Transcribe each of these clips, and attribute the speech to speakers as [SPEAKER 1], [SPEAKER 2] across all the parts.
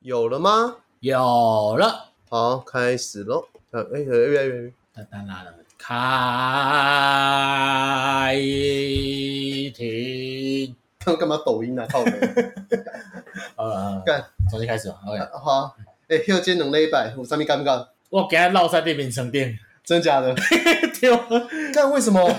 [SPEAKER 1] 有了吗？
[SPEAKER 2] 有了，
[SPEAKER 1] 好，开始喽。呃，哎，越来越越
[SPEAKER 2] 哒哒啦啦，开庭。
[SPEAKER 1] 看干嘛抖音啊？靠背。
[SPEAKER 2] 呃，
[SPEAKER 1] 干，
[SPEAKER 2] 重新开始吧。OK，
[SPEAKER 1] 好啊，哎，迄这两礼拜有啥物感觉？
[SPEAKER 2] 我给他绕在电名城店，
[SPEAKER 1] 真假的？
[SPEAKER 2] 对，
[SPEAKER 1] 干为什么？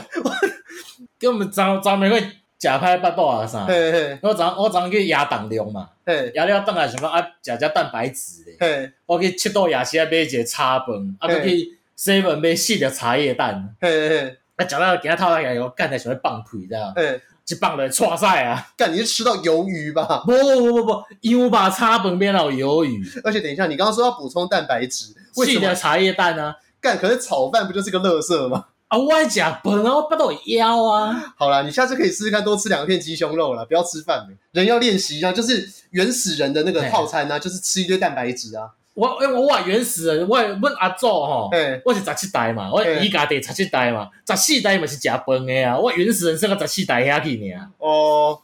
[SPEAKER 2] 给我们昨昨玫瑰假拍八道啊啥。
[SPEAKER 1] 嘿嘿
[SPEAKER 2] 我昨我昨天去亚当量嘛，
[SPEAKER 1] 嘿
[SPEAKER 2] 亚了等来想讲啊，食只蛋白质咧。
[SPEAKER 1] 嘿
[SPEAKER 2] 我去七度夜市买一个炒饭，啊，
[SPEAKER 1] 嘿
[SPEAKER 2] 再去 seven 买四粒茶叶蛋。
[SPEAKER 1] 嘿嘿
[SPEAKER 2] 啊，食到今仔透来个，我干来想要放屁，你知道吗？
[SPEAKER 1] 嘿，
[SPEAKER 2] 一放落错晒啊！
[SPEAKER 1] 干你是吃到鱿鱼吧？
[SPEAKER 2] 不不不不不，牛把炒饭变到鱿鱼，
[SPEAKER 1] 而且等一下，你刚刚说要补充蛋白质，为
[SPEAKER 2] 细
[SPEAKER 1] 什
[SPEAKER 2] 的
[SPEAKER 1] 么？
[SPEAKER 2] 茶叶蛋啊！
[SPEAKER 1] 干，可是炒饭不就是个垃圾吗？
[SPEAKER 2] 啊，我爱食饭啊，我巴肚会枵 啊！
[SPEAKER 1] 好啦，你下次可以试试看，多吃两片鸡胸肉啦，不要吃饭了。人要练习啊，就是原始人的那个
[SPEAKER 2] 嘿
[SPEAKER 1] 套餐啊，就是吃一堆蛋白质啊。
[SPEAKER 2] 我因为我原始人，我阮阿祖吼，
[SPEAKER 1] 哎，
[SPEAKER 2] 我是十七代嘛，我
[SPEAKER 1] 嘿
[SPEAKER 2] 伊家第十七代嘛，十四代嘛是食饭的啊，我原始人生到十四代遐去尔，
[SPEAKER 1] 哦，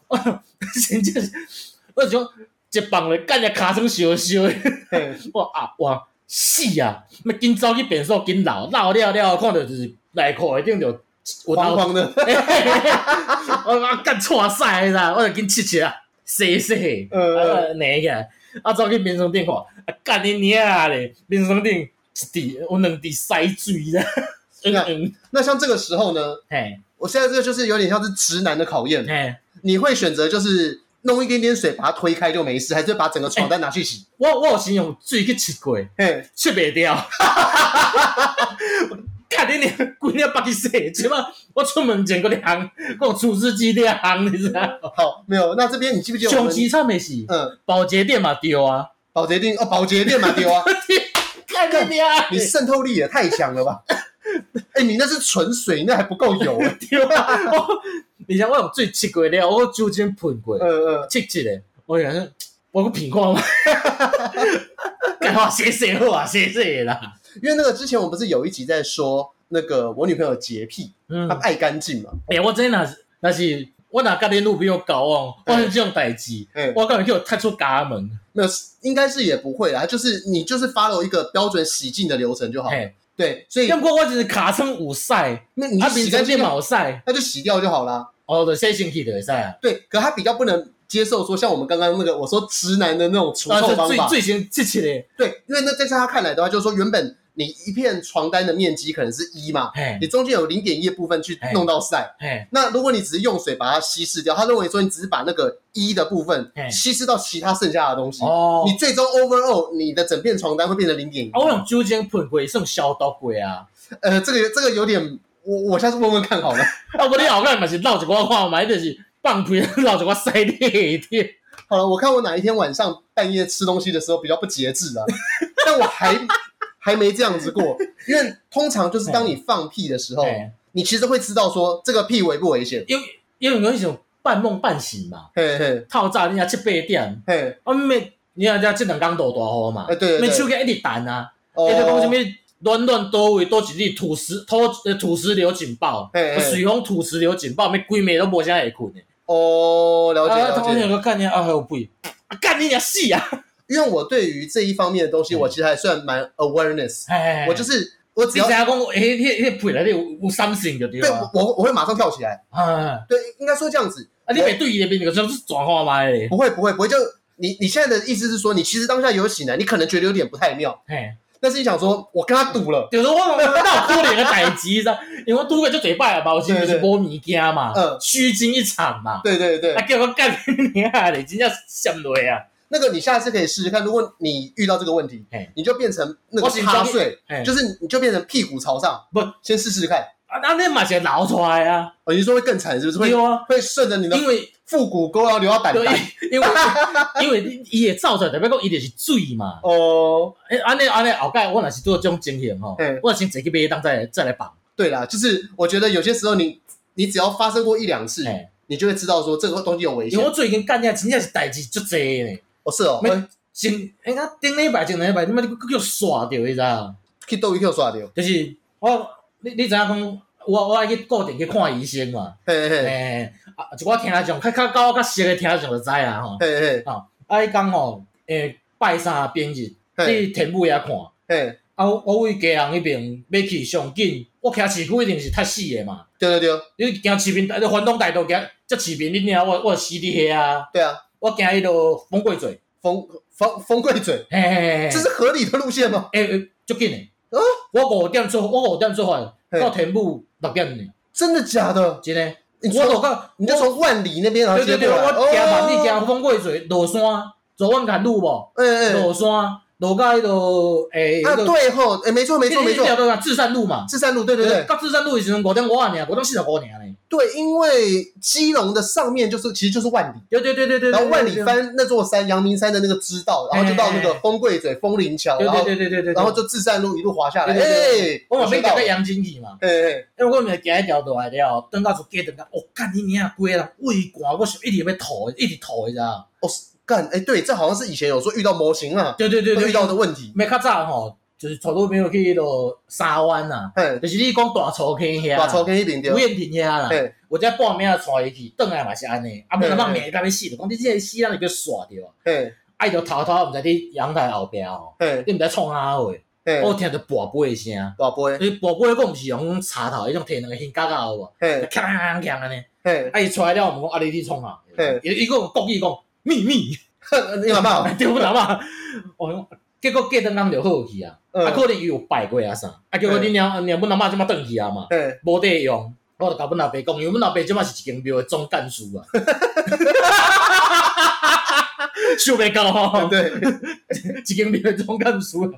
[SPEAKER 2] 真正是，我就讲一放落干只尻川烧烧 的。
[SPEAKER 1] 嘿，
[SPEAKER 2] 我啊哇死啊！要紧走去便所紧闹闹了了，看到就是内裤一定就有
[SPEAKER 1] 黄
[SPEAKER 2] 头。
[SPEAKER 1] 黄的，
[SPEAKER 2] 我我干错晒啦，我就紧切切啊，洗洗，
[SPEAKER 1] 呃，
[SPEAKER 2] 呃，拿起来，啊，走去便所顶看，啊，干你娘嘞！便所顶一滴，有两滴屎水啦，嗯嗯，
[SPEAKER 1] 那像这个时候呢，
[SPEAKER 2] 嘿，
[SPEAKER 1] 我现在这个就是有点像是直男的考验，
[SPEAKER 2] 嘿，
[SPEAKER 1] 你会选择就是弄一点点水把它推开就没事，还是会把整个床单拿去洗？
[SPEAKER 2] 我我有先用水去切过，
[SPEAKER 1] 嘿，
[SPEAKER 2] 切袂掉。 干你娘，规日北去洗，即马我出门前个凉，我有厨师机咧烘，你知道吗？
[SPEAKER 1] 好，没有，那这边你记不记得我
[SPEAKER 2] 上
[SPEAKER 1] 们？
[SPEAKER 2] 机场的是
[SPEAKER 1] 嗯，
[SPEAKER 2] 保洁店嘛丢啊，
[SPEAKER 1] 保洁店哦，保洁店嘛丢
[SPEAKER 2] 哎
[SPEAKER 1] 啊，
[SPEAKER 2] 干你娘，
[SPEAKER 1] 你渗透力也太强了吧？哎、你那是纯水，那还不够油、欸。
[SPEAKER 2] 丢啊！我而且我用水切过了，我酒精喷过，
[SPEAKER 1] 嗯嗯，
[SPEAKER 2] 切切嘞，我想说我个品啊看嘛， 干话洗洗好啊，洗洗啦，
[SPEAKER 1] 因为那个之前我不是有一集在说那个我女朋友洁癖，
[SPEAKER 2] 嗯
[SPEAKER 1] 她，爱干净嘛。
[SPEAKER 2] 哎，我真若是若是我若甲你女朋友交往，我是这种代志，
[SPEAKER 1] 嗯，
[SPEAKER 2] 我可能叫踢出家门，
[SPEAKER 1] 那应该是也不会啦，就是你就是 follow 一个标准洗净的流程就好。
[SPEAKER 2] 嘿，
[SPEAKER 1] 对，所以
[SPEAKER 2] 哎要不过我就是卡称有屎，啊，
[SPEAKER 1] 那你就
[SPEAKER 2] 面
[SPEAKER 1] 洗
[SPEAKER 2] 上
[SPEAKER 1] 干
[SPEAKER 2] 变
[SPEAKER 1] 净嘛，
[SPEAKER 2] 毛屎，
[SPEAKER 1] 那就洗掉就好啦。
[SPEAKER 2] 哦，就洗清气就会使啊，
[SPEAKER 1] 对，可她比较不能接受说像我们刚刚那个我说直男的那种除
[SPEAKER 2] 啊，
[SPEAKER 1] 臭
[SPEAKER 2] 就
[SPEAKER 1] 方
[SPEAKER 2] 最
[SPEAKER 1] 法。
[SPEAKER 2] 最先切切嘞，
[SPEAKER 1] 对，因为那在她看来的话，就是说原本你一片床单的面积可能是一嘛，
[SPEAKER 2] 嘿
[SPEAKER 1] 你，中间有零点一部分去
[SPEAKER 2] 哎
[SPEAKER 1] 弄到晒。
[SPEAKER 2] 嘿。
[SPEAKER 1] 那如果你只是用水把它稀释掉，他认为说你只是把那个一的部分
[SPEAKER 2] 嘿
[SPEAKER 1] 稀释到其他剩下的东西，
[SPEAKER 2] 哎哦，
[SPEAKER 1] 你最终 overall 你的整片床单会变成零点一
[SPEAKER 2] 啊，。我用酒精喷过，算消毒过啊。
[SPEAKER 1] 呃，这个这个有点，我我下次问问看好了。
[SPEAKER 2] 啊，无你后盖嘛是闹一寡看嘛，伊就是放屁闹一寡屎你下滴。
[SPEAKER 1] 好了，我看我哪一天晚上半夜吃东西的时候比较不节制 啊，但我还还没这样子过，因为通常就是当你放屁的时候，
[SPEAKER 2] 嘿
[SPEAKER 1] 你其实会知道说这个屁危不危险。
[SPEAKER 2] 因为因为有一种半梦半醒嘛，
[SPEAKER 1] 嘿嘿
[SPEAKER 2] 透早你啊七八点，
[SPEAKER 1] 嘿，
[SPEAKER 2] 啊咩，你啊这即两工落大雨嘛
[SPEAKER 1] 哎，对对
[SPEAKER 2] 咩
[SPEAKER 1] 对
[SPEAKER 2] 手机一直弹啊，
[SPEAKER 1] 哦
[SPEAKER 2] 伊就讲啥物暖暖多位多一日土石土呃土石流警报，
[SPEAKER 1] 嘿嘿
[SPEAKER 2] 水风土石流警报，咩规暝都无啥会困的。
[SPEAKER 1] 哦，了解
[SPEAKER 2] 啊，
[SPEAKER 1] 了
[SPEAKER 2] 同学
[SPEAKER 1] 解。
[SPEAKER 2] 个干你啊，还有屁，啊干你啊死啊！
[SPEAKER 1] 因为我对于这一方面的东西，
[SPEAKER 2] 嗯
[SPEAKER 1] 我其实还算蛮 awareness，
[SPEAKER 2] 哎
[SPEAKER 1] 我就是我只
[SPEAKER 2] 你知
[SPEAKER 1] 要
[SPEAKER 2] 影讲，迄迄迄屁内底有有 something 就对
[SPEAKER 1] 对
[SPEAKER 2] 啊
[SPEAKER 1] 我。我我会马上跳起来。
[SPEAKER 2] 啊，
[SPEAKER 1] 对，应该说这样子，
[SPEAKER 2] 啊，你袂对伊那边个就是转化麦嘞，
[SPEAKER 1] 不会不会不会，就你你现在的意思是说，你其实当下有醒来，你可能觉得有点不太妙，
[SPEAKER 2] 嘿，
[SPEAKER 1] 但是你想说，我跟他赌了，
[SPEAKER 2] 就是我那有可能的代志噻，因为我拄过就嘴巴嘛，我是就是无物件嘛
[SPEAKER 1] 嗯，
[SPEAKER 2] 虚惊一场嘛，
[SPEAKER 1] 对对对
[SPEAKER 2] 啊，，叫我干你啊嘞，真正闪落啊，
[SPEAKER 1] 那个你下次可以试试看，如果你遇到这个问题
[SPEAKER 2] 嘿，
[SPEAKER 1] 你就变成那个
[SPEAKER 2] 我醒
[SPEAKER 1] 趴
[SPEAKER 2] 着
[SPEAKER 1] 睡，
[SPEAKER 2] 嘿，
[SPEAKER 1] 就是你就变成屁股朝上，
[SPEAKER 2] 不
[SPEAKER 1] 先试试看，
[SPEAKER 2] 啊，那你嘛是流出来啊，
[SPEAKER 1] 哦，你说会更惨是不是？
[SPEAKER 2] 对
[SPEAKER 1] 会
[SPEAKER 2] 啊，
[SPEAKER 1] 会顺着你的
[SPEAKER 2] 因为
[SPEAKER 1] 腹股沟然后流到胆
[SPEAKER 2] 对
[SPEAKER 1] 蛋，
[SPEAKER 2] 因为 因为伊会走出来，代表讲伊就是水嘛，
[SPEAKER 1] 哦，
[SPEAKER 2] 诶，安尼安尼后盖我若是做这种情形吼
[SPEAKER 1] 嗯，
[SPEAKER 2] 我先坐去买当再来再来放，
[SPEAKER 1] 对啦，就是我觉得有些时候你你只要发生过一两次，
[SPEAKER 2] 嘿，
[SPEAKER 1] 你就会知道说这个东西有危
[SPEAKER 2] 因
[SPEAKER 1] 险
[SPEAKER 2] 为我。最近干遐真正是代志足济嘞。
[SPEAKER 1] 哦，是哦，
[SPEAKER 2] 没
[SPEAKER 1] 哎
[SPEAKER 2] 前哎，那顶礼拜、前两礼拜，你妈你佫叫刷着，你知影？
[SPEAKER 1] 去斗鱼 Q 刷掉，
[SPEAKER 2] 就是我，你你知影讲，我我爱去固定去看医生嘛。
[SPEAKER 1] 嘿
[SPEAKER 2] 诶、
[SPEAKER 1] 嘿
[SPEAKER 2] 啊，一寡听众较较较我较熟的听众就知啊吼。
[SPEAKER 1] 嘿嘿，
[SPEAKER 2] 啊，迄讲吼，诶、拜三的平日，
[SPEAKER 1] 嘿，
[SPEAKER 2] 去田尾遐看。
[SPEAKER 1] 嘿，
[SPEAKER 2] 啊，我我为家人迄边要去上紧，我徛市区一定是太死的嘛。
[SPEAKER 1] 对对对，
[SPEAKER 2] 你行市面，你反东大道行，即市面恁遐，我我死伫遐啊！
[SPEAKER 1] 对啊，
[SPEAKER 2] 我行迄个风过嘴，
[SPEAKER 1] 风风风贵嘴，
[SPEAKER 2] 嘿嘿嘿嘿，
[SPEAKER 1] 这是合理的路线吗？
[SPEAKER 2] 诶诶，哎足紧诶！
[SPEAKER 1] 哦
[SPEAKER 2] 我五点出，我五点出发，
[SPEAKER 1] 嘿
[SPEAKER 2] 到田埔六点呢，
[SPEAKER 1] 真的假的？
[SPEAKER 2] 真诶。
[SPEAKER 1] 你
[SPEAKER 2] 我
[SPEAKER 1] 从
[SPEAKER 2] 就到，
[SPEAKER 1] 你就
[SPEAKER 2] 我
[SPEAKER 1] 从万里那边然后
[SPEAKER 2] 对
[SPEAKER 1] 接
[SPEAKER 2] 对
[SPEAKER 1] 过
[SPEAKER 2] 对，我
[SPEAKER 1] 来，
[SPEAKER 2] 行万里，
[SPEAKER 1] 哦
[SPEAKER 2] 行风过嘴，落山，走万坎路无？
[SPEAKER 1] 哎哎，
[SPEAKER 2] 落山，落到迄个诶，
[SPEAKER 1] 啊
[SPEAKER 2] 迄个
[SPEAKER 1] 对吼，哎，没错没
[SPEAKER 2] 迄
[SPEAKER 1] 错没错
[SPEAKER 2] 条，叫啥？至善路嘛。
[SPEAKER 1] 智山路，对对对
[SPEAKER 2] 到至善路的时阵五点五啊尔，五点四十五尔呢。
[SPEAKER 1] 对，因为基隆的上面就是其实就是万里。
[SPEAKER 2] 对对对对对。
[SPEAKER 1] 然后万里
[SPEAKER 2] 对，
[SPEAKER 1] 翻那座山，阳明山的那个支道，然后就到那个风柜嘴、风铃桥，
[SPEAKER 2] 对
[SPEAKER 1] 然
[SPEAKER 2] 对
[SPEAKER 1] 后
[SPEAKER 2] 对对对对。
[SPEAKER 1] 然后就至善路一路滑下来。
[SPEAKER 2] 对对
[SPEAKER 1] 哎，
[SPEAKER 2] 我嘛
[SPEAKER 1] 没到
[SPEAKER 2] 要行
[SPEAKER 1] 了
[SPEAKER 2] 到，阳金去嘛，
[SPEAKER 1] 哎哎，
[SPEAKER 2] 因为我咪行一条路来了，转到厝街转到，哦，干你娘的鬼啦，胃寒，我是一直要吐的，一直吐的咋？
[SPEAKER 1] 哦干，哎对，这好像是以前有说遇到模型啊，
[SPEAKER 2] 对对对
[SPEAKER 1] 会
[SPEAKER 2] 对，
[SPEAKER 1] 遇到的问题。
[SPEAKER 2] 没较早吼，就是带女朋友去迄落沙湾呐，
[SPEAKER 1] 哎，
[SPEAKER 2] 就是你讲大草坑遐，
[SPEAKER 1] 把草跟一边
[SPEAKER 2] 吴
[SPEAKER 1] 丢。
[SPEAKER 2] 彦廷遐啦，
[SPEAKER 1] 哎，
[SPEAKER 2] 我才半暝啊带伊去，转来嘛是安尼，啊，无人放命甲要死，就讲你这个死人就叫煞着啊，
[SPEAKER 1] 哎，
[SPEAKER 2] 啊伊就偷偷毋知伫阳台后壁吼，
[SPEAKER 1] 哎，
[SPEAKER 2] 你毋知创啥话，我
[SPEAKER 1] 哎，
[SPEAKER 2] 听着跋杯的声，
[SPEAKER 1] 宝贝，
[SPEAKER 2] 伊跋杯我毋是用插头，迄种摕两个肩胛胛有无，就
[SPEAKER 1] 哎
[SPEAKER 2] 锵锵锵安尼，
[SPEAKER 1] 哎，
[SPEAKER 2] 啊伊出来了，我们讲啊你伫创啥
[SPEAKER 1] 嘿，
[SPEAKER 2] 伊伊讲国语讲秘密，
[SPEAKER 1] 你好不好？
[SPEAKER 2] 对不啦嘛，我讲结果过两工就好去啊。啊，
[SPEAKER 1] 嗯，
[SPEAKER 2] 可能伊有拜过啊啥，啊，结果
[SPEAKER 1] 嘿
[SPEAKER 2] 恁娘娘阮阿嬷即马转去啊嘛，
[SPEAKER 1] 哎，
[SPEAKER 2] 无地用，我就甲阮阿爸讲，因为阮阿爸即马是一间庙的总干事啊， 想袂到吼，
[SPEAKER 1] 对，
[SPEAKER 2] 一间庙的总干事啊，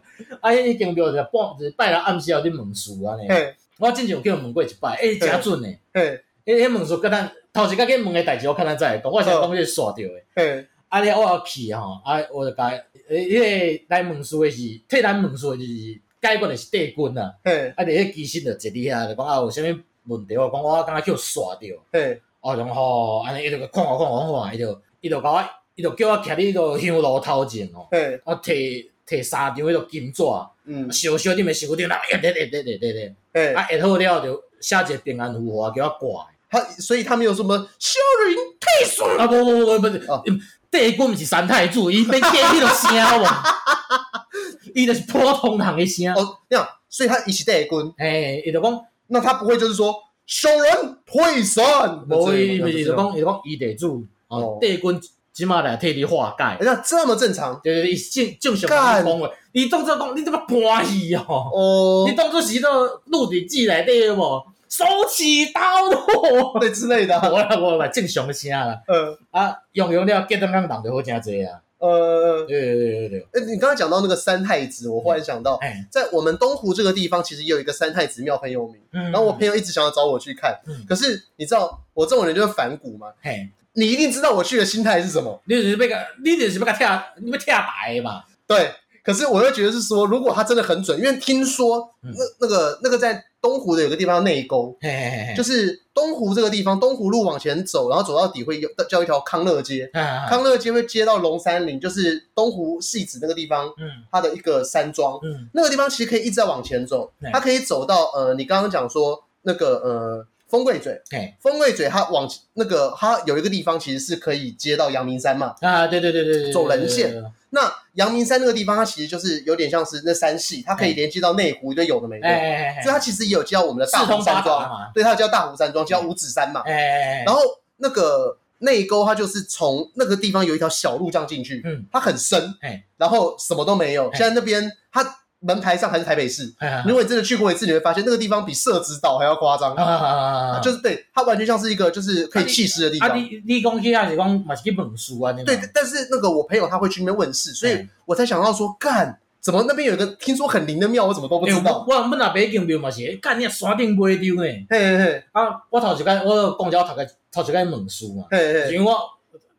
[SPEAKER 2] 啊，迄间庙就半就是拜六暗时后咧问事安尼，
[SPEAKER 1] 哎，
[SPEAKER 2] 我之前有叫问过一摆，诶，诚准诶，
[SPEAKER 1] 哎，
[SPEAKER 2] 迄迄问事甲咱头一甲计问诶代志，我看咱再来讲，我是想讲迄个煞着诶。
[SPEAKER 1] 哎，
[SPEAKER 2] 啊了，我去吼，啊，我就甲诶，迄个来问事诶是替咱问事诶就是解决诶是帝君啊。
[SPEAKER 1] 哎，
[SPEAKER 2] 啊，伫迄机身就坐伫遐，就讲啊有啥物问题，我讲我敢若叫刷着，
[SPEAKER 1] 哎，
[SPEAKER 2] 哦，然后安尼伊就看我看我看我，伊就伊就甲我，伊就叫我徛伫迄个香炉头前哦，
[SPEAKER 1] 哎，
[SPEAKER 2] 我摕摕三张迄个金纸，
[SPEAKER 1] 嗯，
[SPEAKER 2] 烧烧顶诶烧顶，啊，一直一直一直一直，
[SPEAKER 1] 哎，
[SPEAKER 2] 啊，下好了就写一个平安符互我，叫我挂的。
[SPEAKER 1] 他所以他没有什么羞人退缩。
[SPEAKER 2] 啊，无无无无，不是
[SPEAKER 1] 哦，
[SPEAKER 2] 帝君毋是三太子，伊免记迄个 声无，伊就是普通人诶声。
[SPEAKER 1] 哦，那样，所以他一起带棍，
[SPEAKER 2] 诶，伊就讲。
[SPEAKER 1] 那他不会就是说小人退散，
[SPEAKER 2] 无伊
[SPEAKER 1] 不
[SPEAKER 2] 毋是就讲，伊就讲伊地主
[SPEAKER 1] 哦
[SPEAKER 2] 哦，帝君即马来替你化解，
[SPEAKER 1] 哎那这么正常
[SPEAKER 2] 对对，伊正正常
[SPEAKER 1] 干
[SPEAKER 2] 安尼讲话，伊当做讲你怎么搬戏哦？
[SPEAKER 1] 哦
[SPEAKER 2] 你，当做是到鹿鼎记内底有无？手起刀落，
[SPEAKER 1] 对之类的啊，
[SPEAKER 2] 无啦无啦，正常的声啦。
[SPEAKER 1] 呃
[SPEAKER 2] 啊，用用了，结当当人就好诚济啊。
[SPEAKER 1] 呃，
[SPEAKER 2] 对对对对对，
[SPEAKER 1] 呃你刚刚讲到那个三太子，我忽然想到，
[SPEAKER 2] 哎，
[SPEAKER 1] 在我们东湖这个地方，其实也有一个三太子庙很有名，
[SPEAKER 2] 然
[SPEAKER 1] 然后我朋友一直想要找我去看
[SPEAKER 2] 嗯，
[SPEAKER 1] 可是你知道我这种人就是反骨嘛，
[SPEAKER 2] 嘿，
[SPEAKER 1] 你一定知道我去的心态是什么，
[SPEAKER 2] 你就是要甲，你就是要甲拆，你要拆白的嘛？
[SPEAKER 1] 对。可是我又觉得是说，如果他真的很准，因为听说
[SPEAKER 2] 嗯
[SPEAKER 1] 那那个那个在东湖的有个地方叫内沟，
[SPEAKER 2] 嘿嘿嘿嘿，
[SPEAKER 1] 就是是东湖这个地方，东湖路往前走，然后走到底会有叫一条康乐街，
[SPEAKER 2] 啊，
[SPEAKER 1] 康乐街会接到龙山岭，就是东湖戏子那个地方，
[SPEAKER 2] 嗯
[SPEAKER 1] 它的一个山庄。
[SPEAKER 2] 嗯，
[SPEAKER 1] 那个地方其实可以一直在往前走
[SPEAKER 2] 对，
[SPEAKER 1] 它可以走到呃，你刚刚讲说那个呃丰贵嘴，
[SPEAKER 2] 嘿，
[SPEAKER 1] 丰贵嘴它往那个它有一个地方其实是可以接到阳明山嘛。
[SPEAKER 2] 啊，对对对对对对，
[SPEAKER 1] 走人线
[SPEAKER 2] 对，对对
[SPEAKER 1] 那阳明山那个地方，它其实就是有点像是那山系，它可以
[SPEAKER 2] 哎
[SPEAKER 1] 连接到内湖，就有的没
[SPEAKER 2] 哎
[SPEAKER 1] 的，
[SPEAKER 2] 哎哎哎，
[SPEAKER 1] 所以它其实也有接到我们的大
[SPEAKER 2] 四
[SPEAKER 1] 湖
[SPEAKER 2] 通八
[SPEAKER 1] 山
[SPEAKER 2] 达
[SPEAKER 1] 庄，
[SPEAKER 2] 嘛，
[SPEAKER 1] 对，它有接到大湖山庄，接到五指山嘛。
[SPEAKER 2] 哎，
[SPEAKER 1] 然后那个内沟，它就是从那个地方有一条小路这样进去，
[SPEAKER 2] 嗯
[SPEAKER 1] 它很深
[SPEAKER 2] 哎，
[SPEAKER 1] 然后什么都没有。
[SPEAKER 2] 哎啊
[SPEAKER 1] 现在那边它门牌上还是台北市，如果你真的去过一次，你会发现那个地方比社子岛还要夸张，
[SPEAKER 2] 啊，
[SPEAKER 1] 就是是对它完全像是一个就是可以弃尸的地
[SPEAKER 2] 啊，
[SPEAKER 1] 方。
[SPEAKER 2] 你你讲去啊是讲嘛是去问事啊，
[SPEAKER 1] 对，但是那个我朋友他会去那边问事，所以
[SPEAKER 2] 哎
[SPEAKER 1] 我才想到说，干怎么那边有一个听说很灵的庙，我怎么都不知道。
[SPEAKER 2] 我我本来北京庙嘛是，干你山顶买张诶，
[SPEAKER 1] 嘿嘿嘿
[SPEAKER 2] 啊，我头一间我讲了头个头一间问事嘛，
[SPEAKER 1] 嘿
[SPEAKER 2] 因
[SPEAKER 1] 嘿
[SPEAKER 2] 为我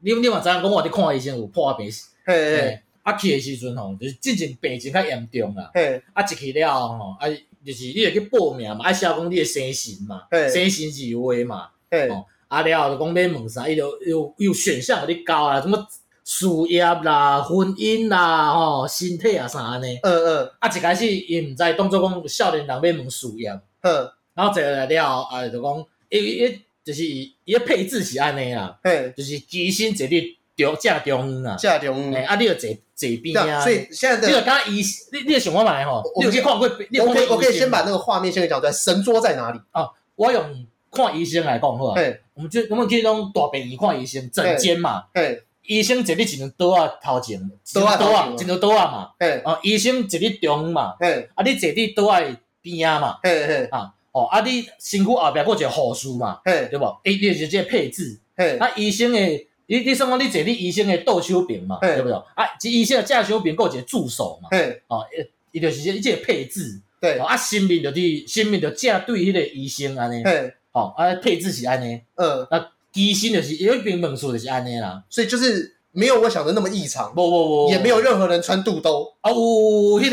[SPEAKER 2] 你你嘛知影讲我伫看医生有破病，
[SPEAKER 1] 嘿嘿
[SPEAKER 2] 诶，啊去诶时阵吼，就是进前病情较严重啦，
[SPEAKER 1] 嘿
[SPEAKER 2] 啊一去了吼，啊就是你著去报名嘛，啊写讲你诶生辰嘛，生辰是有诶嘛。
[SPEAKER 1] 嘿
[SPEAKER 2] 哦啊了，就讲要问啥，伊就有有选项互你交啊，什么事业啦、婚姻啦、吼、身体啊啥安尼。
[SPEAKER 1] 嗯嗯
[SPEAKER 2] 啊，一开始伊毋知当做讲少年人要问事业，
[SPEAKER 1] 嗯
[SPEAKER 2] 然后坐下来了，啊就讲伊伊就是伊诶配置是安尼啦，
[SPEAKER 1] 嘿
[SPEAKER 2] 就是机身坐伫中正中央啊，
[SPEAKER 1] 架中，
[SPEAKER 2] 哎，
[SPEAKER 1] 对
[SPEAKER 2] 啊，你就坐坐边
[SPEAKER 1] 嗯啊
[SPEAKER 2] 啊，
[SPEAKER 1] 所以现在
[SPEAKER 2] 你就
[SPEAKER 1] 的
[SPEAKER 2] 刚医，你你就想我买吼，
[SPEAKER 1] 我
[SPEAKER 2] 你有去看过，你有
[SPEAKER 1] 我
[SPEAKER 2] 看
[SPEAKER 1] 可
[SPEAKER 2] 过
[SPEAKER 1] 以我可
[SPEAKER 2] 医
[SPEAKER 1] 以
[SPEAKER 2] 生
[SPEAKER 1] 先把
[SPEAKER 2] 吗
[SPEAKER 1] 那个画面先给你讲出来，神桌在哪里？
[SPEAKER 2] 我用看医生来讲好啊，
[SPEAKER 1] 嘿，
[SPEAKER 2] 我们就我们去那种大病院看医生，诊间嘛，
[SPEAKER 1] 嘿，
[SPEAKER 2] 医生坐你一张桌啊头前，
[SPEAKER 1] 桌仔头前
[SPEAKER 2] 啊
[SPEAKER 1] 嘛
[SPEAKER 2] 一张桌啊嘛，
[SPEAKER 1] 嘿，
[SPEAKER 2] 哦，医生坐你中央嘛，
[SPEAKER 1] 嘿，
[SPEAKER 2] 啊，你坐你桌仔边啊嘛，
[SPEAKER 1] 嘿，嘿，
[SPEAKER 2] 啊，哦，啊，你身躯后壁还有一个护士嘛，
[SPEAKER 1] 嘿，
[SPEAKER 2] 对无？诶，你就是这个配置，
[SPEAKER 1] 嘿，
[SPEAKER 2] 啊，医生的，你你算讲你坐你医生的倒手边嘛，
[SPEAKER 1] 嘿
[SPEAKER 2] 对不对？啊，这医生的正手边还有一个助手嘛，
[SPEAKER 1] 嘿，
[SPEAKER 2] 哦，诶伊就是这这个配置，
[SPEAKER 1] 对
[SPEAKER 2] 哦，，啊，新面就是新面就正对迄个医生安尼，
[SPEAKER 1] 嘿，
[SPEAKER 2] 哦，啊，配置是安尼。
[SPEAKER 1] 嗯，
[SPEAKER 2] 机身就是有一边门数就是安尼啦，
[SPEAKER 1] 所以就是没有我想的那么异常，
[SPEAKER 2] 无无无，
[SPEAKER 1] 也没有任何人穿肚兜，
[SPEAKER 2] 啊有迄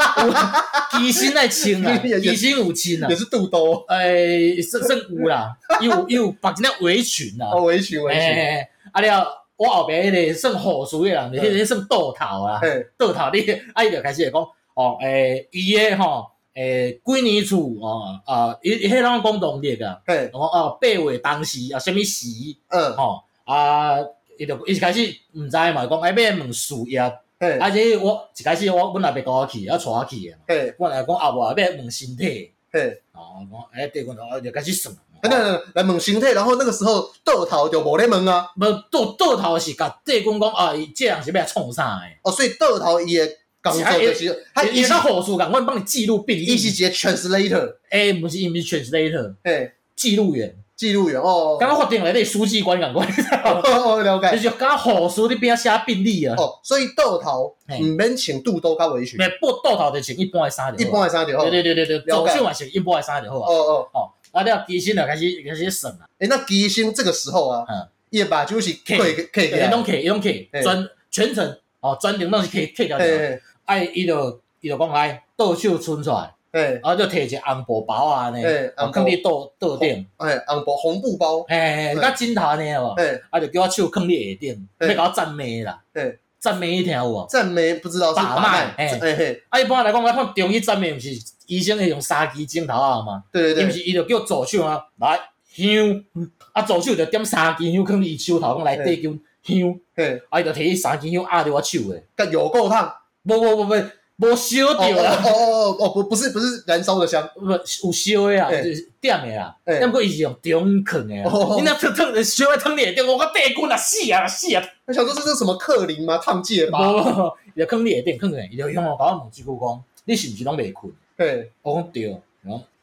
[SPEAKER 2] 个有机身来穿啦，
[SPEAKER 1] 也也
[SPEAKER 2] 机身有穿啦
[SPEAKER 1] 也，是肚兜，
[SPEAKER 2] 诶，算算有啦，伊有伊有绑一件围裙啦，
[SPEAKER 1] 哦，围裙，围裙，
[SPEAKER 2] 诶，啊了，我后壁迄个算护士诶人，迄个算倒头啦，
[SPEAKER 1] 嘿，
[SPEAKER 2] 倒头你，啊伊就开始会讲，哦，诶，伊诶吼，诶，几年厝哦，啊，伊伊迄拢讲农历啊，
[SPEAKER 1] 嘿，
[SPEAKER 2] 讲哦八月当时啊，什物时？
[SPEAKER 1] 嗯，
[SPEAKER 2] 吼、啊，伊就伊一开始毋知嘛，讲哎要问事业，啊，
[SPEAKER 1] 嘿，
[SPEAKER 2] 这我一开始我本来袂甲我去，啊，带我去的嘛，
[SPEAKER 1] 嘿，
[SPEAKER 2] 我来讲啊无啊要问身体，
[SPEAKER 1] 嘿。
[SPEAKER 2] 哦，讲哎对，我就就开始算，
[SPEAKER 1] 等等等，来问心态，然后那个时候豆头就无咧问啊，
[SPEAKER 2] 无倒倒头是甲地公讲啊，伊这人是要来创啥的，
[SPEAKER 1] 哦，所以豆头伊的工作就是他
[SPEAKER 2] 伊
[SPEAKER 1] 伊
[SPEAKER 2] 伊
[SPEAKER 1] 是
[SPEAKER 2] 甲护士共阮帮你记录病
[SPEAKER 1] 伊是
[SPEAKER 2] 历，
[SPEAKER 1] 一个 translator，
[SPEAKER 2] 哎，毋是伊毋是 translator，
[SPEAKER 1] 嘿，
[SPEAKER 2] 记录员，
[SPEAKER 1] 记录员哦，
[SPEAKER 2] 刚刚法定来对书记官共款，
[SPEAKER 1] 哦哦了
[SPEAKER 2] 就
[SPEAKER 1] 解，
[SPEAKER 2] 是甲护士你边写病历啊，
[SPEAKER 1] 哦，所以豆头
[SPEAKER 2] 嘿
[SPEAKER 1] 唔免穿肚兜加围裙，
[SPEAKER 2] 袂不倒头就穿一般的衫就好
[SPEAKER 1] 一般的衫就好
[SPEAKER 2] 对，对对对对，
[SPEAKER 1] 了
[SPEAKER 2] 左
[SPEAKER 1] 解
[SPEAKER 2] 手嘛是一般的衫就好啊
[SPEAKER 1] 哦。哦，
[SPEAKER 2] 哦，啊，了机身就开始开始算啊，
[SPEAKER 1] 诶，那机身这个时候啊
[SPEAKER 2] 嗯，
[SPEAKER 1] 伊把就是
[SPEAKER 2] 起
[SPEAKER 1] 可以可以
[SPEAKER 2] 伊拢起伊拢起
[SPEAKER 1] 嘿
[SPEAKER 2] 全全程哦，全程拢 是起起掉
[SPEAKER 1] 嘿
[SPEAKER 2] 掉。
[SPEAKER 1] 嘿
[SPEAKER 2] 啊，伊就伊就讲来倒手伸出来，
[SPEAKER 1] 嘿
[SPEAKER 2] 啊，就摕一个红布包啊呢，
[SPEAKER 1] 嘿
[SPEAKER 2] 啊，放伫桌桌顶，
[SPEAKER 1] 嘿，红布红布包，
[SPEAKER 2] 嘿，
[SPEAKER 1] 嘿
[SPEAKER 2] 甲枕头呢有无？
[SPEAKER 1] 嘿，
[SPEAKER 2] 啊，就叫我手放伫下顶，
[SPEAKER 1] 嘿
[SPEAKER 2] 要甲我赞美啦
[SPEAKER 1] 嘿，
[SPEAKER 2] 赞美你听有无？
[SPEAKER 1] 赞美不知道是
[SPEAKER 2] 把脉
[SPEAKER 1] 嘿
[SPEAKER 2] 嘿
[SPEAKER 1] 嘿嘿，
[SPEAKER 2] 啊，一般来讲，我看中医赞美，毋是医生会用纱巾枕头啊嘛，
[SPEAKER 1] 对
[SPEAKER 2] 伊
[SPEAKER 1] 对
[SPEAKER 2] 毋
[SPEAKER 1] 对，
[SPEAKER 2] 是伊就叫左手啊来香，啊左手就点纱巾香，放伫伊手头，讲来
[SPEAKER 1] 嘿
[SPEAKER 2] 地球香。
[SPEAKER 1] 嘿，
[SPEAKER 2] 啊，伊就摕伊三斤香压着我手诶，
[SPEAKER 1] 但有够烫，
[SPEAKER 2] 无无无无无烧
[SPEAKER 1] 哦
[SPEAKER 2] 着
[SPEAKER 1] 哦
[SPEAKER 2] 啦，
[SPEAKER 1] 哦哦哦，不不是不是燃烧的香。哎
[SPEAKER 2] 无有烧诶啊，
[SPEAKER 1] 嘿
[SPEAKER 2] 就是点诶啦，
[SPEAKER 1] 嘿
[SPEAKER 2] 但毋过伊是用中坑诶啊
[SPEAKER 1] 哦，
[SPEAKER 2] 你若烫烫烧诶烫你下顶，我个地滚啊死啊死啊！
[SPEAKER 1] 我想说这是什么克林吗？烫戒
[SPEAKER 2] 无
[SPEAKER 1] 吧？
[SPEAKER 2] 无无，伊就囥你下顶囥咧，伊就向我甲我问一句讲，你是毋是拢袂困？
[SPEAKER 1] 对
[SPEAKER 2] 我讲对，伊讲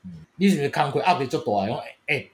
[SPEAKER 2] 嗯你是毋是工课压力足大？伊讲会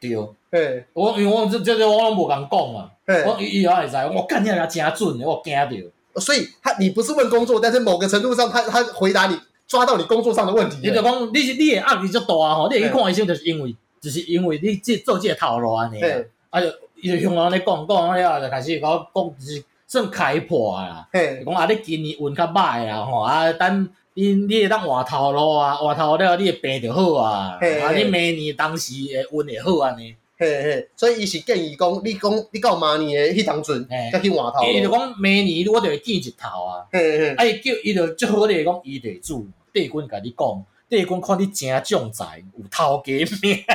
[SPEAKER 2] 对，我
[SPEAKER 1] 对
[SPEAKER 2] 讲因为我这这这我拢无共讲啊，
[SPEAKER 1] 对，
[SPEAKER 2] 我伊伊也会知，我干你啊诚准诶，我惊着。
[SPEAKER 1] 所以他你不是问工作，但是某个程度上他他回答你抓到你工作上的问题
[SPEAKER 2] 伊
[SPEAKER 1] 了。
[SPEAKER 2] 就讲，你是你的压力足大吼，你会去看医生，就是因为，就是因为你这做这个头路安尼啊，
[SPEAKER 1] 对
[SPEAKER 2] 啊就伊就向我咧讲讲了，就开始甲我讲，就是算开破啊啦，就
[SPEAKER 1] 嘿
[SPEAKER 2] 讲啊你今年运较歹啊吼，啊等你你会当换头路啊，换头了你的病就好啊，
[SPEAKER 1] 嘿
[SPEAKER 2] 啊
[SPEAKER 1] 嘿
[SPEAKER 2] 你明年当时会运会好啊安尼，
[SPEAKER 1] 嘿嘿，所以伊是建议讲，你讲你告骂你的迄当阵，
[SPEAKER 2] 嘿
[SPEAKER 1] 再去换头
[SPEAKER 2] 伊就
[SPEAKER 1] 路。
[SPEAKER 2] 讲明年我就会见一头啊，
[SPEAKER 1] 嘿嘿，
[SPEAKER 2] 啊伊叫伊就最好咧讲伊地主，地君甲你讲，地君看你真将才，有头家命。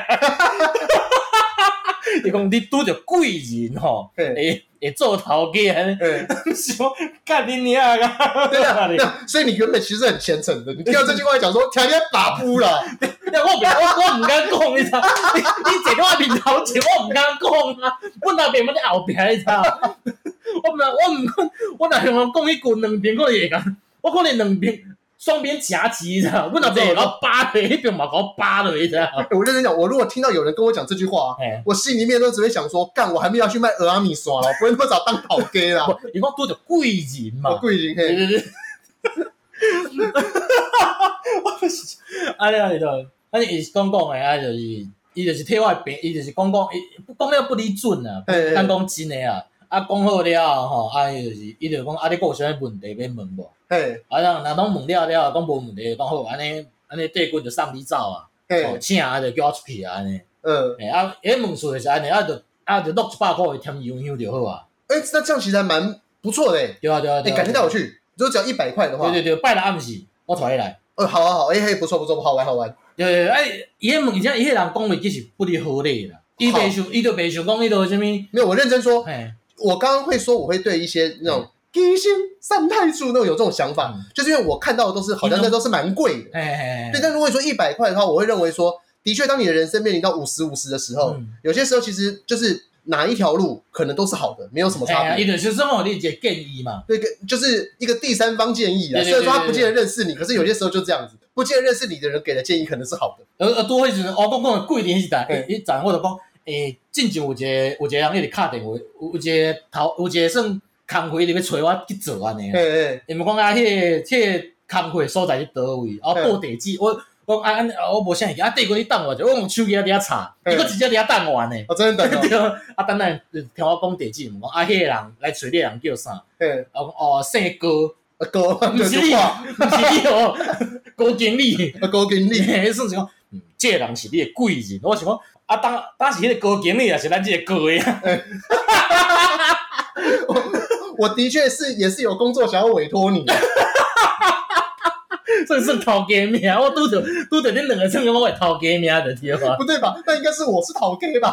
[SPEAKER 2] 伊讲你拄着贵人吼，
[SPEAKER 1] 嘿
[SPEAKER 2] 会会做头家，
[SPEAKER 1] 嘿，
[SPEAKER 2] 哎想干你娘啊！
[SPEAKER 1] 对啊，那所以你原本其实很虔诚的，你听到这句话讲说，天 天打扑了，
[SPEAKER 2] 那我不我我毋敢讲，你 知道？你你坐到我面头前，我毋敢讲啊！我那边要在后壁，你知道？我毋我毋讲，我若向我讲迄句两边，我就会讲，我可能两边双边夹击，你知道？我那边会甲我扒落，迄边嘛甲我扒落，你知道？
[SPEAKER 1] 哎我认真讲，我如果听到有人跟我讲这句话，啊
[SPEAKER 2] 哎，
[SPEAKER 1] 我心里面都只会想说，干，我还没有去卖俄阿米刷了，不会那么早当跑 gay 啦，
[SPEAKER 2] 不，伊讲拄着贵人
[SPEAKER 1] 我
[SPEAKER 2] 嘛，
[SPEAKER 1] 贵人
[SPEAKER 2] 对
[SPEAKER 1] 嘿，
[SPEAKER 2] 对对。啊了伊就，啊伊是讲讲诶，啊就是，伊就是替我的病，伊就是讲讲，伊讲了不离准啊。
[SPEAKER 1] 嘿
[SPEAKER 2] 咱
[SPEAKER 1] 嘿
[SPEAKER 2] 讲真诶啊，啊讲好了吼，啊伊就是伊就讲啊，你还有啥物问题要问无？
[SPEAKER 1] 嘿
[SPEAKER 2] 啊，人若拢问了了，讲无问题，讲好，安尼安尼地滚就送你走啊，哦，
[SPEAKER 1] 嘿，
[SPEAKER 2] 请啊就叫我出去啊安尼，
[SPEAKER 1] 嗯。
[SPEAKER 2] 诶啊，迄问事就是安尼，啊就啊就落一百箍添油香就好啊，
[SPEAKER 1] 哎、那这样其实还蛮不错的、欸。
[SPEAKER 2] 对啊对啊
[SPEAKER 1] 哎、
[SPEAKER 2] 对啊，
[SPEAKER 1] 改天带我
[SPEAKER 2] 对啊
[SPEAKER 1] 去，如果只要一百块的话，
[SPEAKER 2] 对对对，拜六暗时我带伊来，
[SPEAKER 1] 哦，好好好，哎、嘿，不错不错，好玩好玩。
[SPEAKER 2] 对对对，啊伊迄问伊迄人讲话其实不离好理啦，伊
[SPEAKER 1] 好
[SPEAKER 2] 袂想伊就袂想讲迄落啥物，
[SPEAKER 1] 没有，我认真说，
[SPEAKER 2] 嘿，
[SPEAKER 1] 我刚刚会说我会对一些那种金星三太柱那种有这种想法，
[SPEAKER 2] 嗯
[SPEAKER 1] 就是因为我看到的都是好像那都是蛮贵的。
[SPEAKER 2] 哎，
[SPEAKER 1] 对，但如果说一百块的话，我会认为说，的确，当你的人生面临到五十五十的时候，
[SPEAKER 2] 嗯
[SPEAKER 1] 有些时候其实就是哪一条路可能都是好的，没有什么差别。
[SPEAKER 2] 哎，伊就是吼，你一个建议嘛，
[SPEAKER 1] 对，跟就是一个第三方建议啊。
[SPEAKER 2] 对对
[SPEAKER 1] 虽然说他
[SPEAKER 2] 对
[SPEAKER 1] 不
[SPEAKER 2] 对
[SPEAKER 1] 见得认识你，可是有些时候就这样子，不见得认识你的人给的建议可能是好的。
[SPEAKER 2] 而而呃多会就是我讲讲的贵点是代
[SPEAKER 1] 嘿，
[SPEAKER 2] 伊前我就讲，诶，进前有一个有一个人一直敲电话，有有一个头有一个算工会，伊要找我去做安尼啊。
[SPEAKER 1] 嘿嘿，
[SPEAKER 2] 因为讲啊，迄、个迄、个工课所在伫倒位，啊报地址，我我啊安我无啥会记，啊地过你等我者，我用手机啊伫遐查，伊佫直接伫遐等我呢。
[SPEAKER 1] 我真的等哦。
[SPEAKER 2] 对，啊等下就听我讲地址，问讲啊迄个人来找你的人叫啥？啊
[SPEAKER 1] 嘿，
[SPEAKER 2] 我讲哦姓高，毋
[SPEAKER 1] 阿哥，不
[SPEAKER 2] 是你， 毋是你哦，高经理，
[SPEAKER 1] 阿哥给你。
[SPEAKER 2] 迄算是讲，嗯，这个人是你的贵人，我想讲。啊，当当时迄个高经理也是咱这个高的啊，
[SPEAKER 1] 我的确是也是有工作想要委托你， 啊
[SPEAKER 2] 算是头家名。我拄着拄着恁两个，算讲我会头家名的对 吧？
[SPEAKER 1] 不对吧？那应该是我是讨 K 吧？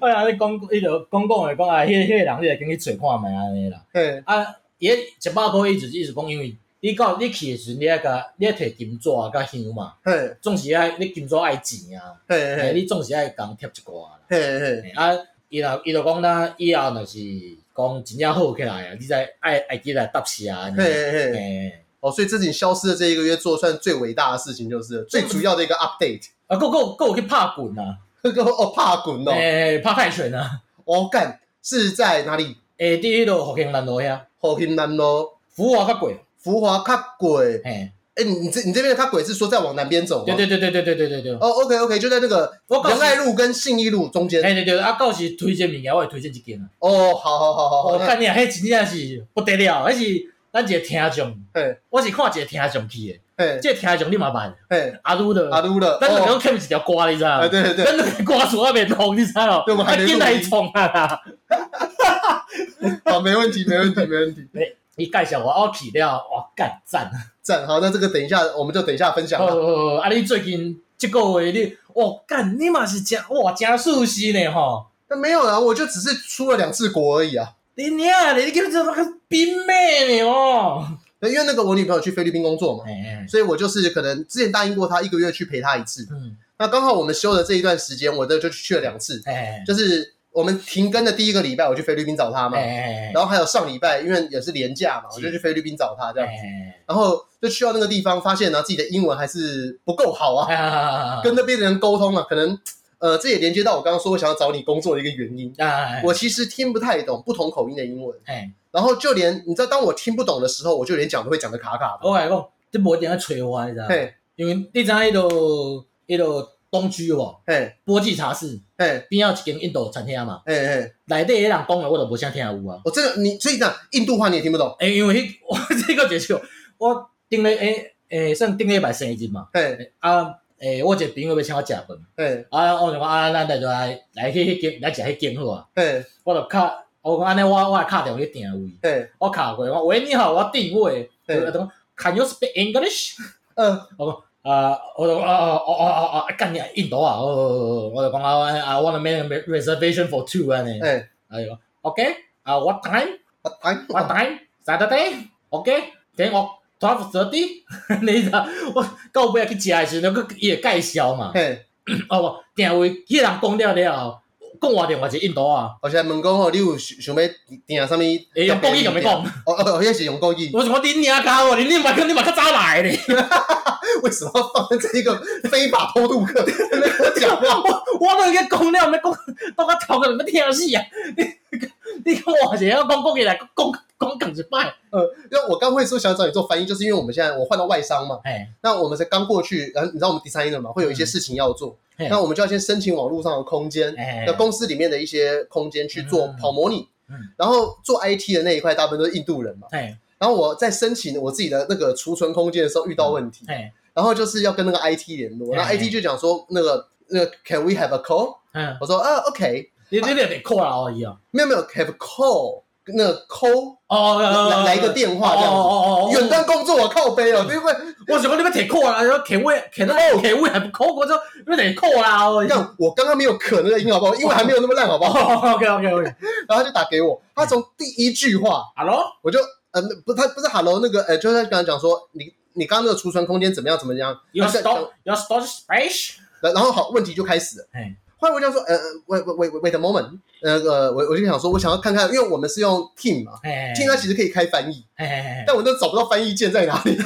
[SPEAKER 2] 我安尼哎讲，伊就讲讲诶，讲啊，迄迄个人你来跟去找看觅安尼啦。
[SPEAKER 1] 嘿，
[SPEAKER 2] 啊，伊一百箍伊就是意思讲，因为你到你去诶时阵，你爱甲你爱摕金纸啊、甲香嘛，
[SPEAKER 1] 嘿，
[SPEAKER 2] 总是爱你金纸爱钱啊，
[SPEAKER 1] 嘿，
[SPEAKER 2] 嘿，
[SPEAKER 1] 嘿，
[SPEAKER 2] 你总是爱共贴一寡啦。
[SPEAKER 1] 嘿，嘿，
[SPEAKER 2] 嘿啊，伊若伊就讲咱以后若是讲真正好起来啊，你再爱爱记来搭车啊。安尼
[SPEAKER 1] 嘿，嘿，嘿。
[SPEAKER 2] 嘿，
[SPEAKER 1] 哦，所以自己消失的这一个月做算最伟大的事情，就是了最主要的一个 update。
[SPEAKER 2] 啊，够够够去拍滚啊，
[SPEAKER 1] 哦，怕滚哦，
[SPEAKER 2] 诶，拍泰拳啊，
[SPEAKER 1] 哦干是在哪里？
[SPEAKER 2] 诶，伫迄落福建南路遐，
[SPEAKER 1] 好云南咯，
[SPEAKER 2] 福华较贵，
[SPEAKER 1] 福华卡鬼。
[SPEAKER 2] 嘿，
[SPEAKER 1] 哎，你你这你这边的卡鬼是说再往南边走吗？
[SPEAKER 2] 对对对对对对对对对。
[SPEAKER 1] 哦，OK OK，就在那个
[SPEAKER 2] 我告
[SPEAKER 1] 仁
[SPEAKER 2] 诉你
[SPEAKER 1] 爱路跟信义路中间。
[SPEAKER 2] 哎对对，啊，到时推荐物件，我会推荐一间啊。
[SPEAKER 1] 哦，好好好好好
[SPEAKER 2] 哦，，
[SPEAKER 1] 那
[SPEAKER 2] 干你啊，迄真正是不得了，迄是咱一个听众，
[SPEAKER 1] 嘿，
[SPEAKER 2] 我是看一个听众去的，
[SPEAKER 1] 嘿，
[SPEAKER 2] 这个听众你嘛捌，
[SPEAKER 1] 嘿，
[SPEAKER 2] 阿鲁的，
[SPEAKER 1] 阿鲁了，
[SPEAKER 2] 咱两
[SPEAKER 1] 哦
[SPEAKER 2] 个欠一条歌，你知道
[SPEAKER 1] 哎，
[SPEAKER 2] 吗？
[SPEAKER 1] 对对对，
[SPEAKER 2] 咱两个歌词还袂通，你知道
[SPEAKER 1] 对我
[SPEAKER 2] 吗？
[SPEAKER 1] 们还没录音
[SPEAKER 2] 进来创啊啦！
[SPEAKER 1] 好，没问题，没问题，没问题，
[SPEAKER 2] 伊介绍我，我去了，哇，干赞！
[SPEAKER 1] 赞。好，那这个等一下，我们就等一下分享
[SPEAKER 2] 好好
[SPEAKER 1] 了。
[SPEAKER 2] 好啊，你最近这个月你，哇，干你嘛是真哇真熟悉呢吼！
[SPEAKER 1] 那没有啦，我就只是出了两次国而已啊。
[SPEAKER 2] 你娘嘞，你叫做那个冰妹呢哦！
[SPEAKER 1] 对因为那个我女朋友去菲律宾工作嘛，
[SPEAKER 2] 哎哎，
[SPEAKER 1] 所以我就是可能之前答应过她一个月去陪她一次。
[SPEAKER 2] 嗯，
[SPEAKER 1] 那刚好我们休的这一段时间，我的就去了两次，
[SPEAKER 2] 哎
[SPEAKER 1] 就是我们停更的第一个礼拜，我去菲律宾找她
[SPEAKER 2] 哎
[SPEAKER 1] 嘛。
[SPEAKER 2] 哎，
[SPEAKER 1] 然后还有上礼拜，因为也是年假嘛，
[SPEAKER 2] 是
[SPEAKER 1] 我就去菲律宾找她这样。
[SPEAKER 2] 哎
[SPEAKER 1] 然后就去到那个地方，发现呢自己的英文还是不够好啊，
[SPEAKER 2] 哎，
[SPEAKER 1] 跟那边的人沟通啊，可能呃这也连接到我刚刚说我想要找你工作的一个原因。
[SPEAKER 2] 哎，
[SPEAKER 1] 我其实听不太懂不同口音的英文，
[SPEAKER 2] 哎，
[SPEAKER 1] 然后就连你知道，当我听不懂的时候，我就连讲都会讲的卡卡的。
[SPEAKER 2] 我甲你讲，这无一定要催我，你知道吗？
[SPEAKER 1] 嘿，
[SPEAKER 2] 因为你知影迄落迄落东区有无？
[SPEAKER 1] 嘿，
[SPEAKER 2] 波记茶室
[SPEAKER 1] 嘿，
[SPEAKER 2] 边仔有一间印度餐厅啊嘛，
[SPEAKER 1] 嘿，嘿，
[SPEAKER 2] 内底迄人讲话我都无啥听有啊。
[SPEAKER 1] 我这个你所以讲印度话你也听不懂，
[SPEAKER 2] 诶、因为迄 我这个就是我顶礼诶诶，算顶礼拜生日嘛，
[SPEAKER 1] 嘿，
[SPEAKER 2] 啊诶、我一个朋友要请我食饭，
[SPEAKER 1] 嘿，
[SPEAKER 2] 啊我就讲啊，咱来就来来去迄间来食迄间好啊，
[SPEAKER 1] 嘿，
[SPEAKER 2] 我就敲，我讲安尼我我会敲电话去定位，
[SPEAKER 1] 嘿，
[SPEAKER 2] 我敲过，我讲喂你好，我定位，
[SPEAKER 1] 对
[SPEAKER 2] 就讲 Can you speak English？
[SPEAKER 1] 嗯，
[SPEAKER 2] 啊，我就啊啊啊啊啊，干你印度啊！哦，我就讲啊，I want to make a reservation for two 啊呢。
[SPEAKER 1] 嘿，
[SPEAKER 2] 哎呦，OK，啊，what time？What
[SPEAKER 1] 我哎，
[SPEAKER 2] time？Saturday？OK？Then 我 twelve thirty。你知道我到尾去食的时阵，佮伊会介绍嘛？
[SPEAKER 1] 嘿，
[SPEAKER 2] 哦，无定位，迄人讲了了后，讲我另外一个印度啊，
[SPEAKER 1] 我现在问讲哦，你有想想要订啥物？
[SPEAKER 2] 会哎用国语甲咪讲。
[SPEAKER 1] 哦哦，哦，也是用国语，
[SPEAKER 2] 我想讲恁娘家哦，你你嘛你嘛较早来咧。
[SPEAKER 1] 为什么要放在这一个非法偷渡客？没有讲 话，
[SPEAKER 2] 我都已经讲了，咩讲到我头壳要听死啊！你你讲我是要讲国语来讲讲讲一摆，
[SPEAKER 1] 因 为我刚会说想找你做翻译，就是因为我们现在我换到外商嘛，
[SPEAKER 2] 哎，
[SPEAKER 1] 那我们才刚过去，嗯然后你知道我们 designer 嘛，会有一些事情要做，
[SPEAKER 2] 嗯
[SPEAKER 1] 那我们就要先申请网络上的空间，
[SPEAKER 2] 哎
[SPEAKER 1] 那公司里面的一些空间去做
[SPEAKER 2] 嗯
[SPEAKER 1] 跑模拟
[SPEAKER 2] 嗯，
[SPEAKER 1] 然后做 IT 的那一块大部分都是印度人嘛，
[SPEAKER 2] 哎
[SPEAKER 1] 然后我在申请我自己的那个储存空间的时候遇到问题，
[SPEAKER 2] 哎
[SPEAKER 1] 然后就是要跟那个 IT 联络，
[SPEAKER 2] 嗯
[SPEAKER 1] 那 IT 就讲说那个那个 Can we have a call？
[SPEAKER 2] 嗯，
[SPEAKER 1] 我说啊 OK，
[SPEAKER 2] 你你得得看了而已哦，
[SPEAKER 1] 没有没有 have a call。那个抠
[SPEAKER 2] 哦，
[SPEAKER 1] 来来一个电话这样子
[SPEAKER 2] 哦哦哦，
[SPEAKER 1] 远端工作，我靠背哦，因为
[SPEAKER 2] 我想讲你要摕扣啦，然后舔位舔到舔位还不扣，我就要摕扣啦。
[SPEAKER 1] 让我刚刚没有可那个音好不好？因为还没有那么烂好不
[SPEAKER 2] 哦
[SPEAKER 1] 好？
[SPEAKER 2] OK OK OK，
[SPEAKER 1] 然后他就打给我，他从第一句话
[SPEAKER 2] 哈喽，
[SPEAKER 1] 我就呃不他不是 hello 那个呃就是他刚刚讲说你你刚刚那个储存空间怎么样怎么样，
[SPEAKER 2] 要
[SPEAKER 1] 然后讲
[SPEAKER 2] stop 要 stop space，
[SPEAKER 1] 然然后好，问题就开始了
[SPEAKER 2] 哎。
[SPEAKER 1] 后来我就想说，呃，wait wait wait wait a moment，那个我我就想说，我想要看看，因为我们是用 Team 嘛
[SPEAKER 2] 哎
[SPEAKER 1] ，Team 它其实可以开翻译，
[SPEAKER 2] 哎，
[SPEAKER 1] 但我都找不到翻译键在哪 里。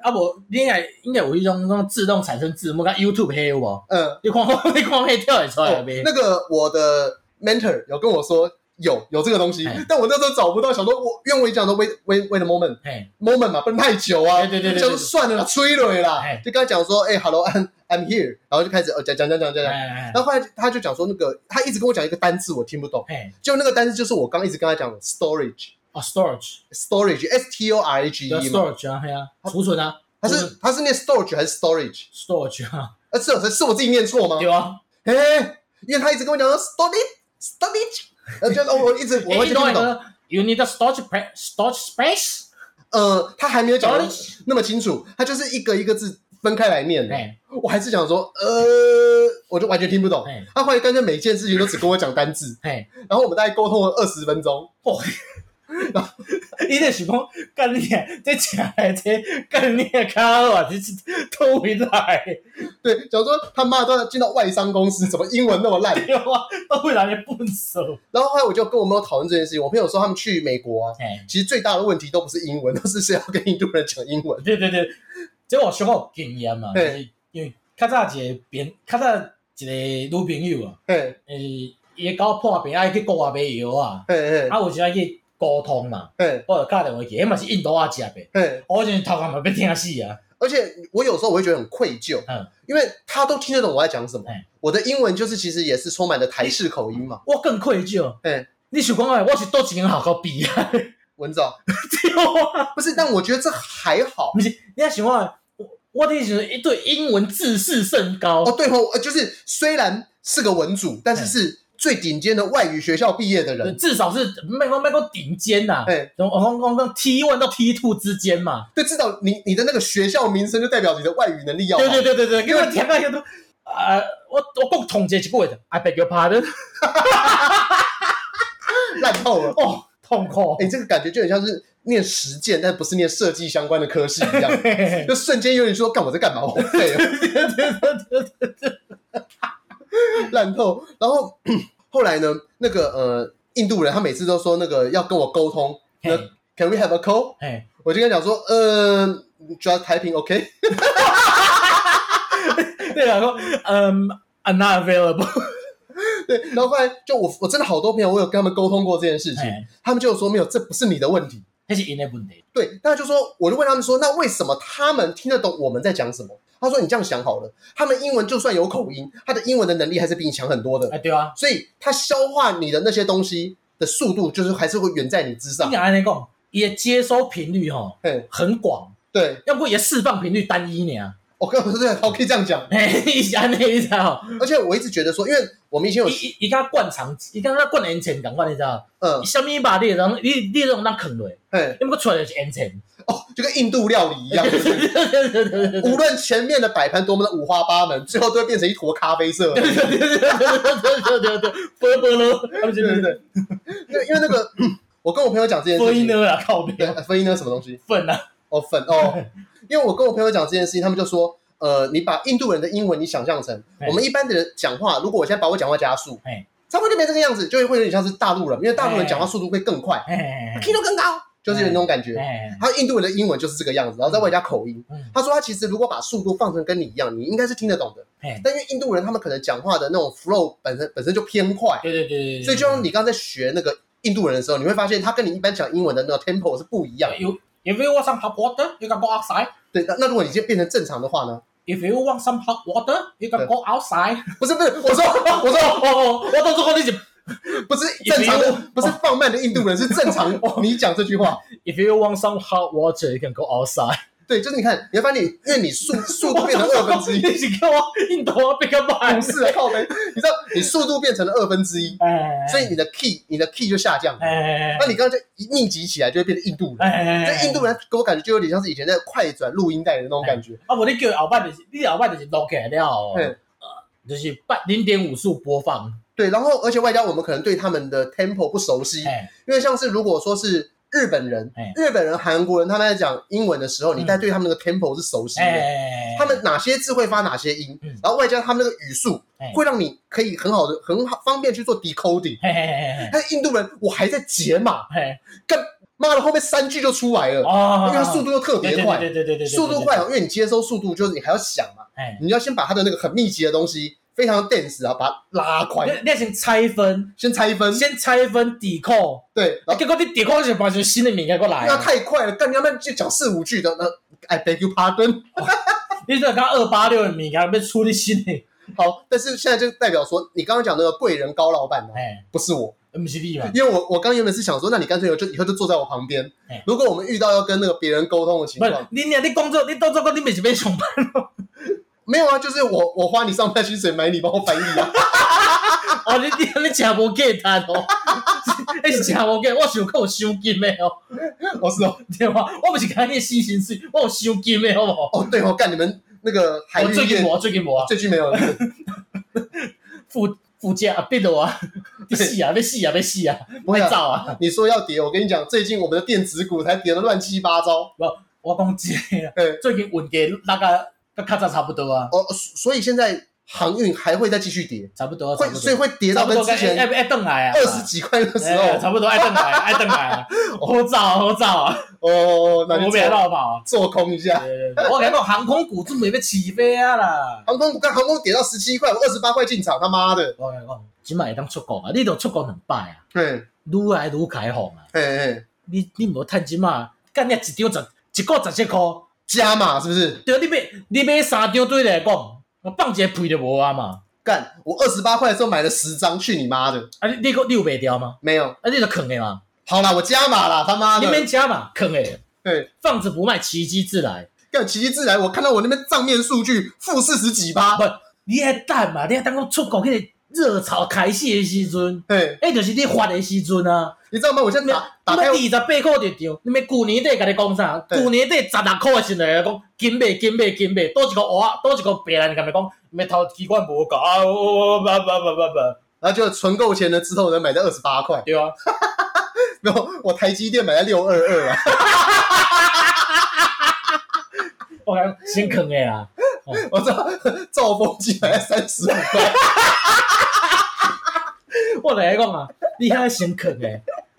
[SPEAKER 2] 啊无你应该应该有迄种种自动产生字幕，甲 YouTube 迄有无？
[SPEAKER 1] 嗯，
[SPEAKER 2] 你看你看可以跳会出来
[SPEAKER 1] 哦
[SPEAKER 2] 呗？
[SPEAKER 1] 那个我的 mentor 有跟我说有有这个东西
[SPEAKER 2] 哎，
[SPEAKER 1] 但我那时候找不到，想说我因为我讲的 wait wait wait a moment
[SPEAKER 2] 嘿，
[SPEAKER 1] moment 嘛，不能太久啊，
[SPEAKER 2] 对对对对对
[SPEAKER 1] 就算了啦，吹了啦
[SPEAKER 2] 哎，
[SPEAKER 1] 就跟他讲说，哎，hello I'm I'm here，然后就开始呃讲讲讲讲讲讲，
[SPEAKER 2] 哎
[SPEAKER 1] 然后后来他就讲说那个他一直跟我讲一个单字我听不懂，
[SPEAKER 2] 哎，
[SPEAKER 1] 就那个单字就是我刚一直跟他讲的 storage。
[SPEAKER 2] 哦 storage，
[SPEAKER 1] storage s t o r a g
[SPEAKER 2] 要
[SPEAKER 1] e 嘛，
[SPEAKER 2] storage 啊，嘿啊，储存啊
[SPEAKER 1] 它是它是念 storage 还是 storage？
[SPEAKER 2] storage 啊，
[SPEAKER 1] 呃，是是是我自己念错吗？
[SPEAKER 2] 对啊，
[SPEAKER 1] 哎，因为他一直跟我讲说 storage storage，呃，就哦，我一
[SPEAKER 2] 哎
[SPEAKER 1] 直我完全听不懂。
[SPEAKER 2] You need a storage pa- storage space
[SPEAKER 1] 呃，他还没有讲得
[SPEAKER 2] storage，
[SPEAKER 1] 那么清楚，他就是一个一个字分开来念的。
[SPEAKER 2] 哎
[SPEAKER 1] 我还是想说，呃，我就完全听不懂
[SPEAKER 2] 哎。
[SPEAKER 1] 他后来干脆每一件事情都只跟我讲单字，
[SPEAKER 2] 哎。
[SPEAKER 1] 然后我们大概沟通了二十分钟。
[SPEAKER 2] 伊就是讲，干你啊，这食的这干你啊，卡啊，这是都回来的，
[SPEAKER 1] 对，想说他妈都要进到外商公司，怎么英文那么烂？
[SPEAKER 2] 对啊，都回来的笨手。
[SPEAKER 1] 然后后来我就跟我朋友讨论这件事情，我朋友说他们去美国啊，
[SPEAKER 2] 哎，
[SPEAKER 1] 其实最大的问题都不是英文，都是谁要跟印度人讲英文。
[SPEAKER 2] 对对对，这我小可有经验嘛，就
[SPEAKER 1] 嘿
[SPEAKER 2] 是因为较早一个朋，较早一个女朋友啊，
[SPEAKER 1] 嘿，
[SPEAKER 2] 诶，伊甲我破病爱去国外买药啊，
[SPEAKER 1] 嘿，嘿，
[SPEAKER 2] 啊，有时仔去沟通嘛，
[SPEAKER 1] 嘿，
[SPEAKER 2] 我就打电话去，迄嘛是印度阿食的，
[SPEAKER 1] 嘿。
[SPEAKER 2] 我就是头壳嘛要听死啊，
[SPEAKER 1] 而且我有时候我会觉得很愧疚，
[SPEAKER 2] 嗯
[SPEAKER 1] 因为他都听得懂我在讲什么
[SPEAKER 2] 哎。
[SPEAKER 1] 我的英文就是其实也是充满了台式口音嘛。
[SPEAKER 2] 我更愧疚。
[SPEAKER 1] 嘿，
[SPEAKER 2] 你想讲诶，我是倒一间学校啊毕业 的，
[SPEAKER 1] 文总，
[SPEAKER 2] 对啊。
[SPEAKER 1] 不是，但我觉得这还好。
[SPEAKER 2] 不是，你要想看，我我的意思是，对英文自视甚高，
[SPEAKER 1] 哦，对哦，呃就是虽然是个文主，但是
[SPEAKER 2] 哎
[SPEAKER 1] 是最顶尖的外语学校毕业的人。
[SPEAKER 2] 呃至少是卖光卖光顶尖呐、
[SPEAKER 1] 哎、
[SPEAKER 2] 从从从从 T one 到 T two 之间嘛。
[SPEAKER 1] 对，至少你你的那个学校名声就代表你的外语能力要好。
[SPEAKER 2] 对对对对对，因为听到有都啊，我我讲统计一句话，I beg your pardon，
[SPEAKER 1] 对，烂透了。
[SPEAKER 2] 哦，痛苦
[SPEAKER 1] 哎、。这个感觉就很像是念实践，但不是念设计相关的科室一 样。就瞬间有点说干我在干嘛，我废了，烂透。然后 后来呢，那个呃印度人他每次都说那个要跟我沟通那
[SPEAKER 2] 嘿
[SPEAKER 1] ，Can we have a call？
[SPEAKER 2] 哎，
[SPEAKER 1] 我就跟他讲说，呃，just typing OK。
[SPEAKER 2] 对啊，说嗯，I'm not available，
[SPEAKER 1] 对，然后后来就我我真的好多朋友，我有跟他们沟通过这件事情
[SPEAKER 2] 嘿，
[SPEAKER 1] 他们就说没有，这不是你的问题。
[SPEAKER 2] 那是因的问题。
[SPEAKER 1] 对，那就说，我就问他们说，那为什么他们听得懂我们在讲什么？他说：“你这样想好了，他们英文就算有口音，他的英文的能力还是比你强很多的。
[SPEAKER 2] 哎，对啊，
[SPEAKER 1] 所以它消化你的那些东西的速度，就是还是会远在你之上
[SPEAKER 2] 你。讲安尼讲，伊的接收频率吼
[SPEAKER 1] 嘿，
[SPEAKER 2] 很广，
[SPEAKER 1] 对，
[SPEAKER 2] 要不伊的释放频率单一呢。
[SPEAKER 1] 我跟我哦对，我可以这样讲。
[SPEAKER 2] 哎，是安尼你知道？
[SPEAKER 1] 而且我一直觉得说，因为我们以前有，
[SPEAKER 2] 伊伊伊甲灌肠，伊甲灌烟尘共款，你知道？
[SPEAKER 1] 嗯，
[SPEAKER 2] 啥物肉你人，你你拢当啃落，
[SPEAKER 1] 嘿，
[SPEAKER 2] 你要出来就是烟尘。
[SPEAKER 1] 哦，就跟印度料理一样，
[SPEAKER 2] 对对对对对
[SPEAKER 1] 无论前面的摆盘多么的五花八门，最后都会变成一坨咖啡色。对
[SPEAKER 2] 对对，波波咯，对
[SPEAKER 1] 对
[SPEAKER 2] 对对，
[SPEAKER 1] 对，对，因为那个，我跟我朋友讲这件
[SPEAKER 2] 波
[SPEAKER 1] 事
[SPEAKER 2] 音
[SPEAKER 1] 情，
[SPEAKER 2] 呢啦，靠边
[SPEAKER 1] 对，分音呢什么东西？
[SPEAKER 2] 粉啊，
[SPEAKER 1] 哦，粉 哦，因为我跟我朋友讲这件事情，他们就说，呃，你把印度人的英文你想象成
[SPEAKER 2] 哎
[SPEAKER 1] 我们一般的人讲话，如果我现在把我讲话加速
[SPEAKER 2] 哎，
[SPEAKER 1] 差不多就变这个样子，就会有点像是大陆人，因为大陆人讲话速度会更快
[SPEAKER 2] 哎
[SPEAKER 1] ，kilo 更高，就是有那种感觉。
[SPEAKER 2] 哎，
[SPEAKER 1] 还有印度人的英文就是这个样子，然后再外加口音
[SPEAKER 2] 嗯嗯。
[SPEAKER 1] 他说他其实如果把速度放成跟你一样，你应该是听得懂的
[SPEAKER 2] 哎。
[SPEAKER 1] 但因为印度人他们可能讲话的那种 flow 本身本身就偏快，
[SPEAKER 2] 对对对对，
[SPEAKER 1] 所以就像你刚才在学那个印度人的时候，你会发现他跟你一般讲英文的那个 tempo 是不一样的。
[SPEAKER 2] you if you want some hot water, you can go outside.
[SPEAKER 1] 对，那那如果你今天变成正常的话 呢？
[SPEAKER 2] If you want some hot water, you can go outside.
[SPEAKER 1] 不是不是，我说
[SPEAKER 2] 我说我我我当初讲你是
[SPEAKER 1] 不是正常
[SPEAKER 2] 也
[SPEAKER 1] 的，不是 放慢的印度人，是正常。你讲这句话，
[SPEAKER 2] if you want some hot water, you can go outside.
[SPEAKER 1] 对，就是你看，你会发现你，因为你 速速度
[SPEAKER 2] 我
[SPEAKER 1] 变成二分之一，
[SPEAKER 2] 你是叫我印度啊，变个白
[SPEAKER 1] 不是啊靠背，你知道你速度变成了二分之一，
[SPEAKER 2] 哎，
[SPEAKER 1] 所以你的 key 你的 key 就下降了。
[SPEAKER 2] 哎，
[SPEAKER 1] 那你刚刚就一密集起来，就会变成印度人。
[SPEAKER 2] 哎，
[SPEAKER 1] 这印度人给我感觉就有点像是以前在快转录音带的那种感觉。
[SPEAKER 2] 啊，无你叫后摆就是，你后摆就是录起来了后，
[SPEAKER 1] 嘿
[SPEAKER 2] 呃，就是八零点五速播放，
[SPEAKER 1] 对，然后而且外加我们可能对他们的 tempo 不熟悉，
[SPEAKER 2] 哎，
[SPEAKER 1] 因为像是如果说是日本人
[SPEAKER 2] 哎、
[SPEAKER 1] 日本人、韩国人他们在讲英文的时候，
[SPEAKER 2] 嗯
[SPEAKER 1] 你在对他们那个 tempo 是熟悉的，
[SPEAKER 2] 哎，
[SPEAKER 1] 他们哪些字会发哪些音
[SPEAKER 2] 嗯，
[SPEAKER 1] 然后外加他们那个语速
[SPEAKER 2] 哎，
[SPEAKER 1] 会让你可以很好的、很好方便去做 decoding。
[SPEAKER 2] 嘿，嘿嘿嘿
[SPEAKER 1] 但是印度人，我还在解码，
[SPEAKER 2] 嘿，
[SPEAKER 1] 妈的，后面三句就出来了，
[SPEAKER 2] 哦，
[SPEAKER 1] 因为它速度又特
[SPEAKER 2] 对
[SPEAKER 1] 别快，
[SPEAKER 2] 哦对对对对对，
[SPEAKER 1] 速度快，，哦因为你接收速度就是你还要想嘛，
[SPEAKER 2] 哎，
[SPEAKER 1] 你要先把它的那个很密集的东西非常 dense 啊，把它拉快，
[SPEAKER 2] 你你要先拆分，
[SPEAKER 1] 先拆分，
[SPEAKER 2] 先哎拆分抵扣，
[SPEAKER 1] 对，然后
[SPEAKER 2] 结果你抵扣就把就新的物件过来啊
[SPEAKER 1] 因为它，太快了，干你要不然就讲四五句的，那 I beg you pardon，
[SPEAKER 2] 你这刚二八六的物件要出你新的，
[SPEAKER 1] 好，但是现在就代表说你刚刚讲那个贵人高老板呢、啊
[SPEAKER 2] 哎，
[SPEAKER 1] 不是我，
[SPEAKER 2] 不是你嘛，
[SPEAKER 1] 因为我我刚原本是想说，那你干脆就以后就坐在我旁边
[SPEAKER 2] 哎，
[SPEAKER 1] 如果我们遇到要跟那个别人沟通的情
[SPEAKER 2] 不是
[SPEAKER 1] 况，，
[SPEAKER 2] 你你你工作你到做过你不是要上班，
[SPEAKER 1] 没有啊，就是我我花你上班薪水买你帮我翻译啊，
[SPEAKER 2] 哦，你你你真无价值哦， 你是真无价，我想够有收金的哦。
[SPEAKER 1] 我是哦，
[SPEAKER 2] 对吗？我不是看你新薪水，我有收金的好不好？
[SPEAKER 1] 哦对哦，干你们那个海
[SPEAKER 2] 我
[SPEAKER 1] 运
[SPEAKER 2] 最近
[SPEAKER 1] 业
[SPEAKER 2] 无，最近无啊，
[SPEAKER 1] 最近没有了。
[SPEAKER 2] 副副驾啊，别落啊， 要死啊，要死啊，要死啊，
[SPEAKER 1] 不会
[SPEAKER 2] 别
[SPEAKER 1] 啊
[SPEAKER 2] 走啊！
[SPEAKER 1] 你说要跌，我跟你讲，最近我们的电子股才跌得乱七八糟。
[SPEAKER 2] 我讲真的啊
[SPEAKER 1] 嗯，
[SPEAKER 2] 最近运价那个跟较早差不多啊，
[SPEAKER 1] 哦，所以现在航运还会再继续跌，
[SPEAKER 2] 差不多啊，
[SPEAKER 1] 会
[SPEAKER 2] 差不
[SPEAKER 1] 所以
[SPEAKER 2] 多，
[SPEAKER 1] 会跌到跟之
[SPEAKER 2] 爱
[SPEAKER 1] 前
[SPEAKER 2] 爱邓来啊，
[SPEAKER 1] 二十几块的时
[SPEAKER 2] 哎
[SPEAKER 1] 候。
[SPEAKER 2] 差不多爱邓来， 爱邓来啊，好走啊，好走啊，
[SPEAKER 1] 哦，那
[SPEAKER 2] 我
[SPEAKER 1] 就
[SPEAKER 2] 别绕跑啊。
[SPEAKER 1] 做空一下。
[SPEAKER 2] 对对对我跟你讲，航空股准备要起飞啊啦！
[SPEAKER 1] 航空刚航空跌到十七块，我二十八块进场，他妈的！
[SPEAKER 2] 我跟你讲，即摆会当出国啊，你都出国两摆啊，
[SPEAKER 1] 对，
[SPEAKER 2] 愈来愈开放啊。
[SPEAKER 1] 哎哎，
[SPEAKER 2] 你你无趁即嘛，干你一张十一个十七箍，
[SPEAKER 1] 加码是不是？
[SPEAKER 2] 对，你买你买三张对你来讲，我放一个屁就无啊嘛，
[SPEAKER 1] 干，我二十八块的时候买了十张，去你妈的！
[SPEAKER 2] 啊你你个你有卖掉吗？
[SPEAKER 1] 没有，
[SPEAKER 2] 啊你就囥诶嘛，
[SPEAKER 1] 好啦，我加码啦，他妈
[SPEAKER 2] 你
[SPEAKER 1] 的！
[SPEAKER 2] 免加嘛，囥诶，
[SPEAKER 1] 啊对，
[SPEAKER 2] 放着不卖，奇迹自来。
[SPEAKER 1] 干奇迹自然，我看到我那边账面数据负四十几趴
[SPEAKER 2] 啊不，，你爱等嘛，你爱等讲出国迄个热潮开始诶时阵，
[SPEAKER 1] 哎，
[SPEAKER 2] 迄就是你发诶时阵啊。
[SPEAKER 1] 你知道吗？我现
[SPEAKER 2] 你
[SPEAKER 1] 在
[SPEAKER 2] 要
[SPEAKER 1] 打打开我
[SPEAKER 2] 你要二十八块就涨，你要旧年底甲你讲啥？
[SPEAKER 1] 对
[SPEAKER 2] 旧年底十六块诶时阵，讲紧买紧买紧买，倒一个蚵，倒一个白人，甲咪讲，咪头期款无够，啊，不不不不不。
[SPEAKER 1] 然后就存够钱了之后呢，买在二十八块，
[SPEAKER 2] 对啊，
[SPEAKER 1] 然后我台积电买在六二二啊，
[SPEAKER 2] 我讲先坑的啦，
[SPEAKER 1] 我知道兆丰机买在三十五块，
[SPEAKER 2] 我来讲啊，你遐先坑的，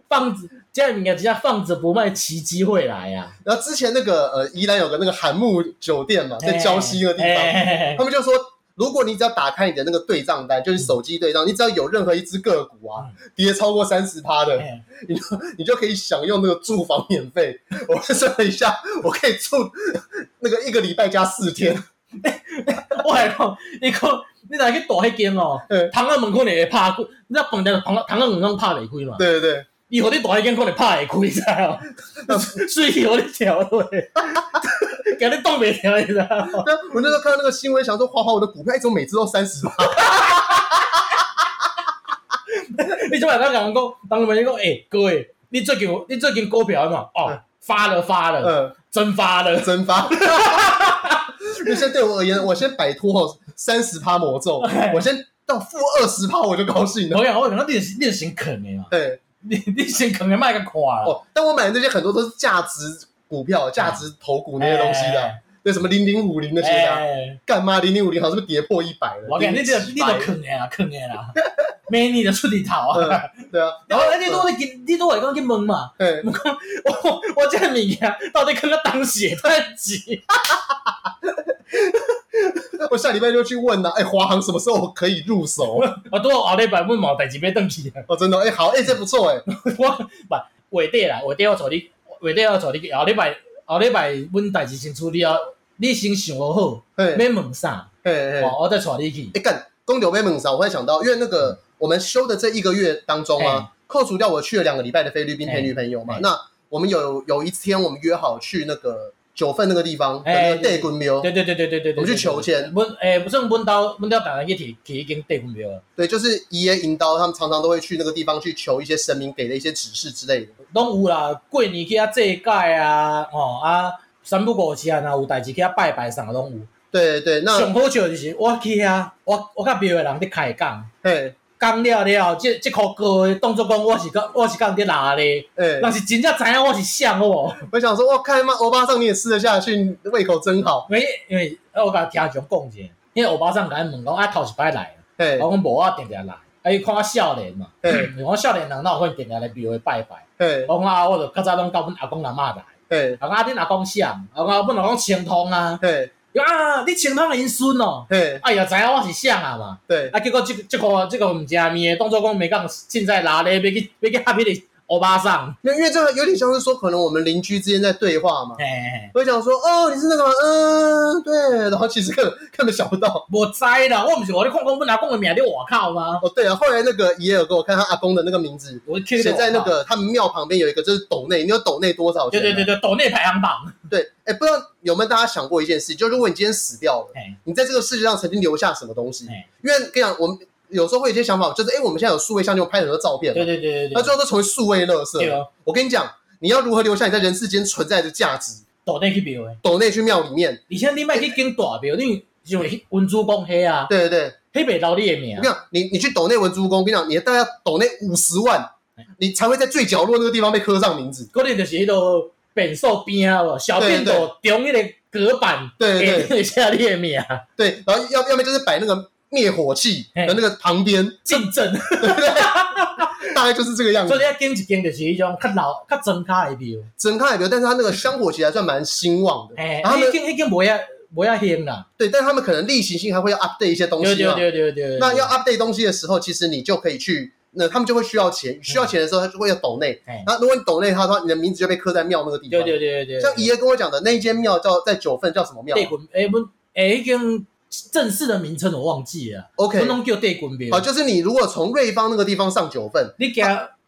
[SPEAKER 2] 放着这物件只放着不卖，奇迹会来啊，
[SPEAKER 1] 然后之前那个呃宜兰有个那个韩木酒店嘛，在礁溪那个地
[SPEAKER 2] 哎
[SPEAKER 1] 方，他
[SPEAKER 2] 方，
[SPEAKER 1] 们就说。如果你只要打开你的那个对账单，就是手机对账，你只要有任何一只个股啊跌超过三十趴的，
[SPEAKER 2] 哎
[SPEAKER 1] 你就可以享用那个住房免费。我算了一下，我可以住那个一个礼拜加四天。
[SPEAKER 2] 我来讲，你讲你若去大迄间哦
[SPEAKER 1] 嗯，
[SPEAKER 2] 窗仔门可能会拍开，你若饭店窗仔窗仔门拢拍袂开嘛，
[SPEAKER 1] 对对对，
[SPEAKER 2] 伊互你大迄间可能拍会开，知道 无？水互你跳落， 甲你挡袂牢，你知道无？
[SPEAKER 1] 但我那时候看到那个新闻，想说花花我的股票，一哎种每只都三十趴。
[SPEAKER 2] 你即摆当人讲，当人讲，诶，各位，你最近有你最近股票嘛，哦
[SPEAKER 1] 嗯，
[SPEAKER 2] 发了发了，
[SPEAKER 1] 嗯，
[SPEAKER 2] 蒸发 了。
[SPEAKER 1] 蒸发。就先对我而言，我先摆脱三十趴魔咒，我先到负二十趴我就高兴 了。
[SPEAKER 2] 我讲，我讲，你就是你就是先啃的嘛，
[SPEAKER 1] 对，
[SPEAKER 2] 你你先啃的卖个看啦，
[SPEAKER 1] 哦，但我买的这些很多都是价值股票、价值投股那些东西的，
[SPEAKER 2] 哎
[SPEAKER 1] 对什么零零五零那些的啊，
[SPEAKER 2] 哎
[SPEAKER 1] 干嘛零零五零好像是不是跌破一百了？
[SPEAKER 2] 我讲你就
[SPEAKER 1] 0
[SPEAKER 2] 你就啃的啦，啃的啦，明年就出日头啊。
[SPEAKER 1] 嗯对啊，哎然
[SPEAKER 2] 然
[SPEAKER 1] 后
[SPEAKER 2] 后你都会去，你都会讲去问嘛，
[SPEAKER 1] 对，
[SPEAKER 2] 我我这个物件到底跟个当时会赚钱？
[SPEAKER 1] 我下礼拜就去问了，哎，华航什么时候可以入手？
[SPEAKER 2] 我拄好后礼拜问毛代志要转去，
[SPEAKER 1] 哦，真的，哎，好，哎，这不错，哎，
[SPEAKER 2] 我不月底啦，月底我找你，月底我找你去，后礼拜后礼拜阮代志先处理了，你先想好，
[SPEAKER 1] 哎
[SPEAKER 2] 要，问啥，
[SPEAKER 1] 哎，哎
[SPEAKER 2] 哦，我再带你去。
[SPEAKER 1] 哎干，公牛被猛上，我忽然想到，因为那
[SPEAKER 2] 嗯
[SPEAKER 1] 个我们休的这一个月当中啊，扣除掉我去了两个礼拜的菲律宾陪女朋友嘛
[SPEAKER 2] 哎，
[SPEAKER 1] 那我们有有一天我们约好去那个九份那个地方，有
[SPEAKER 2] 哎
[SPEAKER 1] 那个地滚庙，
[SPEAKER 2] 对对对对对对对，
[SPEAKER 1] 我们去求签，
[SPEAKER 2] 阮诶，不算阮兜阮兜逐个去提提一间地分庙啊，
[SPEAKER 1] 对，就是爷爷引导他们常常都会去那个地方去求一些神明给的一些指示之类的。
[SPEAKER 2] 拢有啦。过年去遐祭拜啊，吼啊，三不五时啊，若有代志去遐拜拜，啥拢有。
[SPEAKER 1] 对对，那
[SPEAKER 2] 上好笑就是我去遐，我我甲庙诶人咧开讲，
[SPEAKER 1] 哎
[SPEAKER 2] 讲了了，即即箍歌诶当作讲我是讲我是讲伫哪咧，
[SPEAKER 1] 哎，
[SPEAKER 2] 人是真正知影我是谁好无？
[SPEAKER 1] 我想说，哇，看妈欧巴桑你也吃得下去，你胃口真好。
[SPEAKER 2] 因为因为呃我甲听众讲者，迄个欧巴桑甲伊问讲啊头一摆来，
[SPEAKER 1] 哎
[SPEAKER 2] 我讲无我定定来，啊伊看我少年嘛，
[SPEAKER 1] 哎
[SPEAKER 2] 因为我少年人哪有法定定来庙诶拜拜。
[SPEAKER 1] 哎
[SPEAKER 2] 我讲啊，我就较早拢甲阮阿公阿嬷来，
[SPEAKER 1] 哎
[SPEAKER 2] 我讲啊，恁阿公谁？我讲啊阮阿公清通啊，
[SPEAKER 1] 哎
[SPEAKER 2] 伊讲啊，你清通的因孙哦，
[SPEAKER 1] 哎，
[SPEAKER 2] 哎呀，知影我是谁啊嘛，
[SPEAKER 1] 对
[SPEAKER 2] 啊，结果即即个即个毋食面的，当做讲没讲，凊彩拉咧，要去要去合迄个乌巴桑，
[SPEAKER 1] 因为因为这个有点像是说，可能我们邻居之间在对话嘛。
[SPEAKER 2] 嘿嘿，
[SPEAKER 1] 我想说，哦，你是那个吗？嗯，对。然后其实根本根本想不到。
[SPEAKER 2] 无知啦，我毋是我咧看讲阮阿公的名伫外口吗？
[SPEAKER 1] 哦，对啊，后来那个爷爷有给我看他阿公的那个名字，
[SPEAKER 2] 我去
[SPEAKER 1] 写在那，个他们庙旁边有一个，就是斗内，你有斗内多少
[SPEAKER 2] 对
[SPEAKER 1] 钱？啊
[SPEAKER 2] 对对对，岛内排行榜，
[SPEAKER 1] 对，哎，不知道有没有大家想过一件事，就如果你今天死掉了，
[SPEAKER 2] 嘿，
[SPEAKER 1] 你在这个世界上曾经留下什么东西？
[SPEAKER 2] 嘿
[SPEAKER 1] 因为跟你讲，我们有时候会有一些想法，就是哎，我们现在有数位相机，我们拍很多照片嘛，
[SPEAKER 2] 对对对对
[SPEAKER 1] 那
[SPEAKER 2] 对，
[SPEAKER 1] 最后都成为数位垃
[SPEAKER 2] 对
[SPEAKER 1] 圾。
[SPEAKER 2] 哦，
[SPEAKER 1] 我跟你讲，你要如何留下你在人世间存在的价值？
[SPEAKER 2] 岛内去庙的，
[SPEAKER 1] 斗内去庙里面，
[SPEAKER 2] 而且你莫去经大庙，你像文珠公迄啊，
[SPEAKER 1] 对对对，
[SPEAKER 2] 迄袂留你的名
[SPEAKER 1] 我跟你。讲，你你去抖内文珠公，我跟你讲，你大概要抖内五十万，
[SPEAKER 2] 哎
[SPEAKER 1] 你才会在最角落那个地方被刻上名字。
[SPEAKER 2] 嗰日就是迄个便所边啊，小便斗中迄个隔板，哎
[SPEAKER 1] 对对
[SPEAKER 2] 给
[SPEAKER 1] 对
[SPEAKER 2] 你下你的名，啊
[SPEAKER 1] 对，然后要要不然就是摆那个灭火器
[SPEAKER 2] 嘿
[SPEAKER 1] 的那个旁边，
[SPEAKER 2] 竞争。
[SPEAKER 1] 大概就是这个样
[SPEAKER 2] 所
[SPEAKER 1] 子
[SPEAKER 2] 以。你经一间就是迄种较老、较真卡的庙。
[SPEAKER 1] 整看也没有，但是它那个香火其实还算蛮兴旺的。
[SPEAKER 2] 哎，
[SPEAKER 1] 然后他
[SPEAKER 2] 迄
[SPEAKER 1] 们
[SPEAKER 2] 间迄间袂遐袂遐啊兴啦。
[SPEAKER 1] 对，但是他们可能例行性还会要 update 一些东
[SPEAKER 2] 对
[SPEAKER 1] 西
[SPEAKER 2] 对
[SPEAKER 1] 嘛。
[SPEAKER 2] 对对对。
[SPEAKER 1] 那要 update 东西的时候，其实你就可以去，那他们就会需要钱，需要钱的时候他就会要抖内。
[SPEAKER 2] 哎，
[SPEAKER 1] 那如果你抖内他的话，你的名字就被刻在庙那个地
[SPEAKER 2] 对
[SPEAKER 1] 方。
[SPEAKER 2] 对对对。
[SPEAKER 1] 像姨爷跟我讲的那一间庙叫在九份叫什么庙
[SPEAKER 2] 地滚，哎不，哎迄间正式的名称我忘记了，
[SPEAKER 1] ？OK，
[SPEAKER 2] 阮拢叫地滚
[SPEAKER 1] 好，
[SPEAKER 2] 庙。
[SPEAKER 1] 哦就是你如果从瑞芳那个地方上九份，
[SPEAKER 2] 你行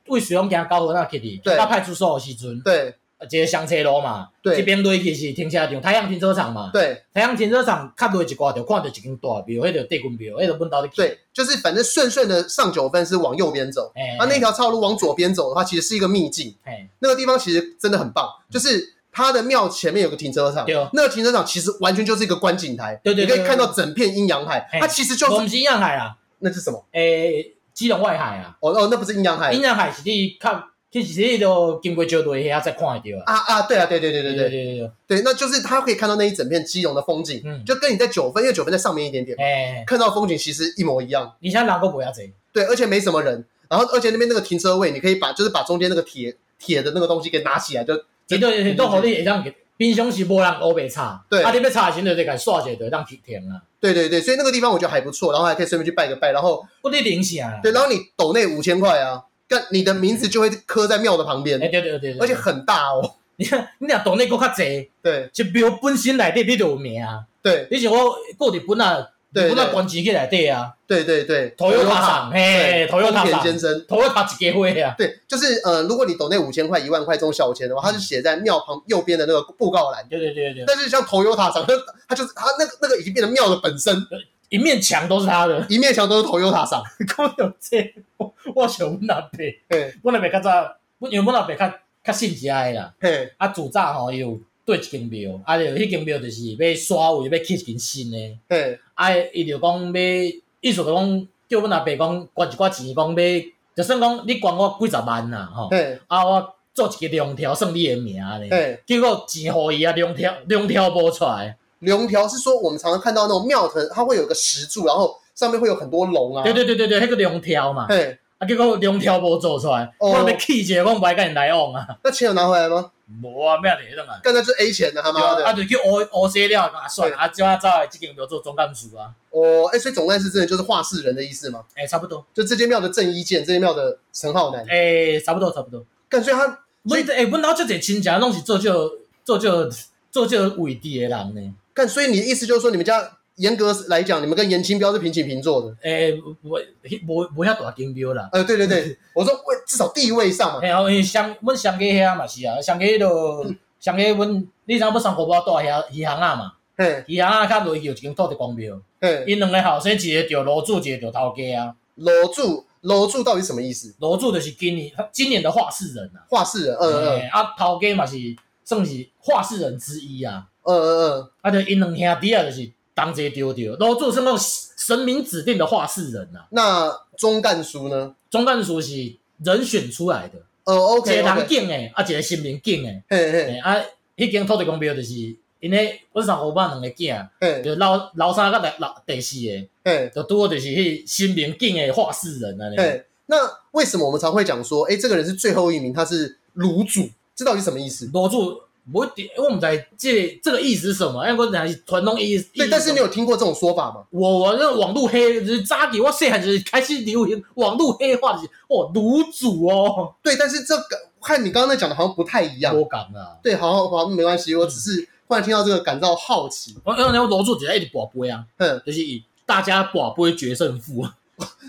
[SPEAKER 2] 为水龙行高河那去的，
[SPEAKER 1] 对
[SPEAKER 2] 到派出所的时阵，
[SPEAKER 1] 对
[SPEAKER 2] 一个双车路嘛，
[SPEAKER 1] 对
[SPEAKER 2] 这边落去是停车场，太阳停车场嘛。
[SPEAKER 1] 对
[SPEAKER 2] 太阳停车场较落一寡，就看到一间大庙，迄就地滚庙，迄就本到咧。，
[SPEAKER 1] 对，就是反正顺顺的上九份是往右边走，
[SPEAKER 2] 哎、
[SPEAKER 1] 啊，那条岔路往左边走的话，其实是一个秘境。
[SPEAKER 2] 哎，
[SPEAKER 1] 那个地方其实真的很棒，就是它的庙前面有个停车场
[SPEAKER 2] 嗯对哦，
[SPEAKER 1] 那个停车场其实完全就是一个观景台，
[SPEAKER 2] 对对
[SPEAKER 1] 你可
[SPEAKER 2] 对哎
[SPEAKER 1] 以看到整片阴阳海
[SPEAKER 2] 嘿。
[SPEAKER 1] 它其实
[SPEAKER 2] 就
[SPEAKER 1] 就是
[SPEAKER 2] 毋是阴阳海啊，
[SPEAKER 1] 那是什么？
[SPEAKER 2] 诶、基隆外海啊，
[SPEAKER 1] 哦哦，那不是阴阳海
[SPEAKER 2] 阴阳海是你较，其实你都经过石队遐才看会到啊。
[SPEAKER 1] 啊啊！对啊，对对对对对
[SPEAKER 2] 对对对，
[SPEAKER 1] 对，那就是它可以看到那一整片基隆的风景，
[SPEAKER 2] 嗯哎
[SPEAKER 1] 就跟你在九份，因为九份在上面一点点，
[SPEAKER 2] 诶、
[SPEAKER 1] 看到风景其实一模一样。
[SPEAKER 2] 而且人个袂遐济，
[SPEAKER 1] 对，而且没什么人。然后，而且那边那个停车位，你可以把就是把中间那个铁铁的那个东西给拿起来，就
[SPEAKER 2] 伊都伊都互你会当，平常是无人乌白插，
[SPEAKER 1] 对
[SPEAKER 2] 啊，你要插的时阵就甲煞者就当去停啊。
[SPEAKER 1] 对对对，所以那个地方我觉得还不错，然后还可以顺便去拜个拜，然后
[SPEAKER 2] 我你零啥啦？
[SPEAKER 1] 对，然后你抖内五千块啊，干你的名字就会刻在庙的旁
[SPEAKER 2] 诶、
[SPEAKER 1] 边，
[SPEAKER 2] 对对对对，
[SPEAKER 1] 而且很大哦，
[SPEAKER 2] 你看，你若岛内佫较济，
[SPEAKER 1] 对
[SPEAKER 2] 一庙本身内底你就有名啊。
[SPEAKER 1] 对
[SPEAKER 2] 你像我过日本啊，
[SPEAKER 1] 对
[SPEAKER 2] 日本啊
[SPEAKER 1] 对
[SPEAKER 2] 关钱去内底啊，
[SPEAKER 1] 对对对，
[SPEAKER 2] 头油塔上，嘿，头油
[SPEAKER 1] 丰
[SPEAKER 2] 塔
[SPEAKER 1] 田
[SPEAKER 2] 上，
[SPEAKER 1] 先生，
[SPEAKER 2] 头油塔一家伙啊，
[SPEAKER 1] 对，就是呃，如果你抖内五千块、一万块这种小钱的话，它是写在庙旁右边的那个布告栏，
[SPEAKER 2] 对对对对，对
[SPEAKER 1] 但是像头油塔上，它它就是它那个那个已经变成庙的本身，
[SPEAKER 2] 一面墙都是他的，
[SPEAKER 1] 一面墙都是头油塔上，
[SPEAKER 2] 讲到这，我我想阮阿伯，
[SPEAKER 1] 嘿
[SPEAKER 2] 阮阿伯较早，阮原本阿伯较较信邪的啦，
[SPEAKER 1] 嘿。
[SPEAKER 2] 啊自早吼伊有对一间庙，啊就迄间庙就是要刷位要起一间新的，
[SPEAKER 1] 嘿，
[SPEAKER 2] 啊伊就讲要，意思就讲叫阮阿伯讲捐一寡钱，讲要，就算讲你捐我几十万啦吼，
[SPEAKER 1] 嘿，
[SPEAKER 2] 啊我做一个龙条算你的名咧，
[SPEAKER 1] 嘿，
[SPEAKER 2] 结果钱互伊啊龙条龙条无出来，
[SPEAKER 1] 龙条是说我们常常看到那种庙藤，它会有个石柱，然后上面会有很多龙啊。
[SPEAKER 2] 对对对对哦对，迄个龙条嘛。
[SPEAKER 1] 嘿，
[SPEAKER 2] 啊，结果两条无做出来，
[SPEAKER 1] 哦
[SPEAKER 2] 我就要气者，我唔爱甲人来往 啊，
[SPEAKER 1] 那钱有拿回来吗？
[SPEAKER 2] 无啊，咩嚟啊？
[SPEAKER 1] 干那就是 A 钱的，他
[SPEAKER 2] 对
[SPEAKER 1] 妈
[SPEAKER 2] 啊，啊
[SPEAKER 1] 的！
[SPEAKER 2] 就去乌乌洗了，啊算了，啊怎啊走来即间庙做总干事啊？
[SPEAKER 1] 哦，哎，所以总干事真的就是画事人的意思吗？
[SPEAKER 2] 诶、差不多，
[SPEAKER 1] 就这间庙的郑伊健，这间庙的陈浩南，
[SPEAKER 2] 诶、差不多，差不多。
[SPEAKER 1] 干，所以他
[SPEAKER 2] 阮诶，欸阮老遮侪亲戚拢是做这做这做这位置诶人呢。
[SPEAKER 1] 干，所以你的意思就是说，你们家严格来讲，你们跟严清标是平起平坐的。
[SPEAKER 2] 诶、欸无无无遐大金庙啦。哦
[SPEAKER 1] 呃，对对 对，我说位至少地位上嘛，嗯
[SPEAKER 2] 然后因为乡，阮乡家遐嘛是啊，乡家迄落上个阮，你知影要送国宝带遐鱼行啊嘛？
[SPEAKER 1] 嘿，
[SPEAKER 2] 鱼行啊，较落去有一间土地公庙，
[SPEAKER 1] 嘿，
[SPEAKER 2] 因两个后生一个着楼主，一个着头家啊。
[SPEAKER 1] 楼主楼主到底什么意思？
[SPEAKER 2] 楼主就是今年今年的画事人啊，
[SPEAKER 1] 画室人，嗯嗯
[SPEAKER 2] 嘿啊头家嘛是算是画事人之一啊。
[SPEAKER 1] 嗯嗯嗯，
[SPEAKER 2] 啊，就因两兄弟啊，就是同齐丢丢，楼主算讲神明指定的画事人啊，
[SPEAKER 1] 那中干叔呢？
[SPEAKER 2] 总干事是人选出来的，
[SPEAKER 1] 呃
[SPEAKER 2] 一个
[SPEAKER 1] ，OK
[SPEAKER 2] 人
[SPEAKER 1] OK，
[SPEAKER 2] 敬诶，啊一个神明敬诶，
[SPEAKER 1] 嘿嘿
[SPEAKER 2] 嘿啊，迄间土地公庙就是因为阮三伙伴两个囝，
[SPEAKER 1] 嘿
[SPEAKER 2] 就老老三甲第老第四个，
[SPEAKER 1] 嘿
[SPEAKER 2] 就拄好就是迄神明敬诶画事人啊安尼。
[SPEAKER 1] 嘿，那为什么我们常会讲说，哎，这个人是最后一名，他是卤主，这到底什么意思？
[SPEAKER 2] 楼主，我我们在这这个意思是什么？因为我讲是传统意思。
[SPEAKER 1] 对，但是你有听过这种说法吗？
[SPEAKER 2] 我我那网络黑就是早期我细汉就是开始流行网络黑话，就是哦卤煮哦，
[SPEAKER 1] 对，但是这个和你刚刚在讲的好像不太一样。
[SPEAKER 2] 我讲啊，
[SPEAKER 1] 对，好好好，没关系，我只是忽然听到这个感到好奇。
[SPEAKER 2] 我因为我楼主只在一直博杯啊，
[SPEAKER 1] 嗯，
[SPEAKER 2] 就是以大家博杯决胜负，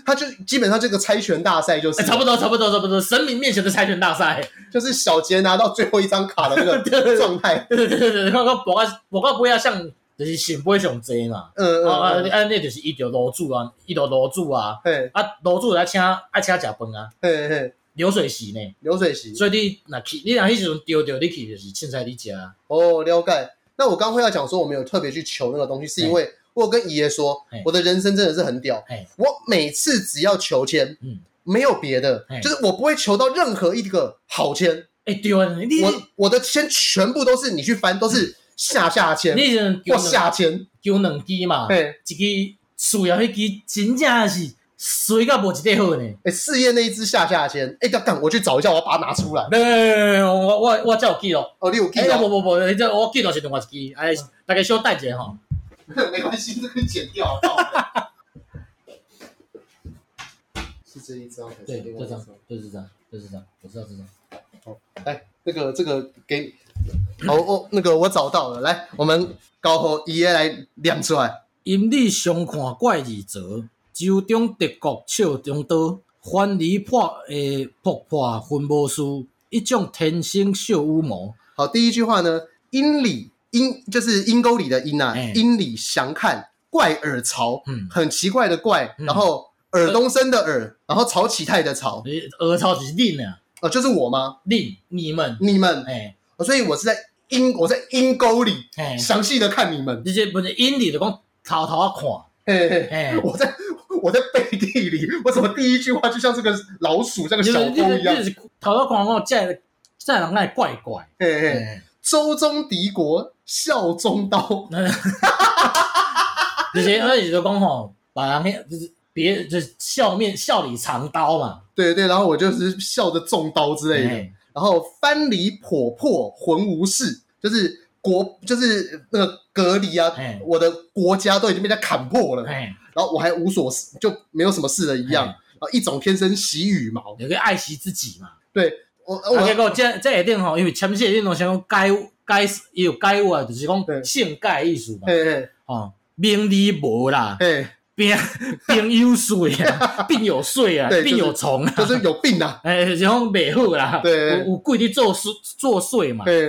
[SPEAKER 1] 他就基本上这个猜拳大赛就是、
[SPEAKER 2] 哎差不多差不多差不多，神明面前的猜拳大赛，
[SPEAKER 1] 就是小杰拿到最后一张卡的那
[SPEAKER 2] 对对
[SPEAKER 1] 个
[SPEAKER 2] 对
[SPEAKER 1] 状态。
[SPEAKER 2] 对对对对，我我博啊博啊杯啊像就是神杯上济嘛，
[SPEAKER 1] 嗯
[SPEAKER 2] 啊啊
[SPEAKER 1] 嗯，嗯
[SPEAKER 2] 啊那就是伊就楼主啊，伊就楼主啊，
[SPEAKER 1] 嘿
[SPEAKER 2] 啊楼主来请爱请食饭啊，
[SPEAKER 1] 嘿嘿，
[SPEAKER 2] 流水席呢。
[SPEAKER 1] 流水席
[SPEAKER 2] 所以你若去，你若迄时阵丢着，你去就是凊彩你食。啊，
[SPEAKER 1] 哦，了解。那我刚会要讲说，我没有特别去求那个东西，是因为我有跟爷爷说
[SPEAKER 2] 嘿，
[SPEAKER 1] 我的人生真的是很屌
[SPEAKER 2] 嘿，
[SPEAKER 1] 我每次只要求签
[SPEAKER 2] 嗯，
[SPEAKER 1] 没有别的
[SPEAKER 2] 嘿，
[SPEAKER 1] 就是我不会求到任何一个好签，
[SPEAKER 2] 哎、对啊，你
[SPEAKER 1] 我我的签全部都是你去翻，都是下下签
[SPEAKER 2] 你啊迄阵
[SPEAKER 1] 或
[SPEAKER 2] 丢两
[SPEAKER 1] 下签，
[SPEAKER 2] 丢两支嘛，
[SPEAKER 1] 嘿。
[SPEAKER 2] 一支输了迄支真正是水到无一块好呢。
[SPEAKER 1] 哎，四叶那一只下下签，哎，干干，我去找一下，我要把它拿出来。
[SPEAKER 2] 没有没有没有，我我我才有记录。
[SPEAKER 1] 哦，你有
[SPEAKER 2] 哎、
[SPEAKER 1] 看到
[SPEAKER 2] 无无无，迄个我记录是另外一支，哎，大家小等一下吼。
[SPEAKER 1] 没关系，这个剪掉。到了 是这一张还是
[SPEAKER 2] 对，
[SPEAKER 1] 另
[SPEAKER 2] 就
[SPEAKER 1] 外一
[SPEAKER 2] 这样，就是这样，就是这样，我知道是这样。
[SPEAKER 1] 来，这个这个给你，好，我、那个我找到了，来，我们搞好爷爷来亮出来。
[SPEAKER 2] 阴历相看怪二折，周中敌国笑中刀，番离破诶破破分无输，一种天生小乌毛。
[SPEAKER 1] 好，第一句话呢，阴里阴就是阴沟里的阴啊
[SPEAKER 2] 哎，
[SPEAKER 1] 阴里详看怪耳潮，
[SPEAKER 2] 嗯，
[SPEAKER 1] 很奇怪的怪，
[SPEAKER 2] 嗯
[SPEAKER 1] 然后尔东升的尔，然后曹启泰的曹，
[SPEAKER 2] 你俄超就是恁啊，
[SPEAKER 1] 哦，就是我吗？
[SPEAKER 2] 恁你们，
[SPEAKER 1] 你们，
[SPEAKER 2] 哎
[SPEAKER 1] 哦所以我是在阴，我在阴沟里
[SPEAKER 2] 哎，
[SPEAKER 1] 详细的看你们，
[SPEAKER 2] 你这不是阴历就讲偷偷啊
[SPEAKER 1] 嘿嘿
[SPEAKER 2] 看，。哎，
[SPEAKER 1] 我在我在背地里，我怎么第一句话就像这个老鼠这个
[SPEAKER 2] 就
[SPEAKER 1] 小
[SPEAKER 2] 是你
[SPEAKER 1] 偷一样
[SPEAKER 2] 你？是偷偷看讲这这人爱怪怪，
[SPEAKER 1] 嘿嘿，
[SPEAKER 2] 哎，
[SPEAKER 1] 周中敌国，效中刀。
[SPEAKER 2] 就是而且就讲吼，把人那就是别就是笑面笑里藏刀嘛，
[SPEAKER 1] 对对，然后我就是笑着中刀之类的。
[SPEAKER 2] 哎，
[SPEAKER 1] 然后藩篱婆破，浑无事，就是国就是那个隔离啊
[SPEAKER 2] 哎，
[SPEAKER 1] 我的国家都已经被他砍破了，
[SPEAKER 2] 哎，
[SPEAKER 1] 然后我还无所事，就没有什么事了一样。
[SPEAKER 2] 哎
[SPEAKER 1] 然后一种天生喜羽毛，
[SPEAKER 2] 有个爱惜自己嘛。
[SPEAKER 1] 对我我、
[SPEAKER 2] 啊，结果这这下顶吼，因为签写恁拢想讲改改，伊有改话，就是
[SPEAKER 1] 对
[SPEAKER 2] 讲性改的意思嘛，
[SPEAKER 1] 嘿嘿
[SPEAKER 2] 吼，名利无啦，
[SPEAKER 1] 嘿，
[SPEAKER 2] 病病有税 啊，病有税啊
[SPEAKER 1] 对，就是
[SPEAKER 2] 病有虫啊，
[SPEAKER 1] 就是有病啊，
[SPEAKER 2] 哎，就是讲袂好啦，
[SPEAKER 1] 对
[SPEAKER 2] 有有贵伫做税作祟嘛，
[SPEAKER 1] 嘿，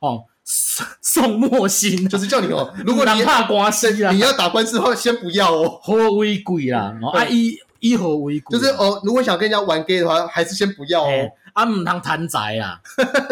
[SPEAKER 2] 吼， 宋宋莫心
[SPEAKER 1] 哎
[SPEAKER 2] 啊
[SPEAKER 1] 就是叫你哦，如果你
[SPEAKER 2] 人怕官司啊啦
[SPEAKER 1] 你，要打官司的话，先不要哦。
[SPEAKER 2] 何为贵啦，吼啊
[SPEAKER 1] 嗯对
[SPEAKER 2] 以以何为贵
[SPEAKER 1] 就
[SPEAKER 2] 啦，
[SPEAKER 1] 是哦，如果想跟人家玩 gay 的话，还是先不要哦
[SPEAKER 2] 哎。啊毋通贪 财啦，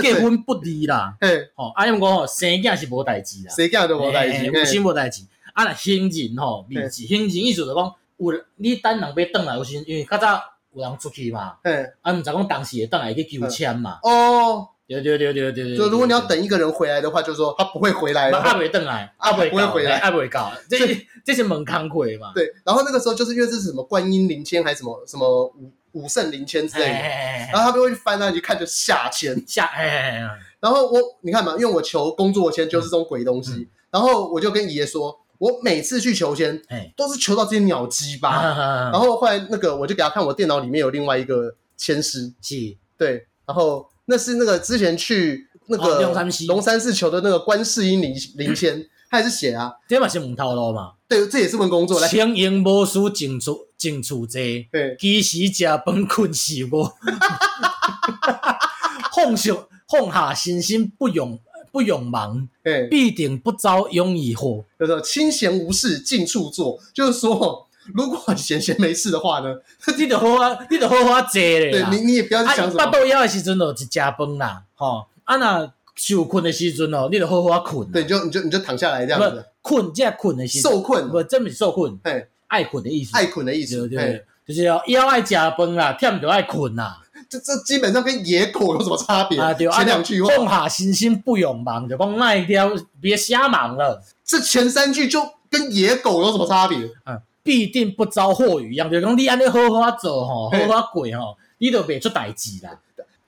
[SPEAKER 2] 结婚不利啦，
[SPEAKER 1] 嘿，
[SPEAKER 2] 吼啊，因为讲吼生囝是无代志啦。
[SPEAKER 1] 谁干都无代
[SPEAKER 2] 欸
[SPEAKER 1] 志。
[SPEAKER 2] 有
[SPEAKER 1] 嘿
[SPEAKER 2] 心无代志。啊，若行人吼，面子行人意思就讲，有人你等人要转来，有时因为较早有人出去嘛，
[SPEAKER 1] 嘿，
[SPEAKER 2] 啊，毋知讲当时会转来去求签嘛。
[SPEAKER 1] 哦，
[SPEAKER 2] 对对对对对对。
[SPEAKER 1] 就如果你要等一个人回来的话，就说他不会回来
[SPEAKER 2] 对，对对啊
[SPEAKER 1] 了。
[SPEAKER 2] 未转来，
[SPEAKER 1] 啊
[SPEAKER 2] 未
[SPEAKER 1] 不会
[SPEAKER 2] 到
[SPEAKER 1] 回来
[SPEAKER 2] 啊未到，这这是门槛过嘛。
[SPEAKER 1] 对，然后那个时候就是因为这是什么观音灵签还是什么什么武武圣灵签之类的，
[SPEAKER 2] 哎，
[SPEAKER 1] 然后他们会去翻那里看着下签。
[SPEAKER 2] 下哎，
[SPEAKER 1] 然后我你看嘛，因为我求工作签就是这种鬼东
[SPEAKER 2] 嗯
[SPEAKER 1] 西，然后我就跟爷爷说，我每次去求签
[SPEAKER 2] 哎
[SPEAKER 1] 都是求到这些鸟鸡
[SPEAKER 2] 啊
[SPEAKER 1] 巴。然
[SPEAKER 2] 后
[SPEAKER 1] 后后来那个我就给他看我电脑里面有另外一个签诗，
[SPEAKER 2] 是
[SPEAKER 1] 对，然后那是那个之前去那
[SPEAKER 2] 哦
[SPEAKER 1] 个
[SPEAKER 2] 龙山寺
[SPEAKER 1] 龙山寺求的那个观世音灵灵 签，他也是写啊，
[SPEAKER 2] 这嘛是门头路嘛。
[SPEAKER 1] 对，这也是份工作来，
[SPEAKER 2] 清盈无事，静处静处坐。
[SPEAKER 1] 对，
[SPEAKER 2] 其实食饭困是 无，放下放下身心不用不勇忙，
[SPEAKER 1] 哎，
[SPEAKER 2] 必定不遭庸以惑。
[SPEAKER 1] 叫做清闲无事近处坐，就是说， 如果闲闲没事的话呢，
[SPEAKER 2] 你得好啊，你得好好坐咧
[SPEAKER 1] 对
[SPEAKER 2] 啦。
[SPEAKER 1] 你你也不要去
[SPEAKER 2] 啊，
[SPEAKER 1] 想
[SPEAKER 2] 伊
[SPEAKER 1] 什
[SPEAKER 2] 巴
[SPEAKER 1] 么，
[SPEAKER 2] 肚枵的时阵就一食饭啦，吼。啊，若受困的时阵哦，你得好好困。
[SPEAKER 1] 对，你，就你就你就躺下来这样
[SPEAKER 2] 不
[SPEAKER 1] 子，
[SPEAKER 2] 困，即困的时阵，
[SPEAKER 1] 受困，
[SPEAKER 2] 不，这不是受困，
[SPEAKER 1] 哎，
[SPEAKER 2] 爱困的意思。
[SPEAKER 1] 爱困的意
[SPEAKER 2] 对
[SPEAKER 1] 思，
[SPEAKER 2] 对
[SPEAKER 1] 哎，
[SPEAKER 2] 对，就是要枵爱食饭啦，忝就爱困啦。
[SPEAKER 1] 这这基本上跟野狗有什么差别
[SPEAKER 2] 啊，对，啊，
[SPEAKER 1] 前两句话，
[SPEAKER 2] 放下身心不用忙，就讲卖掉别瞎忙了。
[SPEAKER 1] 这前三句就跟野狗有什么差别？
[SPEAKER 2] 啊，必定不遭祸于一样，就是讲你安尼好好啊做吼，
[SPEAKER 1] 嘿
[SPEAKER 2] 好好过吼，你就袂出代志啦。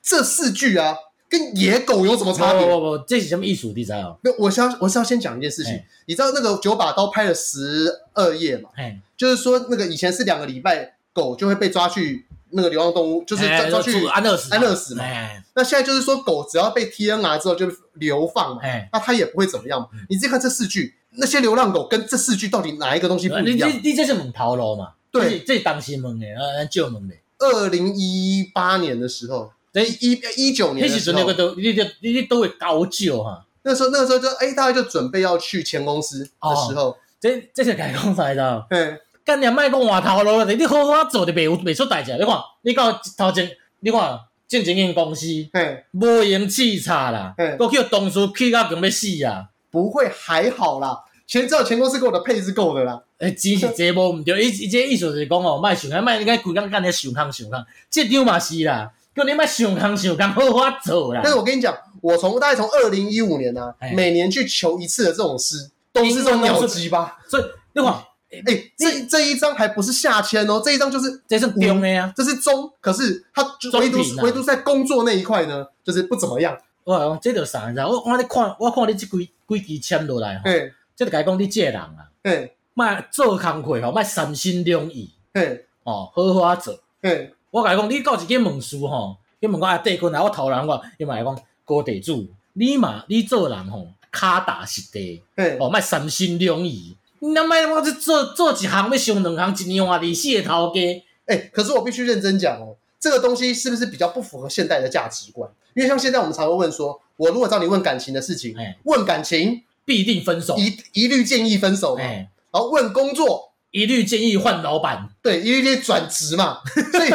[SPEAKER 1] 这四句啊，跟野狗有什么差别？
[SPEAKER 2] 不不不，哦这是什么意思？你知道？
[SPEAKER 1] 那我是要我是要先讲一件事情
[SPEAKER 2] 哎，
[SPEAKER 1] 你知道那个九把刀拍了十二页嘛？
[SPEAKER 2] 嘿，
[SPEAKER 1] 就是说那个以前是两个礼拜狗就会被抓去那个流浪动物，就是抓
[SPEAKER 2] 嘿
[SPEAKER 1] 抓去，
[SPEAKER 2] 哎安乐死，
[SPEAKER 1] 安乐死嘛
[SPEAKER 2] 哎
[SPEAKER 1] 那现在就是说狗只要被 TNR 之后就是流放嘛，
[SPEAKER 2] 哎，嗯
[SPEAKER 1] 那它也不会怎么样嘛。你自己看这四句，那些流浪狗跟这四句到底哪一个东西不
[SPEAKER 2] 呃你
[SPEAKER 1] 一
[SPEAKER 2] 你
[SPEAKER 1] 样？
[SPEAKER 2] 你这是问头路嘛？这是
[SPEAKER 1] 对，
[SPEAKER 2] 这是当时问的，啊，咱借问的。
[SPEAKER 1] 二零一八年的时候，
[SPEAKER 2] 对
[SPEAKER 1] 一一九年
[SPEAKER 2] 迄
[SPEAKER 1] 的
[SPEAKER 2] 时
[SPEAKER 1] 时
[SPEAKER 2] 阵那
[SPEAKER 1] 候
[SPEAKER 2] 个，都，你就你你都会高照哈。
[SPEAKER 1] 那时候那时候就哎，大家就准备要去前公司的时
[SPEAKER 2] 哦
[SPEAKER 1] 候，
[SPEAKER 2] 这这是该讲啥知道？
[SPEAKER 1] 嗯。
[SPEAKER 2] 干你卖讲换头路了，你好好做就袂有袂出代志。你看，你到头前，你看进前间公司
[SPEAKER 1] 嘿，
[SPEAKER 2] 无用气差啦
[SPEAKER 1] 嘿，
[SPEAKER 2] 都叫同事气到强要死啊！
[SPEAKER 1] 不会还好啦，前至少前公司给我的配置够的啦。
[SPEAKER 2] 诶，哎 钱是这无毋对，伊伊这意思就是讲哦，莫想啊，莫应该规工干咧想空想空，即张嘛是啦，叫你莫想空想空，好好啊做啦
[SPEAKER 1] 但。是我跟你讲，我从大概从二零一五年啊
[SPEAKER 2] 哎，
[SPEAKER 1] 每年去求一次的这种诗，都是这种鸟鸡巴。
[SPEAKER 2] 所以你看，
[SPEAKER 1] 哎、这这一张还不是下签哦，这一张就是
[SPEAKER 2] 这是中的啊。
[SPEAKER 1] 这是中，可是他就
[SPEAKER 2] 中
[SPEAKER 1] 唯
[SPEAKER 2] 平啊
[SPEAKER 1] 独唯独在工作那一块呢，就是不怎么样。
[SPEAKER 2] 我讲这着啥你知道？我我咧看，我看你即几几支签落来吼，
[SPEAKER 1] 哎
[SPEAKER 2] 这着甲伊讲你这个人啊，
[SPEAKER 1] 哎
[SPEAKER 2] 莫做工课吼，莫三心两意
[SPEAKER 1] 哎
[SPEAKER 2] 哦，好好啊做。
[SPEAKER 1] 哎，
[SPEAKER 2] 我甲伊讲，你到一间问事吼，去问我阿地君啊，我头人我，伊嘛会讲高地主，你嘛你做人吼，骹踏实地。
[SPEAKER 1] 哎
[SPEAKER 2] 哦，莫三心两意。你那莫我这做做一行要上两行，一年换二四个头家。
[SPEAKER 1] 哎，可是我必须认真讲哦，这个东西是不是比较不符合现代的价值观？因为像现在我们常会问说，我如果找你问感情的事情，
[SPEAKER 2] 哎
[SPEAKER 1] 问感情
[SPEAKER 2] 必定分手。
[SPEAKER 1] 一一律建议分手嘛，然
[SPEAKER 2] 哎，
[SPEAKER 1] 后问工作，
[SPEAKER 2] 一律建议换老板。
[SPEAKER 1] 对，一律建议转职 嘛。所以，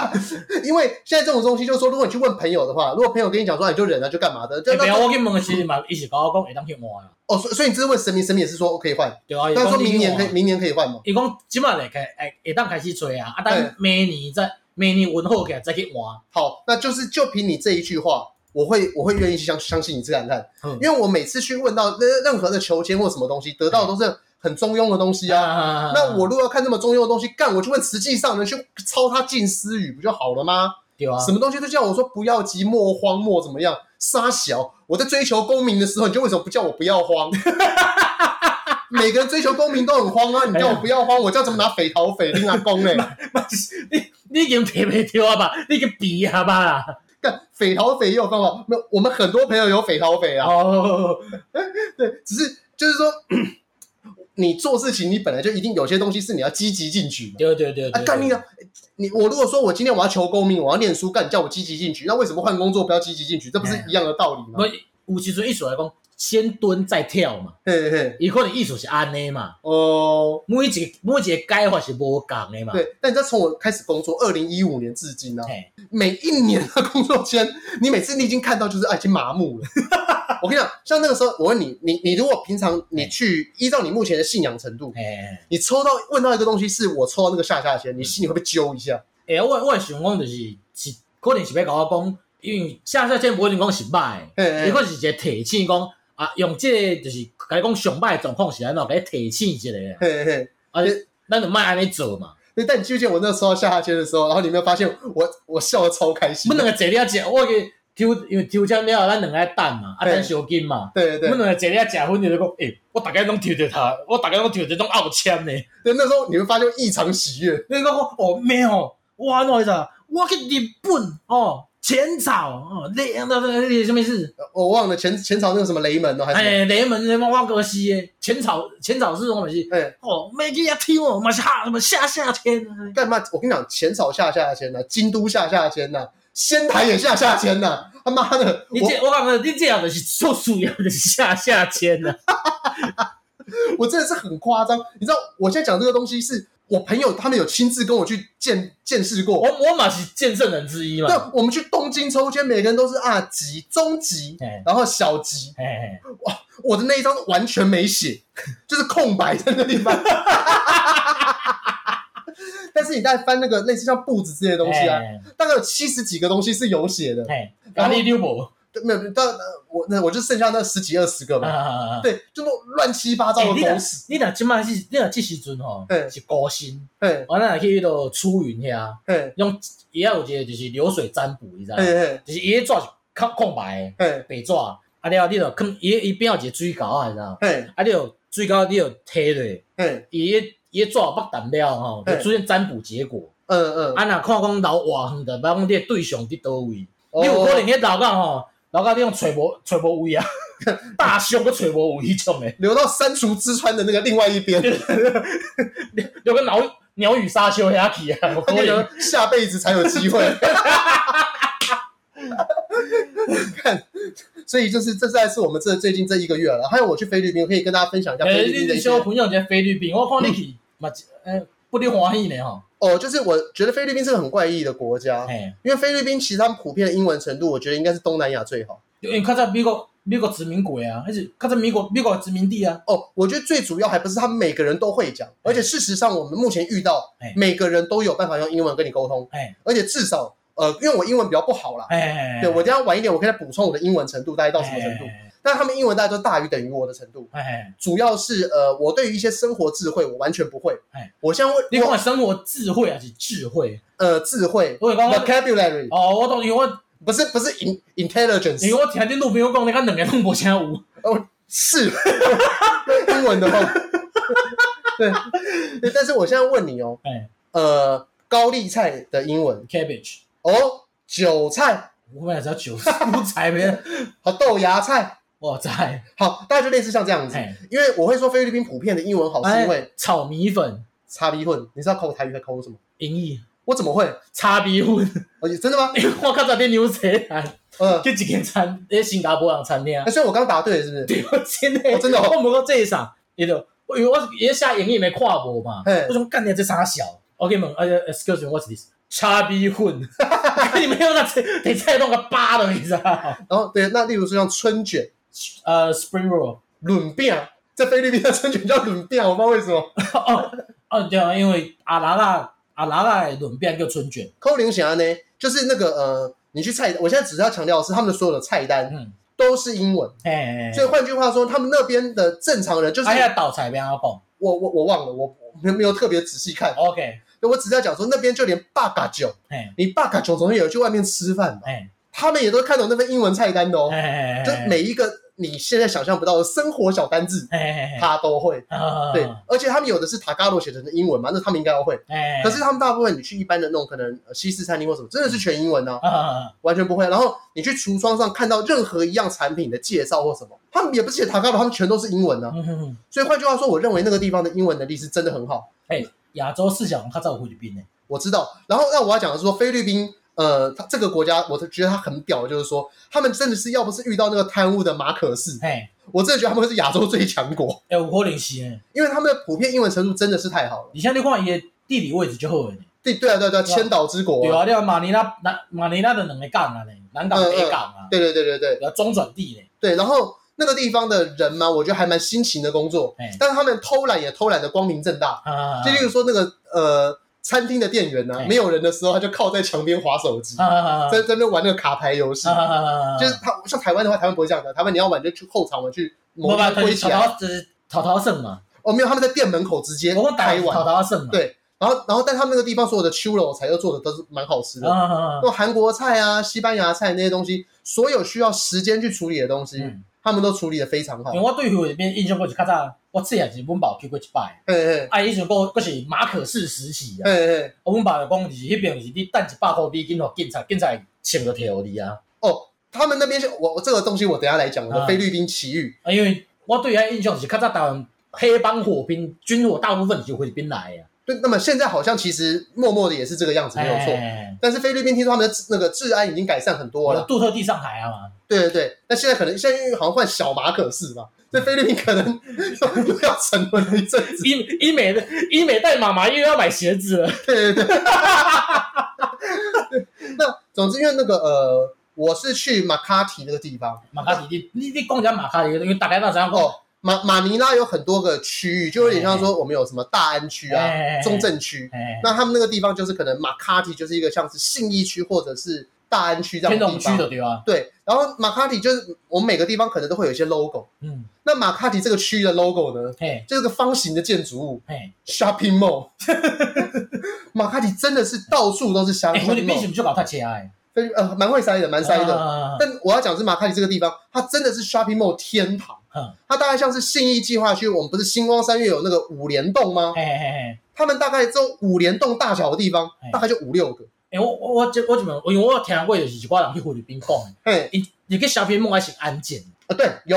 [SPEAKER 1] 因为现在这种东西，就是说，如果你去问朋友的话，如果朋友跟你讲说，啊你就忍啊，就干嘛的，就
[SPEAKER 2] 哎，不
[SPEAKER 1] 那
[SPEAKER 2] 要我去问的时候嘛，伊是甲我讲会当去换啦。
[SPEAKER 1] 哦，所以所以你这是问神明，神明也是说哦可以换，
[SPEAKER 2] 对啊，伊
[SPEAKER 1] 但
[SPEAKER 2] 讲
[SPEAKER 1] 说明年
[SPEAKER 2] 你
[SPEAKER 1] 可
[SPEAKER 2] 去
[SPEAKER 1] 以，
[SPEAKER 2] 换
[SPEAKER 1] 明年可以换嘛？
[SPEAKER 2] 伊讲即满来开，哎，会当开始吹啊，啊，
[SPEAKER 1] 哎
[SPEAKER 2] 等明年再明年运好起来再去换。
[SPEAKER 1] 好，那就是就凭你这一句话，我会我会愿意去相相信你这感叹，
[SPEAKER 2] 嗯
[SPEAKER 1] 因为我每次去问到任任何的求签或什么东西，得到的都是很中庸的东西啊。
[SPEAKER 2] 啊
[SPEAKER 1] 那我如果要看这么中庸的东西，干我去问实际上呢，去抄他近思语不就好了吗？
[SPEAKER 2] 对啊，
[SPEAKER 1] 什么东西都叫我说不要急，莫慌，莫怎么样，杀小。我在追求功名的时候，你就为什么不叫我不要 慌？每个人追求功名都很慌啊！你叫我不要慌，我叫怎么拿匪逃匪令阿公嘞？
[SPEAKER 2] 你你已经皮皮跳啊吧，你已经比啊吧啦。
[SPEAKER 1] 干匪逃匪也有方法，没有？我们很多朋友有匪逃匪啊。
[SPEAKER 2] 哦，
[SPEAKER 1] 对，只是就是 说，你做事情你本来就一定有些东西是你要积极进取嘛。
[SPEAKER 2] 对对对
[SPEAKER 1] 啊，
[SPEAKER 2] 对。
[SPEAKER 1] 干你啊！你我如果说我今天我要求功名，我要念书，干你叫我积极进取，那为什么换工作不要积极进取？这不是一样的道理吗？
[SPEAKER 2] 我有时阵意思来讲，先蹲再跳嘛。
[SPEAKER 1] 嘿嘿，
[SPEAKER 2] 伊可能意思是安尼嘛，
[SPEAKER 1] 哦。
[SPEAKER 2] 每一个每一个解法是无共的嘛。
[SPEAKER 1] 对，但你知道从我开始工作，二零一五年至今啊，
[SPEAKER 2] 嘿，
[SPEAKER 1] 每一年的工作间，你每次你已经看到就是啊，已经麻木了。 我跟你讲，像那个时候，我问你，你你如果平常你去依照你目前的信仰程度，
[SPEAKER 2] 嘿，
[SPEAKER 1] 你抽到问到一个东西，是我抽到那个下下签，你心里会不会揪一下？
[SPEAKER 2] 诶，欸我我的想讲就是是，可能是要甲我讲，因为下下这无一定讲是歹的，
[SPEAKER 1] 嘿
[SPEAKER 2] 伊
[SPEAKER 1] 嘿
[SPEAKER 2] 可是一个提醒讲啊，用即个就是甲你讲上歹的状况是安怎，甲你提醒一下啊，
[SPEAKER 1] 嘿嘿。
[SPEAKER 2] 啊，咱就莫安尼做嘛。
[SPEAKER 1] 对，但你记不记得我那时候抽到下下签的时候，然后你有没有发现我我笑的超开心
[SPEAKER 2] 阮？两个坐了食，我去抽，因为抽签了后，咱两个等嘛，啊
[SPEAKER 1] 嘿
[SPEAKER 2] 等小金嘛。
[SPEAKER 1] 对对
[SPEAKER 2] 阮
[SPEAKER 1] 对
[SPEAKER 2] 两个坐了食薰就讲，诶，我逐个拢抽着他，我逐个拢抽着种傲签呢。
[SPEAKER 1] 对，那时候你会发现异常喜悦。
[SPEAKER 2] 你讲哦咩哦，哇那啥，我去日本哦，浅草哦，那那那那什么事？
[SPEAKER 1] 呃我忘了前前朝那个什么雷门哦，还是什么
[SPEAKER 2] 哎，雷门什么我哥西的浅草浅草是什么西？
[SPEAKER 1] 哎，
[SPEAKER 2] 哦，没给他听哦，嘛是下什么下下天啊？
[SPEAKER 1] 干嘛？我跟你讲，前朝下下签呐、京都下下签呐、仙台也下下签呐、他妈的，
[SPEAKER 2] 你
[SPEAKER 1] 我
[SPEAKER 2] 这我感觉你这样就是做主要的下下啊签 呐、
[SPEAKER 1] 我真的是很夸张。你知道我现在讲这个东西是我朋友他们有亲自跟我去见见识过。
[SPEAKER 2] 我我嘛是见证人之一嘛
[SPEAKER 1] 对。，我们去东京抽签，每个人都是啊级、中级
[SPEAKER 2] 哎，
[SPEAKER 1] 然后小级。
[SPEAKER 2] 哎哎，嘿
[SPEAKER 1] 我的那一张完全没写， 就是空白在那地方。 但是你在翻那个类似像簿子之类的东西啊，
[SPEAKER 2] 哎
[SPEAKER 1] 大概有七十几个东西是有写的，
[SPEAKER 2] 哎，嘿
[SPEAKER 1] 然
[SPEAKER 2] 哪
[SPEAKER 1] 后
[SPEAKER 2] 里丢不？
[SPEAKER 1] 没有到呃我那我就剩下那十几二十个嘛，
[SPEAKER 2] 啊，
[SPEAKER 1] 对，就那种乱七八糟
[SPEAKER 2] 哎
[SPEAKER 1] 的
[SPEAKER 2] 你若
[SPEAKER 1] 狗屎，
[SPEAKER 2] 你若即摆是，你若即时阵吼
[SPEAKER 1] 嘿，
[SPEAKER 2] 是高薪，
[SPEAKER 1] 嘿
[SPEAKER 2] 我咱若去迄落出云遐，
[SPEAKER 1] 嘿
[SPEAKER 2] 用伊遐有一个就是流水占卜，你知道吗？
[SPEAKER 1] 嘿嘿
[SPEAKER 2] 就是伊迄纸是空空白的
[SPEAKER 1] 嘿
[SPEAKER 2] 白纸，啊了后你著囥伊伊边有一个水沟啊，你知道吗？
[SPEAKER 1] 嘿
[SPEAKER 2] 啊你著水沟你著摕落，
[SPEAKER 1] 嘿，
[SPEAKER 2] 伊迄伊迄纸北淡了吼，
[SPEAKER 1] 嘿
[SPEAKER 2] 就出现占卜结果。
[SPEAKER 1] 嗯嗯，
[SPEAKER 2] 啊，若看讲老偌远的，别讲你的对象伫倒位，
[SPEAKER 1] 哦
[SPEAKER 2] 你有可能迄老到吼，老到你用揣无揣无 位啊，大胸都揣无位迄种诶，
[SPEAKER 1] 流到三竹之川的那个另外一边，
[SPEAKER 2] 有个老鸟语沙丘遐去 啊，有 可
[SPEAKER 1] 他可
[SPEAKER 2] 能。
[SPEAKER 1] 能下辈子才有机 会。看，所以就是这大概是我们这最近这一个月了。还有我去菲律宾，可以跟大家分享一下
[SPEAKER 2] 诶，
[SPEAKER 1] 菲律宾
[SPEAKER 2] 你
[SPEAKER 1] 的
[SPEAKER 2] 哎你
[SPEAKER 1] 一些嗯
[SPEAKER 2] 小朋友在菲律宾，我看你去嘛，诶，不离欢喜呢吼。
[SPEAKER 1] 哦，就是我觉得菲律宾是个很怪异的国家，
[SPEAKER 2] 嘿，
[SPEAKER 1] 因为菲律宾其实他们普遍的英文程度，我觉得应该是东南亚最好。
[SPEAKER 2] 因为较早美国美国殖民国啊，还是较早美国美国殖民地啊，
[SPEAKER 1] 哦，我觉得最主要还不是他们每个人都会讲，而且事实上我们目前遇到
[SPEAKER 2] 嗯哎
[SPEAKER 1] 每个人都有办法用英文跟你沟通，
[SPEAKER 2] 哎
[SPEAKER 1] 而且至少呃，因为我英文比较不好啦，
[SPEAKER 2] 哎，
[SPEAKER 1] 对我等一下晚一点我可以再补充我的英文程度大概到什么程度，但他们英文大概都大于等于我的程度。
[SPEAKER 2] 哎？哎，
[SPEAKER 1] 主要是呃，我对于一些生活智慧我完全不会
[SPEAKER 2] 哎。
[SPEAKER 1] 我先问
[SPEAKER 2] 你
[SPEAKER 1] 我
[SPEAKER 2] 看生活智慧还是智慧？
[SPEAKER 1] 呃智慧
[SPEAKER 2] 我讲
[SPEAKER 1] vocabulary
[SPEAKER 2] 哦，我懂，因为我
[SPEAKER 1] 不是不是 in
[SPEAKER 2] 因为
[SPEAKER 1] intelligence
[SPEAKER 2] 我听恁女朋友讲，你看两个拢无啥有。
[SPEAKER 1] 是英文的 话，对。对但是我现在问你哦，
[SPEAKER 2] 哎
[SPEAKER 1] 呃，高丽菜的英文
[SPEAKER 2] ，cabbage，
[SPEAKER 1] 哦，韭菜
[SPEAKER 2] 我本来只要九十五彩 咩？
[SPEAKER 1] 好豆芽菜
[SPEAKER 2] 哇塞！
[SPEAKER 1] 好，大概就类似像这样子。
[SPEAKER 2] 哎，
[SPEAKER 1] 因为我会说菲律宾普遍的英文好，是因为
[SPEAKER 2] 炒米哎粉、
[SPEAKER 1] 擦逼混。你是要考我台语还考我什么？
[SPEAKER 2] 银翼、
[SPEAKER 1] 我怎么会？
[SPEAKER 2] 炒米粉，
[SPEAKER 1] 而且真的吗？
[SPEAKER 2] 因为我较早伫纽西兰
[SPEAKER 1] 呃，
[SPEAKER 2] 去一间餐，迄新加坡人餐厅
[SPEAKER 1] 哎，，所以我刚刚答对了，是不是？
[SPEAKER 2] 对，我真诶，
[SPEAKER 1] 哦真的哦
[SPEAKER 2] 我毋过这啥，伊就我因为我伊写英语没看无嘛
[SPEAKER 1] 嘿，
[SPEAKER 2] 我想干你这啥小，我给你问，哎呀，excuse me，what's this？叉逼混， 你没有那得菜弄个扒的，你知道吗？
[SPEAKER 1] 然后对，那例如说像春卷、
[SPEAKER 2] 呃，spring roll，
[SPEAKER 1] 轮饼，啊在菲律宾的春卷叫轮饼，啊我不知道为什么。
[SPEAKER 2] 哦哦，对啊，因为阿拉拉阿拉拉的轮变叫春卷，
[SPEAKER 1] 扣零霞呢，就是那个呃，你去菜，我现在只是要强调的是，他们的所有的菜单
[SPEAKER 2] 嗯，
[SPEAKER 1] 都是英文，
[SPEAKER 2] 嘿，
[SPEAKER 1] 所以换句话说，他们那边的正常人就是
[SPEAKER 2] 啊，遐倒菜边阿讲
[SPEAKER 1] 我我我忘了，我我没有特别仔细看，
[SPEAKER 2] ，OK，
[SPEAKER 1] 我只是要讲说那边就连八嘎酒，
[SPEAKER 2] 嘿，
[SPEAKER 1] 你八嘎酒总有去外面吃饭吧，
[SPEAKER 2] 嘿，
[SPEAKER 1] 他们也都看懂那份英文菜单的哦，
[SPEAKER 2] 嘿，
[SPEAKER 1] 就每一个你现在想象不到的生活小单字，
[SPEAKER 2] 嘿，嘿，
[SPEAKER 1] 他都会。
[SPEAKER 2] 啊，
[SPEAKER 1] 对，而且他们有的是塔嘎罗写成的英文嘛，那他们应该要会。
[SPEAKER 2] 哎，
[SPEAKER 1] 可是他们大部分你去一般的那种可能呃西式餐厅或什么，真的是全英文呢、
[SPEAKER 2] 啊，
[SPEAKER 1] 完全不会。然后你去橱窗上看到任何一样产品的介绍或什么，他们也不是写塔卡罗，他们全都是英文呢、
[SPEAKER 2] 嗯哼，
[SPEAKER 1] 所以换句话说，我认为那个地方的英文能力是真的很好。
[SPEAKER 2] 亚洲四小龙较早有菲律宾呢，
[SPEAKER 1] 我知道。然后那我要讲的是说，菲律宾，呃，它这个国家，我觉得它很屌，就是说他们真的是要不是遇到那个贪污的马可仕，
[SPEAKER 2] 嘿，
[SPEAKER 1] 我真的觉得他们会是亚洲最强国，
[SPEAKER 2] 哎，有可能是呢，
[SPEAKER 1] 因为他们的普遍英文程度真的是太好了。
[SPEAKER 2] 而且你看伊的地理位置就好呢，
[SPEAKER 1] 对对啊对啊对啊，千岛之国、
[SPEAKER 2] 对
[SPEAKER 1] 啊，
[SPEAKER 2] 啊，你看马尼拉南马尼拉的两个港啊呢，南港北港啊，
[SPEAKER 1] 对对对对对。
[SPEAKER 2] 要中转地呢，
[SPEAKER 1] 对，然后那个地方的人嘛，我觉得还蛮辛勤的工作，
[SPEAKER 2] 哎，
[SPEAKER 1] 但是他们偷懒也偷懒的光明正大。
[SPEAKER 2] 啊，
[SPEAKER 1] 就例如说那个呃餐厅的店员呢、
[SPEAKER 2] 哎
[SPEAKER 1] 没有人的时候，他就靠在墙边划手机，
[SPEAKER 2] 啊，
[SPEAKER 1] 在在那边玩那个卡牌游戏。
[SPEAKER 2] 啊，
[SPEAKER 1] 就是他像台湾的话，台湾不会这样的，台湾你要玩就去后场玩去某
[SPEAKER 2] 我把
[SPEAKER 1] 地
[SPEAKER 2] 淘
[SPEAKER 1] 堆起来。
[SPEAKER 2] 淘就是淘淘胜嘛，
[SPEAKER 1] 啊哦，没有，他们在店门口直接
[SPEAKER 2] 我讲
[SPEAKER 1] 开
[SPEAKER 2] 台淘
[SPEAKER 1] 玩。
[SPEAKER 2] 淘胜嘛，
[SPEAKER 1] 对然后然后但他们那个地方所有的秋楼菜又做的都是蛮好吃的，
[SPEAKER 2] 啊
[SPEAKER 1] 那，种韩国菜啊、西班牙菜那些东西，所有需要时间去处理的东西，
[SPEAKER 2] 嗯
[SPEAKER 1] 他们都处理的非常好
[SPEAKER 2] 因为。我对菲律宾印象我是较早，我之前是阮爸有去过一摆，
[SPEAKER 1] 嘿嘿
[SPEAKER 2] 啊，伊时我我是马可仕时期啊，
[SPEAKER 1] 嘿嘿。
[SPEAKER 2] 啊，阮爸就讲就是迄边就是你等一百箍美金互警察，警察会穿着摕互你啊，
[SPEAKER 1] 哦，他们那边是我我这个东西我等一下来讲，我的
[SPEAKER 2] 啊
[SPEAKER 1] 菲律宾奇遇。
[SPEAKER 2] 啊，因为我对伊印象是较早台湾黑帮火拼军火大部分就是菲律宾来的啊，
[SPEAKER 1] 那那么现在好像其实默默的也是这个样子，没有错。
[SPEAKER 2] 哎
[SPEAKER 1] 但是菲律宾听说他们的治那个治安已经改善很多
[SPEAKER 2] 我的
[SPEAKER 1] 了，
[SPEAKER 2] 杜特地上台啊嘛，
[SPEAKER 1] 对对对。那现在可能现在因为好像换小马可仕嘛，
[SPEAKER 2] 嗯
[SPEAKER 1] 所以菲律宾可能又要沉沦了一阵子。
[SPEAKER 2] 医医美的医美带妈妈又要买鞋子了，
[SPEAKER 1] 对对 对。那总之，因为那个呃，我是去马卡提那个地方
[SPEAKER 2] 马卡迪，你你讲讲马卡迪，因为大家那时候
[SPEAKER 1] 哦，马马尼拉有很多个区域，就有点像说我们有什么大安区啊、
[SPEAKER 2] 哎
[SPEAKER 1] 中正区，
[SPEAKER 2] 哎，
[SPEAKER 1] 那他们那个地方就是可能马卡提就是一个像是信义区或者是大安区这样
[SPEAKER 2] 天
[SPEAKER 1] 的
[SPEAKER 2] 龙
[SPEAKER 1] 地
[SPEAKER 2] 区
[SPEAKER 1] 方。
[SPEAKER 2] 的对吧？
[SPEAKER 1] 对，然后马卡提就是我们每个地方可能都会有一些 logo。
[SPEAKER 2] 嗯，
[SPEAKER 1] 那马卡提这个区域的 logo 呢，
[SPEAKER 2] 嘿，
[SPEAKER 1] 就是个方形的建筑物
[SPEAKER 2] 嘿，
[SPEAKER 1] shopping mall。马卡提真的是到处都是香
[SPEAKER 2] 哎，我里
[SPEAKER 1] shopping
[SPEAKER 2] 面
[SPEAKER 1] mall，
[SPEAKER 2] 是不是搞他车哎？
[SPEAKER 1] 非呃蛮会塞的，蛮塞的。
[SPEAKER 2] 的，
[SPEAKER 1] 但我要讲是马卡提这个地方，它真的是 shopping mall 天堂
[SPEAKER 2] 嗯。
[SPEAKER 1] 它大概像是信义计划区，我们不是星光三月有那个五联栋吗？
[SPEAKER 2] 嘿嘿嘿。
[SPEAKER 1] 他们大概只有五联栋大小的地方
[SPEAKER 2] 哎，
[SPEAKER 1] 大概就五六个。
[SPEAKER 2] 诶、我我我即我即问，因为我有听过就是一寡人去菲律宾讲的，
[SPEAKER 1] 嘿，
[SPEAKER 2] 伊伊去小品梦还是安检，
[SPEAKER 1] 啊哎对，有。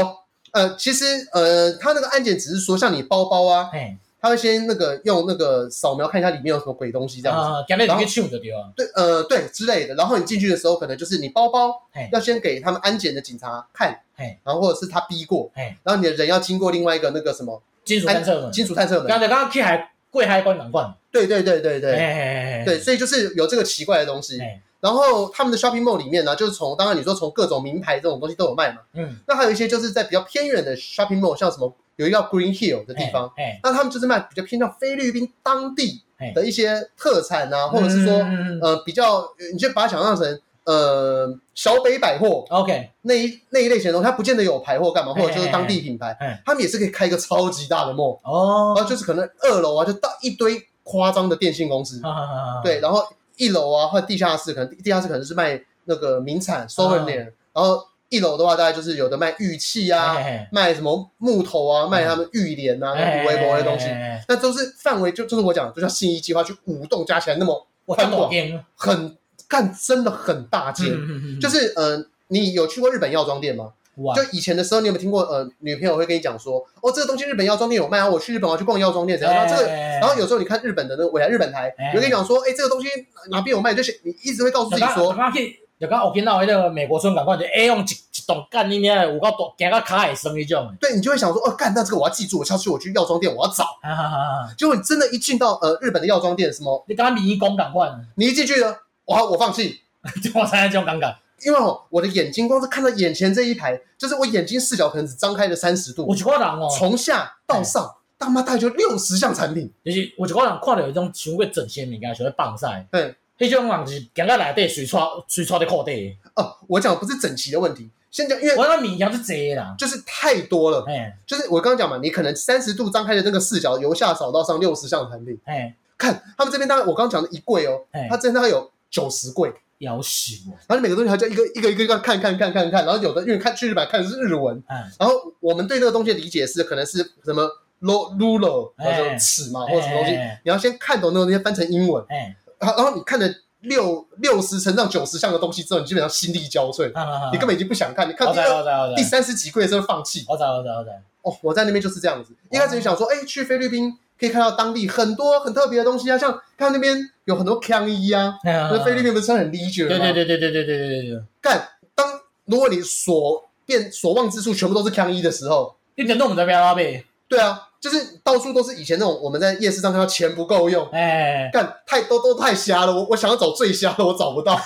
[SPEAKER 1] 呃，其实呃，它那个安检只是说像你包包啊，
[SPEAKER 2] 嘿，
[SPEAKER 1] 他会先那个用那个扫描看一下里面有什么鬼东西这样子。
[SPEAKER 2] 啊，今日你去抢就对啊，
[SPEAKER 1] 对，呃，对之类的。然后你进去的时候，可能就是你包包
[SPEAKER 2] 嘿，
[SPEAKER 1] 要先给他们安检的警察看，
[SPEAKER 2] 嘿，
[SPEAKER 1] 然后或者是他逼过
[SPEAKER 2] 嘿，
[SPEAKER 1] 然后你的人要经过另外一个那个什么
[SPEAKER 2] 金属探测门，
[SPEAKER 1] 金属探测门。
[SPEAKER 2] 刚才刚去海过海关难关，
[SPEAKER 1] 对对对对
[SPEAKER 2] 嘿
[SPEAKER 1] 对
[SPEAKER 2] 嘿嘿，
[SPEAKER 1] 对，，所以就是有这个奇怪的东西
[SPEAKER 2] 哎。
[SPEAKER 1] 然后他们的 shopping mall 里面呢，就是从当然你说从各种名牌这种东西都有卖嘛，
[SPEAKER 2] 嗯，
[SPEAKER 1] 那还有一些就是在比较偏远的 shopping mall，像什么有一个叫 Green Hill 的地方，
[SPEAKER 2] 嘿，
[SPEAKER 1] 那他们就是卖比较偏向菲律宾当地
[SPEAKER 2] 嘿
[SPEAKER 1] 的一些特产啊，
[SPEAKER 2] 嘿，
[SPEAKER 1] 或者是说
[SPEAKER 2] 嗯嗯嗯
[SPEAKER 1] 呃比较，你就把它想象成呃小北百货
[SPEAKER 2] ，OK，
[SPEAKER 1] 那一那一类型的东西，它不见得有排货干嘛，
[SPEAKER 2] 哎
[SPEAKER 1] 或者就是当地品牌，
[SPEAKER 2] 哎哎
[SPEAKER 1] 他们也是可以开一个超级大的 mall，然
[SPEAKER 2] 哦，
[SPEAKER 1] 后就是可能二楼啊就到一堆夸张的电信公司，
[SPEAKER 2] 好好好好，
[SPEAKER 1] 对，，然后一楼啊或地下室，可能地下室可能是卖那个名产 souvenir，、然后一楼的话大概就是有的卖玉器啊，
[SPEAKER 2] 哦嘿嘿
[SPEAKER 1] 卖什么木头啊，卖他们玉莲啊、
[SPEAKER 2] 嘿，
[SPEAKER 1] 五维博的东西。
[SPEAKER 2] 嘿，嘿嘿
[SPEAKER 1] 那都是范围，就就是我讲的，就像信义计划区五栋加起来那么
[SPEAKER 2] 我看抖音，嗯
[SPEAKER 1] 很干，真的很大间。
[SPEAKER 2] 嗯嗯
[SPEAKER 1] 就是嗯、呃你有去过日本药妆店吗？
[SPEAKER 2] 哇
[SPEAKER 1] 就，以前的时候，你有没有听过呃，女朋友会跟你讲说，哦，这个东西日本药妆店有卖啊，我去日本我要去逛药妆店，怎样？然后这个，然后有时候你看日本的那个未来日本台，
[SPEAKER 2] 哎
[SPEAKER 1] 有跟你讲说，哎，这个东西哪边有卖，就是你一直会告诉自己说，
[SPEAKER 2] 刚去。就讲我见到迄个美国村，感觉就哎用一一栋干你娘，有够大，行到卡会酸迄种。
[SPEAKER 1] 对你就会想说，哦，干，那这个我要记住，我下次我去药妆店我要找。
[SPEAKER 2] 哈哈哈！
[SPEAKER 1] 结果你真的，一进到呃日本的药妆店，什么，
[SPEAKER 2] 你刚刚迷宫感款，
[SPEAKER 1] 你一进去呢，哇，我放弃，
[SPEAKER 2] 我才这种感觉。
[SPEAKER 1] 因为哦，我的眼睛光是看到眼前这一排，就是我眼睛视角可能只张开了三十度
[SPEAKER 2] 有，一个人哦，
[SPEAKER 1] 从下到上，大妈大概就六十项产品。
[SPEAKER 2] 就是有一个人看到迄种伤过整些物件，想要放晒。
[SPEAKER 1] 嗯，
[SPEAKER 2] 迄种人就是行到内底随穿随穿的裤底，
[SPEAKER 1] 哦，我讲的不是整齐的问题，先讲，因为
[SPEAKER 2] 我那物件是济啦。
[SPEAKER 1] 就是太多了，
[SPEAKER 2] 嘿，
[SPEAKER 1] 就是我刚刚讲嘛，你可能三十度张开的那个视角，由下扫到上六十项产品。
[SPEAKER 2] 嘿，
[SPEAKER 1] 看他们这边大概我刚刚讲的一柜哦
[SPEAKER 2] 哎，
[SPEAKER 1] 它真的大概有九十柜，
[SPEAKER 2] 夭寿哦。
[SPEAKER 1] 然后你每个东西还叫一个一个一个一个看看看看看，然后有的因为看去日本看的是日文，
[SPEAKER 2] 嗯，
[SPEAKER 1] 然后我们对这个东西的理解是可能是什么 lo lulo
[SPEAKER 2] 哎
[SPEAKER 1] 或者尺嘛，或者什么东西，
[SPEAKER 2] 哎
[SPEAKER 1] 你要先看懂那个东西，翻成英文，
[SPEAKER 2] 嘿，
[SPEAKER 1] 然后然后你看了六六十乘上九十项的东西之后，你基本上心力交瘁，
[SPEAKER 2] 哈哈哈！
[SPEAKER 1] 你根本已经不想看，你看
[SPEAKER 2] 我
[SPEAKER 1] 第
[SPEAKER 2] 知
[SPEAKER 1] 二
[SPEAKER 2] 我知我
[SPEAKER 1] 第
[SPEAKER 2] 知
[SPEAKER 1] 三十几柜的时候放弃。
[SPEAKER 2] 我知我知我知。
[SPEAKER 1] 哦，我在那边就是这样子，一开始就想说，哎，去菲律宾可以看到当地很多很特别的东西啊，像看那边有很多枪衣啊，那菲律
[SPEAKER 2] 宾。
[SPEAKER 1] 宾不是穿很 leisure 吗？
[SPEAKER 2] 对对对对对对对对对。
[SPEAKER 1] 干，当如果你所变所望之处全部都是枪衣的时候，
[SPEAKER 2] 你点动唔知边阿呗？
[SPEAKER 1] 对啊，就是到处都是以前那种我们在夜市上看到钱不够用，
[SPEAKER 2] 哎，
[SPEAKER 1] 干太都都太瞎了，我我想要找最瞎的，我找不到。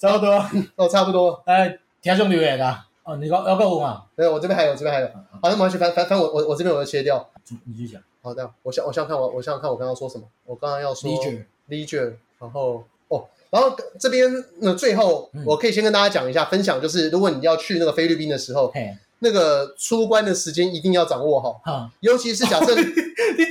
[SPEAKER 2] 差不多。
[SPEAKER 1] 哦，差不多，
[SPEAKER 2] 哎，听众留言啦。哦，你讲要购物嘛？
[SPEAKER 1] 对，我这边还有，这边还有，好，那没关系，反反反正我我我这边我就切掉。
[SPEAKER 2] 你就讲。
[SPEAKER 1] 好的，我想我想想看我我想想看我刚刚说什么，我刚刚要说
[SPEAKER 2] Leisure
[SPEAKER 1] leisure，然后哦，然后这边那最后、
[SPEAKER 2] 嗯
[SPEAKER 1] 我可以先跟大家讲一下分享，就是如果你要去那个菲律宾的时候，
[SPEAKER 2] 嘿，
[SPEAKER 1] 那个出关的时间一定要掌握好，
[SPEAKER 2] 哈，
[SPEAKER 1] 尤其是假设
[SPEAKER 2] 你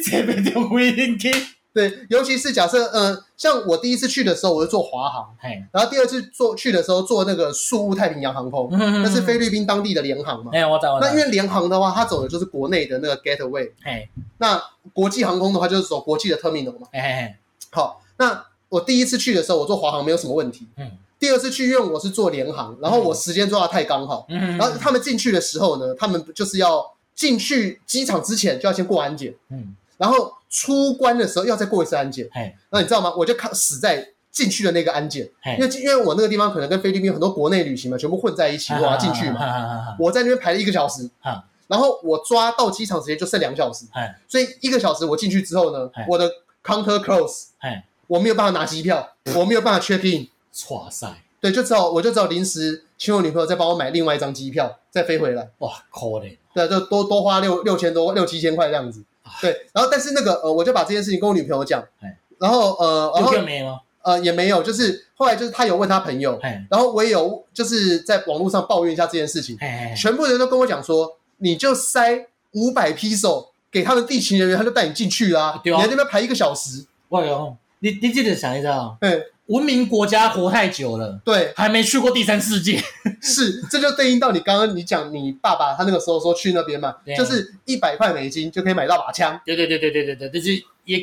[SPEAKER 2] 这边就回应去。
[SPEAKER 1] 对，尤其是假设呃，像我第一次去的时候，我是坐华航，
[SPEAKER 2] 嘿，
[SPEAKER 1] 然后第二次坐去的时候坐那个宿务太平洋航空，
[SPEAKER 2] 那
[SPEAKER 1] 那是菲。律宾当地的联航嘛。
[SPEAKER 2] 哎，我知我知。
[SPEAKER 1] 那因为联航的话，它走的就是国内的那个 Getaway，
[SPEAKER 2] 嘿，
[SPEAKER 1] 那国际航空的话就是走国际的 Terminal 嘛。
[SPEAKER 2] 嘿嘿
[SPEAKER 1] 好，那我第一次去的时候，我坐华航没有什么问题。
[SPEAKER 2] 嗯
[SPEAKER 1] 第二次去，因为我是坐联航，然后我时间抓的太刚好，
[SPEAKER 2] 嗯，
[SPEAKER 1] 然后他们进去的时候呢，他们就是要进去机场之前就要先过安检。
[SPEAKER 2] 嗯，
[SPEAKER 1] 然后出关的时候要再过一次安检。
[SPEAKER 2] 嘿，
[SPEAKER 1] 那你知道吗？我就看死在进去的那个安检，
[SPEAKER 2] 嘿
[SPEAKER 1] 因为因为我那个地方可能跟菲律宾有很多国内旅行嘛，全部混在一起，我要进去嘛。
[SPEAKER 2] 嘛，
[SPEAKER 1] 我在那边排了一个小时
[SPEAKER 2] 啊，
[SPEAKER 1] 然后我抓到机场时间就剩两个小时，
[SPEAKER 2] 嘿，
[SPEAKER 1] 所以一个小时我进去之后呢
[SPEAKER 2] 哎，
[SPEAKER 1] 我的 counter close，
[SPEAKER 2] 嘿，
[SPEAKER 1] 我没有办法拿机票，
[SPEAKER 2] 哎
[SPEAKER 1] 我没有办法 check in，
[SPEAKER 2] 哇塞，
[SPEAKER 1] 对，就只好我就只好临时请我女朋友再帮我买另外一张机票，再飞回来。
[SPEAKER 2] 哇，可怜，
[SPEAKER 1] 对，就多多花六六千多六七千块这样子
[SPEAKER 2] 哎。
[SPEAKER 1] 对，然后但是那个呃，我就把这件事情跟我女朋友讲
[SPEAKER 2] 哎，
[SPEAKER 1] 然后呃，然
[SPEAKER 2] 有
[SPEAKER 1] 后
[SPEAKER 2] 叫没吗？
[SPEAKER 1] 呃也没有，就是后来就是她有问她朋友，
[SPEAKER 2] 嘿，
[SPEAKER 1] 然后我也有就是在网络上抱怨一下这件事情，
[SPEAKER 2] 嘿嘿，
[SPEAKER 1] 全部人都跟我讲说，你就塞五百 p 手给他们地勤人员，他就带你进去啦，
[SPEAKER 2] 对
[SPEAKER 1] 你
[SPEAKER 2] 啊
[SPEAKER 1] 在那边排一个小时，
[SPEAKER 2] 我有，你你记得想一下哦，
[SPEAKER 1] 嗯，
[SPEAKER 2] 文明国家活太久了，
[SPEAKER 1] 对，
[SPEAKER 2] 还没去过第三世界，
[SPEAKER 1] 是，这就对应到你刚刚你讲你爸爸他那个时候说去那边嘛
[SPEAKER 2] 对，啊
[SPEAKER 1] 就是一百块美金就可以买到把枪。
[SPEAKER 2] 对对对对对对对，就是也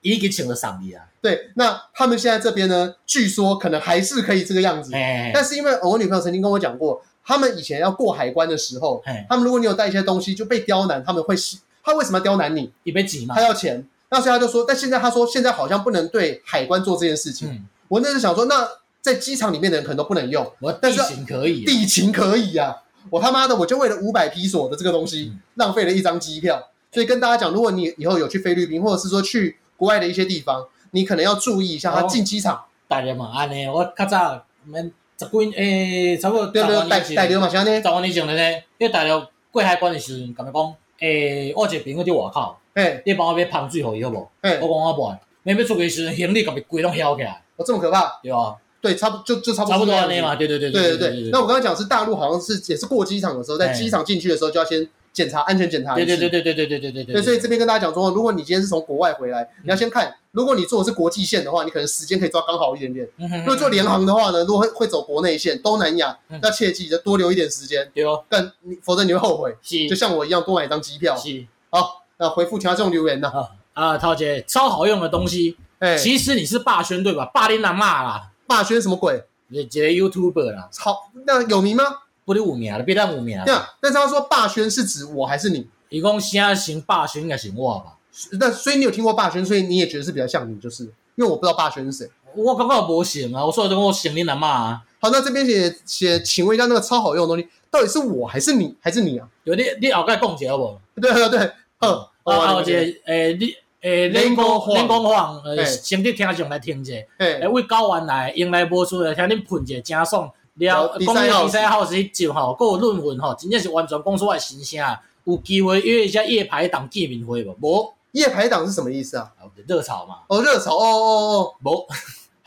[SPEAKER 2] 也给请了赏你啊，
[SPEAKER 1] 对，那他们现在这边呢，据说可能还是可以这个样子，
[SPEAKER 2] 哎，
[SPEAKER 1] 但是因为呃我女朋友曾经跟我讲过，他们以前要过海关的时候，
[SPEAKER 2] 哎，
[SPEAKER 1] 他们如果你有带一些东西就被刁难，他们会是他为什么要刁难你？
[SPEAKER 2] 也被挤嘛
[SPEAKER 1] 他，要钱，那所以他就说，但现在他说现在好像不能对海关做这件事情。
[SPEAKER 2] 嗯，
[SPEAKER 1] 我那时想说，那在机场里面的人可能都不能用，
[SPEAKER 2] 我地形可以啊，
[SPEAKER 1] 地勤可以啊。我他妈的，我就为了五百披索的这个东西
[SPEAKER 2] 嗯，
[SPEAKER 1] 浪费了一张机票。所以跟大家讲，如果你以后有去菲律宾，或者是说去国外的一些地方，你可能要注意一下，他
[SPEAKER 2] 哦
[SPEAKER 1] 进机场，
[SPEAKER 2] 大家嘛安尼，我较早免十几诶，差不多
[SPEAKER 1] 对
[SPEAKER 2] 十
[SPEAKER 1] 不
[SPEAKER 2] 多
[SPEAKER 1] 对？带
[SPEAKER 2] 年
[SPEAKER 1] 带
[SPEAKER 2] 前，
[SPEAKER 1] 流马香呢？
[SPEAKER 2] 十多年前了呢，迄大陆过海关的时阵，甲伊讲，诶，我一个朋友伫外口，
[SPEAKER 1] 哎
[SPEAKER 2] 你帮我买香水互伊好无？
[SPEAKER 1] 哎
[SPEAKER 2] 我，讲我袂，免要出去的时阵，行李甲伊规拢掀起来，
[SPEAKER 1] 我这么可怕？
[SPEAKER 2] 对啊，
[SPEAKER 1] 对，差不就就差不
[SPEAKER 2] 差不
[SPEAKER 1] 多这
[SPEAKER 2] 多
[SPEAKER 1] 样
[SPEAKER 2] 安
[SPEAKER 1] 子
[SPEAKER 2] 尼。嘛，对对对
[SPEAKER 1] 对对
[SPEAKER 2] 对
[SPEAKER 1] 对。那我刚刚讲是大陆，好像是也是过机场的时候，在
[SPEAKER 2] 哎
[SPEAKER 1] 机场进去的时候就要先检查安全检查一
[SPEAKER 2] 对
[SPEAKER 1] 次。
[SPEAKER 2] 对对对对对对对对
[SPEAKER 1] 对，所以这边跟大家讲说，如果你今天是从国外回
[SPEAKER 2] 嗯
[SPEAKER 1] 来，你要先看，如果你做的是国际线的话，你可能时间可以抓刚好一点点；
[SPEAKER 2] 嗯哼哼
[SPEAKER 1] 如果做联航的话呢，如果会会走国内线，东南亚
[SPEAKER 2] 嗯
[SPEAKER 1] 要切记就多留一点时间，
[SPEAKER 2] 对哦，
[SPEAKER 1] 但你否则你会后悔，
[SPEAKER 2] 是
[SPEAKER 1] 就像我一样多买一张机票。
[SPEAKER 2] 嗯是
[SPEAKER 1] 好，那回复其他这种留言呢？
[SPEAKER 2] 啊啊，涛姐超好用的东西，
[SPEAKER 1] 哎，
[SPEAKER 2] 其实你是霸宣对吧？霸凌阿骂啦，
[SPEAKER 1] 霸轩什么鬼？
[SPEAKER 2] 一个 YouTuber 啦，
[SPEAKER 1] 好，那有名吗？
[SPEAKER 2] 不得有名啦，别当有名啦
[SPEAKER 1] 这。样，但是他说霸轩是指我还是你？
[SPEAKER 2] 伊讲啥型霸宣应该型我吧？
[SPEAKER 1] 那所以你有听过霸轩，所以你也觉得是比较像你，就是因为我不知道霸轩是谁。
[SPEAKER 2] 我感觉无成啊，我所以就讲我成恁阿嬷啊。
[SPEAKER 1] 好，那这边写写，请问一下那个超好用的东西，到底是我还是你，还是你啊？
[SPEAKER 2] 对，你你后盖讲一下好无？
[SPEAKER 1] 对对哦对，好，
[SPEAKER 2] 啊，后一
[SPEAKER 1] 姐，
[SPEAKER 2] 个诶，你诶，
[SPEAKER 1] 连
[SPEAKER 2] 恁
[SPEAKER 1] 讲
[SPEAKER 2] 讲
[SPEAKER 1] 话
[SPEAKER 2] 恁讲话，呃，
[SPEAKER 1] 嘿
[SPEAKER 2] 先去听上来听者。诶，
[SPEAKER 1] 哎，
[SPEAKER 2] 为教完来，用来无输的，听恁喷者真爽。了，
[SPEAKER 1] 了
[SPEAKER 2] 讲
[SPEAKER 1] 比赛
[SPEAKER 2] 个
[SPEAKER 1] 好
[SPEAKER 2] 比赛好是一集吼，还有论文吼，真正是完全讲出我的心声。啊有机会约一下夜排档见面会无？
[SPEAKER 1] 我夜排档是什么意思啊？
[SPEAKER 2] 啊热炒嘛，
[SPEAKER 1] 哦，热潮，哦哦
[SPEAKER 2] 无。
[SPEAKER 1] 哦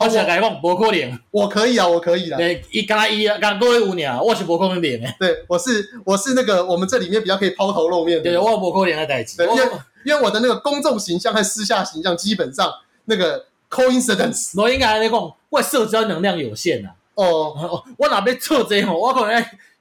[SPEAKER 2] 我是甲伊讲，无可能。
[SPEAKER 1] 哦，我可以啊，我可以啊，
[SPEAKER 2] 诶，伊敢若伊敢各位有尔，我是无可能练诶。
[SPEAKER 1] 对，我是我是那个我们这里面比较可以抛头露面的
[SPEAKER 2] 对，，我无可能诶代志。
[SPEAKER 1] 对
[SPEAKER 2] 我
[SPEAKER 1] 因为因为我的那个公众形象和私下形象基本上那个 coincidence
[SPEAKER 2] 我应该安尼讲，我的社交能量有限啊。
[SPEAKER 1] 哦。
[SPEAKER 2] 我我若要做这吼、我可能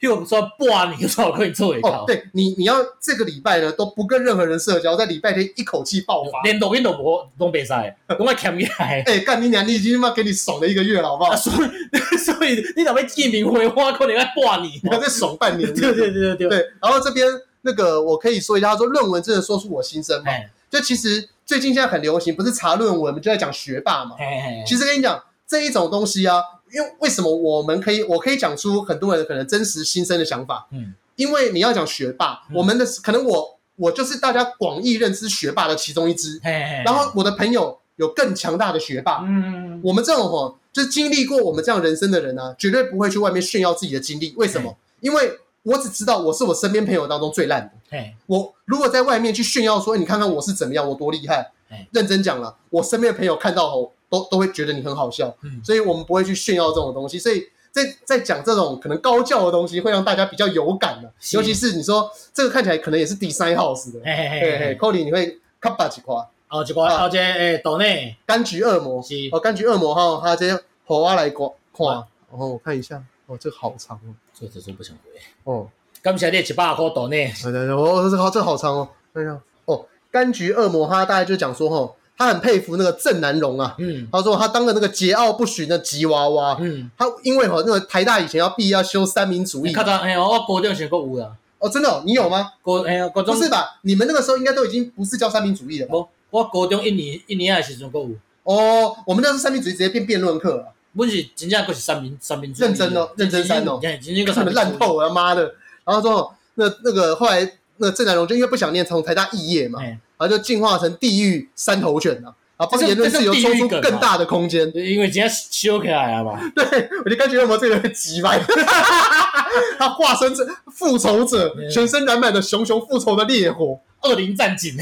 [SPEAKER 2] 要说半年才可以做会
[SPEAKER 1] 哦
[SPEAKER 2] 到，，
[SPEAKER 1] 对你，你要这个礼拜呢都不跟任何人社交，在礼拜天一口气爆发。
[SPEAKER 2] 连录音都无拢袂使，拢爱欠起来。
[SPEAKER 1] 哎，干你娘！你已经妈给你爽了一个月了，好不好
[SPEAKER 2] 啊，？ 所以所以你若要见面会，我可能要半 年。
[SPEAKER 1] 你还在爽半年
[SPEAKER 2] 对。 对对对对，
[SPEAKER 1] 对，然后这边那个我可以说一下，他说论文真的说出我心声吗？
[SPEAKER 2] 哎
[SPEAKER 1] 就其实最近现在很流行，不是查论文，我们就在讲学霸嘛。
[SPEAKER 2] 哎
[SPEAKER 1] 其实跟你讲这一种东西啊，因为为什么我们可以，我可以讲出很多人可能真实心声的想法，
[SPEAKER 2] 嗯，
[SPEAKER 1] 因为你要讲学霸，
[SPEAKER 2] 嗯
[SPEAKER 1] 我们的可能我我就是大家广义认知学霸的其中一支，
[SPEAKER 2] 哎，
[SPEAKER 1] 然后我的朋友有更强大的学霸，
[SPEAKER 2] 嗯，
[SPEAKER 1] 我们这种哦，就是经历过我们这样人生的人呢、啊，绝对不会去外面炫耀自己的经历，为什么？因为我只知道我是我身边朋友当中最烂的。
[SPEAKER 2] 哎
[SPEAKER 1] 我如果在外面去炫耀说，哎你看看我是怎么样，我多厉害
[SPEAKER 2] 哎，
[SPEAKER 1] 认真讲了，我身边的朋友看到后都都会觉得你很好笑，
[SPEAKER 2] 嗯
[SPEAKER 1] 所以我们不会去炫耀这种东西，所以。在在讲这种可能高教的东西，会让大家比较有感的、
[SPEAKER 2] 是
[SPEAKER 1] 尤其是你说这个看起来可能也是 design house 的，
[SPEAKER 2] 哎
[SPEAKER 1] 嘿嘿啊
[SPEAKER 2] 哎，
[SPEAKER 1] ，Cody 你会卡巴几块？
[SPEAKER 2] 后哦一个后一个诶，岛内
[SPEAKER 1] 柑橘恶魔
[SPEAKER 2] 是
[SPEAKER 1] 哦，柑橘恶魔哈，他这火花来刮看，
[SPEAKER 2] 哇
[SPEAKER 1] 然后我看一下，哦，这个好长哦，
[SPEAKER 2] 做做做不想回，
[SPEAKER 1] 哦，
[SPEAKER 2] 感谢你一百块岛内，
[SPEAKER 1] 对对对，哦，这个好，这个好长哦。看一下，哦，柑橘恶魔他大概就讲说，吼，他很佩服那个郑南荣啊。
[SPEAKER 2] 嗯
[SPEAKER 1] 他说他当了那个桀骜不驯的吉娃娃，
[SPEAKER 2] 嗯，
[SPEAKER 1] 他因为吼那个台大以前要毕业要修三民主义
[SPEAKER 2] 较，早哎，我高中时候有啊，
[SPEAKER 1] 哦，真的、哦，你有吗？
[SPEAKER 2] 高哎呀，高
[SPEAKER 1] 不
[SPEAKER 2] 中
[SPEAKER 1] 是吧？你们那个时候应该都已经不是叫三民主义了吧？
[SPEAKER 2] 无，我高中一年一年诶时阵，阁有，
[SPEAKER 1] 哦，我们那时候三民主义直接变辩论课了，
[SPEAKER 2] 阮是真正阁是三民三民主义
[SPEAKER 1] 认真哦，认真三哦，
[SPEAKER 2] 嘿真正阁
[SPEAKER 1] 看
[SPEAKER 2] 三
[SPEAKER 1] 的
[SPEAKER 2] 民
[SPEAKER 1] 烂透了，妈的！然后之后那那个后来那郑南荣就因为不想念从台大肄业嘛，
[SPEAKER 2] 哎，
[SPEAKER 1] 然后就进化成地狱三头犬啊，啊，帮
[SPEAKER 2] 这是
[SPEAKER 1] 言论自由
[SPEAKER 2] 这是
[SPEAKER 1] 抽
[SPEAKER 2] 地狱
[SPEAKER 1] 出
[SPEAKER 2] 梗啊
[SPEAKER 1] 更大的空间。
[SPEAKER 2] 因为真正烧起来啊嘛，
[SPEAKER 1] 对，我就感觉我这个人很急白， 他化身成复仇者，
[SPEAKER 2] 对
[SPEAKER 1] 全身染满了熊熊复仇的烈火。
[SPEAKER 2] 恶灵 战警。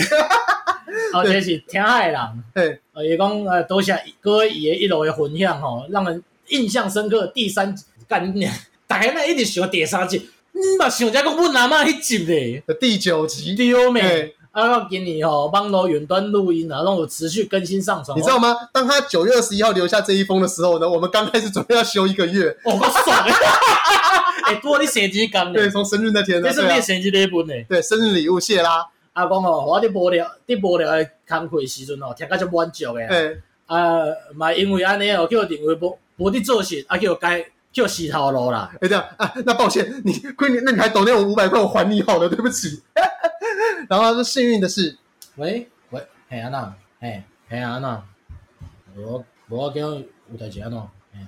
[SPEAKER 2] 哦，这是听海人，
[SPEAKER 1] 嘿，
[SPEAKER 2] 呃，伊讲呃，多谢各位伊的一路的分享吼，让人印象深刻。第三集，干你娘，大家那一直想第三集，你嘛想才讲阮阿嬷迄集咧，
[SPEAKER 1] 第九集，哎
[SPEAKER 2] 对
[SPEAKER 1] 嘿
[SPEAKER 2] 咩？啊，到今年吼，网络远端录音啊，让我持续更新上传，哦
[SPEAKER 1] 你知道吗？当他九月二十一号留下这一封的时候呢，我们刚开始准备要休一个月，
[SPEAKER 2] 哦，我够爽的。 哎，多你生日工
[SPEAKER 1] 对，
[SPEAKER 2] 咧，
[SPEAKER 1] 从生日那天呢，
[SPEAKER 2] 这是
[SPEAKER 1] 对
[SPEAKER 2] 你
[SPEAKER 1] 啊，
[SPEAKER 2] 生日礼物咧。
[SPEAKER 1] 对，生日礼物谢啦，
[SPEAKER 2] 啊，讲吼，我伫无聊，伫无聊的工课时阵吼，哦听甲足满足的啊。
[SPEAKER 1] 哎，
[SPEAKER 2] 啊，嘛因为安尼哦，叫认为无无伫做事，啊叫改叫洗头路啦。
[SPEAKER 1] 哎、这样啊，那抱歉，你亏你，那你还抖那我五百块，我还你好了，对不起。 然后他说，幸运的是，
[SPEAKER 2] 喂喂，嘿安娜，嘿嘿安娜，无无我今日有代志安怎？嘿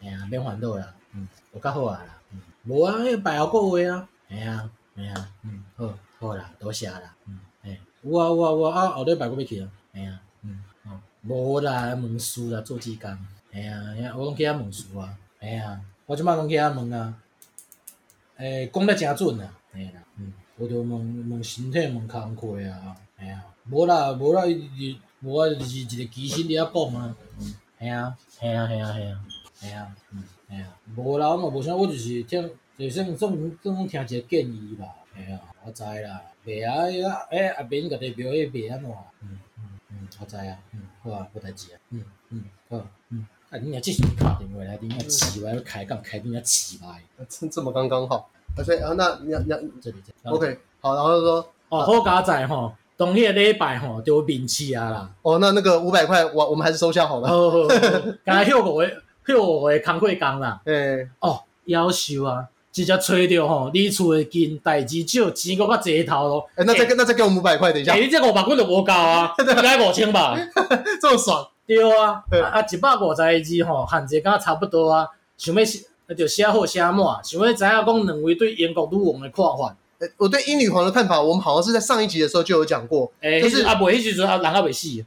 [SPEAKER 2] 嘿啊，免烦恼啦，嗯，有较好啊啦，嗯，无啊，迄排后个月啊，嘿啊嘿啊，嗯，好好啦，多谢啦，嗯，嘿，有啊有啊有啊，啊后礼拜我要去啊，嘿啊，嗯，哦，无啦，问事啦，做志工，嘿啊，嘿啊，我拢去遐问事啊，嘿啊，我即摆拢去遐问啊。诶，讲得诚准啊，嘿啦，嗯，我着问问身体，问工课啊，嘿啊，无啦，无啦，伊无啊，就是一个机心伫遐讲啊，嗯，嘿啊，嘿啊，嘿啊，嘿啊，嘿啊，嗯，嘿啊，无啦，我嘛无啥，我就是听，就算算算听一个建议吧，嘿啊，我知啦，袂啊，迄个诶阿边家己庙迄袂安怎，嗯嗯嗯，我知啊，嗯，好啊，无代志啊，嗯嗯，好，嗯，啊，你若即时敲电话来，你若气歪，要开讲开你若气歪，
[SPEAKER 1] 真呃这么刚刚好。啊，所以啊，那你你
[SPEAKER 2] 这里这里
[SPEAKER 1] OK 好，然后就说，
[SPEAKER 2] 哦，好加载吼，当迄个礼拜吼就有面试啊啦。
[SPEAKER 1] 哦，那那个五百块，我我们还是收下好了。
[SPEAKER 2] 好好，加休五个 休五个工过工啦。
[SPEAKER 1] 哎、
[SPEAKER 2] 哦，夭寿啊！直接吹着吼，你厝的近，代志少，钱搁较济头咯。
[SPEAKER 1] 哎、那哎再
[SPEAKER 2] 欸
[SPEAKER 1] 给、那再给我们五百块，等一下，
[SPEAKER 2] 欸你这五百块就无够啊，应该五千吧？
[SPEAKER 1] 这么爽。
[SPEAKER 2] 对啊，
[SPEAKER 1] 对
[SPEAKER 2] 啊啊一百五十字吼，限制敢差不多啊。想要写，就写好写满，想要知影讲两位对英国女王的看法。
[SPEAKER 1] 呃我对英女皇的看法，我们好像是在上一集的时候就有讲过。
[SPEAKER 2] 诶、
[SPEAKER 1] 就
[SPEAKER 2] 就是是啊，袂迄时阵啊，人啊袂死。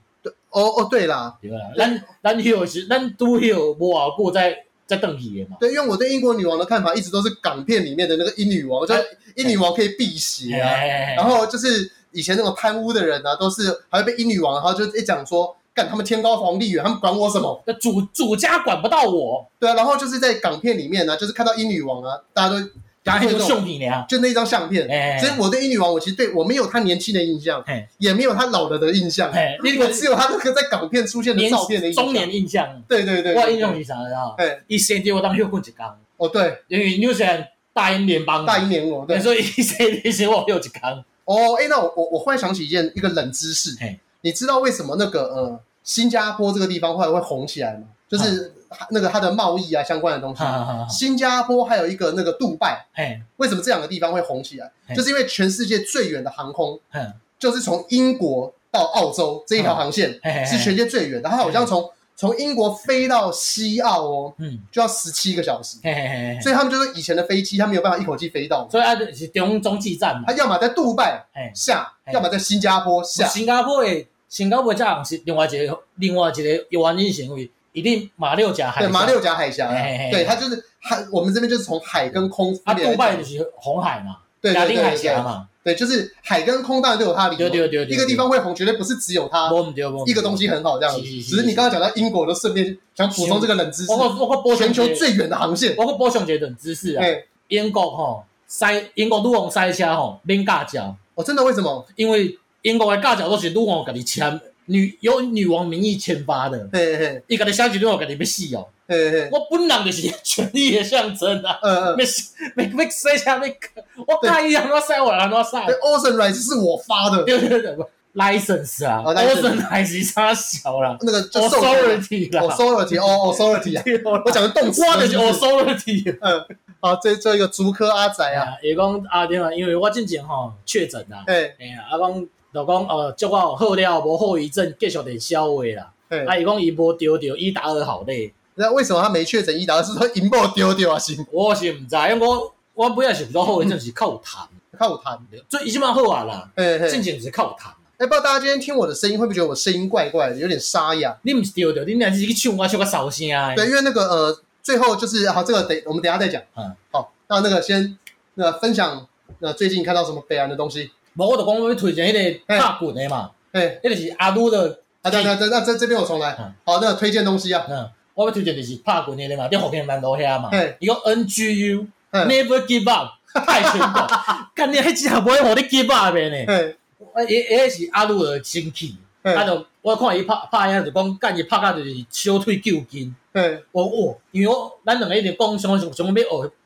[SPEAKER 1] 哦哦，对啦，
[SPEAKER 2] 对啦，咱咱休是，咱拄休无偌久再再转去的嘛。
[SPEAKER 1] 对，因为我对英国女王的看法一直都是港片里面的那个英女王，就是英女王可以辟邪啊。然
[SPEAKER 2] 哎然
[SPEAKER 1] 后就是以前那种贪污的人啊，都是还会被英女王，然后就一讲说，干他们天高皇帝远，他们管我什么？
[SPEAKER 2] 那主主家管不到我，
[SPEAKER 1] 对啊，然后就是在港片里面呢、就是看到英女王啊，大家都
[SPEAKER 2] 然后
[SPEAKER 1] 就
[SPEAKER 2] 就是送你俩。
[SPEAKER 1] 就那一张相片。
[SPEAKER 2] 哎，
[SPEAKER 1] 所以我对英女王，我其实对我没有她年轻的印象
[SPEAKER 2] 嘿，
[SPEAKER 1] 也没有她老了的印象，
[SPEAKER 2] 哎，你
[SPEAKER 1] 我
[SPEAKER 2] 个
[SPEAKER 1] 只有她那个在港片出现的
[SPEAKER 2] 年
[SPEAKER 1] 照哎片的印象。
[SPEAKER 2] 中年印象，
[SPEAKER 1] 对对对，对
[SPEAKER 2] 我印象是啥啊？
[SPEAKER 1] 哎
[SPEAKER 2] 伊生日我当休困一工，
[SPEAKER 1] 哦对，
[SPEAKER 2] 因为纽西兰大英联邦嘛，啊
[SPEAKER 1] 大英年我对
[SPEAKER 2] 所以伊生日时我休一 工。
[SPEAKER 1] 哦哎，那我我我忽然想起一件一个冷知识
[SPEAKER 2] 嘿，
[SPEAKER 1] 你知道为什么那个呃新加坡这个地方后来会红起来吗？
[SPEAKER 2] 嗯
[SPEAKER 1] 就是那个它的贸易啊相关的东西，
[SPEAKER 2] 哈哈哈哈，
[SPEAKER 1] 新加坡还有一个那个杜拜，
[SPEAKER 2] 嘿，
[SPEAKER 1] 为什么这两个地方会红起来？
[SPEAKER 2] 嘿
[SPEAKER 1] 就是因为全世界最远的航空
[SPEAKER 2] 嗯，
[SPEAKER 1] 就是从英国到澳洲这一条航线
[SPEAKER 2] 嘿嘿嘿
[SPEAKER 1] 是全世界最远的，它好像从从英国飞到西澳哦，
[SPEAKER 2] 嗯，
[SPEAKER 1] 就要十七个小时，
[SPEAKER 2] 嘿嘿嘿嘿，
[SPEAKER 1] 所以他们就是以前的飞机，他没有办法一口气飞到，
[SPEAKER 2] 所以啊就是中中继站嘛
[SPEAKER 1] 他，要么在杜拜
[SPEAKER 2] 嘿，
[SPEAKER 1] 下，
[SPEAKER 2] 嘿
[SPEAKER 1] 要么在新加坡下，
[SPEAKER 2] 新加坡的新加坡这样是另外一个另外一个原因是因为一定马六甲海
[SPEAKER 1] 对，
[SPEAKER 2] 峡，
[SPEAKER 1] 马六甲海峡
[SPEAKER 2] 嘿嘿，嘿
[SPEAKER 1] 对，它就是海，我们这边就是从海跟空
[SPEAKER 2] 啊，
[SPEAKER 1] 分别来
[SPEAKER 2] 杜拜就
[SPEAKER 1] 讲
[SPEAKER 2] 是红海嘛，
[SPEAKER 1] 对
[SPEAKER 2] 亚
[SPEAKER 1] 对对
[SPEAKER 2] 丁海峡
[SPEAKER 1] 对，
[SPEAKER 2] 嘛，
[SPEAKER 1] 对，就是海跟空当然都有它的理
[SPEAKER 2] 对
[SPEAKER 1] 由，
[SPEAKER 2] 对对对，
[SPEAKER 1] 一个地方会红，绝对不是只有它
[SPEAKER 2] 无毋对，无
[SPEAKER 1] 一个东西很好这样子。
[SPEAKER 2] 是是是
[SPEAKER 1] 只是你刚刚讲到英国，就顺便想补充这个冷知识
[SPEAKER 2] 我，我我补
[SPEAKER 1] 全
[SPEAKER 2] 充
[SPEAKER 1] 球
[SPEAKER 2] 一个
[SPEAKER 1] 最远的航线。
[SPEAKER 2] 我我补充一个冷知识啊，
[SPEAKER 1] 哎，
[SPEAKER 2] 英国吼塞英国女王塞车吼免驾照，
[SPEAKER 1] 哦，真的为什么？
[SPEAKER 2] 因为英国的驾照都是女王家己签，女由女王名义签发的，
[SPEAKER 1] 嘿嘿
[SPEAKER 2] 伊家己写一句我家己要死哦，
[SPEAKER 1] 嘿嘿，
[SPEAKER 2] 我本人就是权力的象征啊，
[SPEAKER 1] 呃，呃
[SPEAKER 2] 要死要要塞车要，我介意安怎塞我安怎塞
[SPEAKER 1] 对，，Ocean Rise 是我发的，
[SPEAKER 2] 对对对不，license 啊，
[SPEAKER 1] 哦
[SPEAKER 2] 我
[SPEAKER 1] ，license
[SPEAKER 2] 真还是差小啦
[SPEAKER 1] 那个就授权
[SPEAKER 2] ，authority 啦。
[SPEAKER 1] 哦 authority 哦 authority 啊，我讲的动词，
[SPEAKER 2] 我就是 authority，
[SPEAKER 1] 啊嗯，啊，这这一个竹科阿仔
[SPEAKER 2] 哎
[SPEAKER 1] 啊，
[SPEAKER 2] 呀，伊讲啊对啊，因为我之前吼确诊啦，
[SPEAKER 1] 哎
[SPEAKER 2] 哎呀，啊讲就讲哦，即我有好了，无后遗症继续连消话啦。啊，
[SPEAKER 1] 哎，
[SPEAKER 2] 伊讲伊无丢着伊达尔好累，
[SPEAKER 1] 那为什么他没确诊？伊达是说银幕丢丢啊，行，
[SPEAKER 2] 我是毋知，因为我我本来是毋知道后遗症是靠有痰，
[SPEAKER 1] 靠谈。
[SPEAKER 2] 所以伊即满好啊啦，
[SPEAKER 1] 哎嘿，
[SPEAKER 2] 之前是靠有痰。啊
[SPEAKER 1] 哎，不知道大家今天听我的声音会不会觉得我声音怪怪的，有点沙哑？
[SPEAKER 2] 你毋是丢着，你若是去唱我唱个烧声啊的。
[SPEAKER 1] 对，因为那个呃，最后就是好，这个等我们等一下再讲。
[SPEAKER 2] 嗯，
[SPEAKER 1] 好，那那个先那分享那最近看到什么北韩的东西？
[SPEAKER 2] 无我就讲我要推荐迄个拍滚的嘛，
[SPEAKER 1] 哎，
[SPEAKER 2] 迄个是阿鲁的，
[SPEAKER 1] 啊，对对对，那这这边我重来
[SPEAKER 2] 嗯。
[SPEAKER 1] 好，那个推荐东西啊，
[SPEAKER 2] 嗯，我要推荐就是拍滚的嘛，伫福建南路遐嘛
[SPEAKER 1] 嘿，
[SPEAKER 2] 伊讲 NGU
[SPEAKER 1] 嗯
[SPEAKER 2] Never Give Up 泰拳道， 干你迄只也袂互你 give up 的呢。
[SPEAKER 1] 哎
[SPEAKER 2] 啊，伊伊迄是阿鲁的生气，啊
[SPEAKER 1] 哎
[SPEAKER 2] 就我看伊拍拍遐就讲，干伊拍到就是小腿旧筋，
[SPEAKER 1] 哎
[SPEAKER 2] 我我因为我咱两个一直讲想想想要学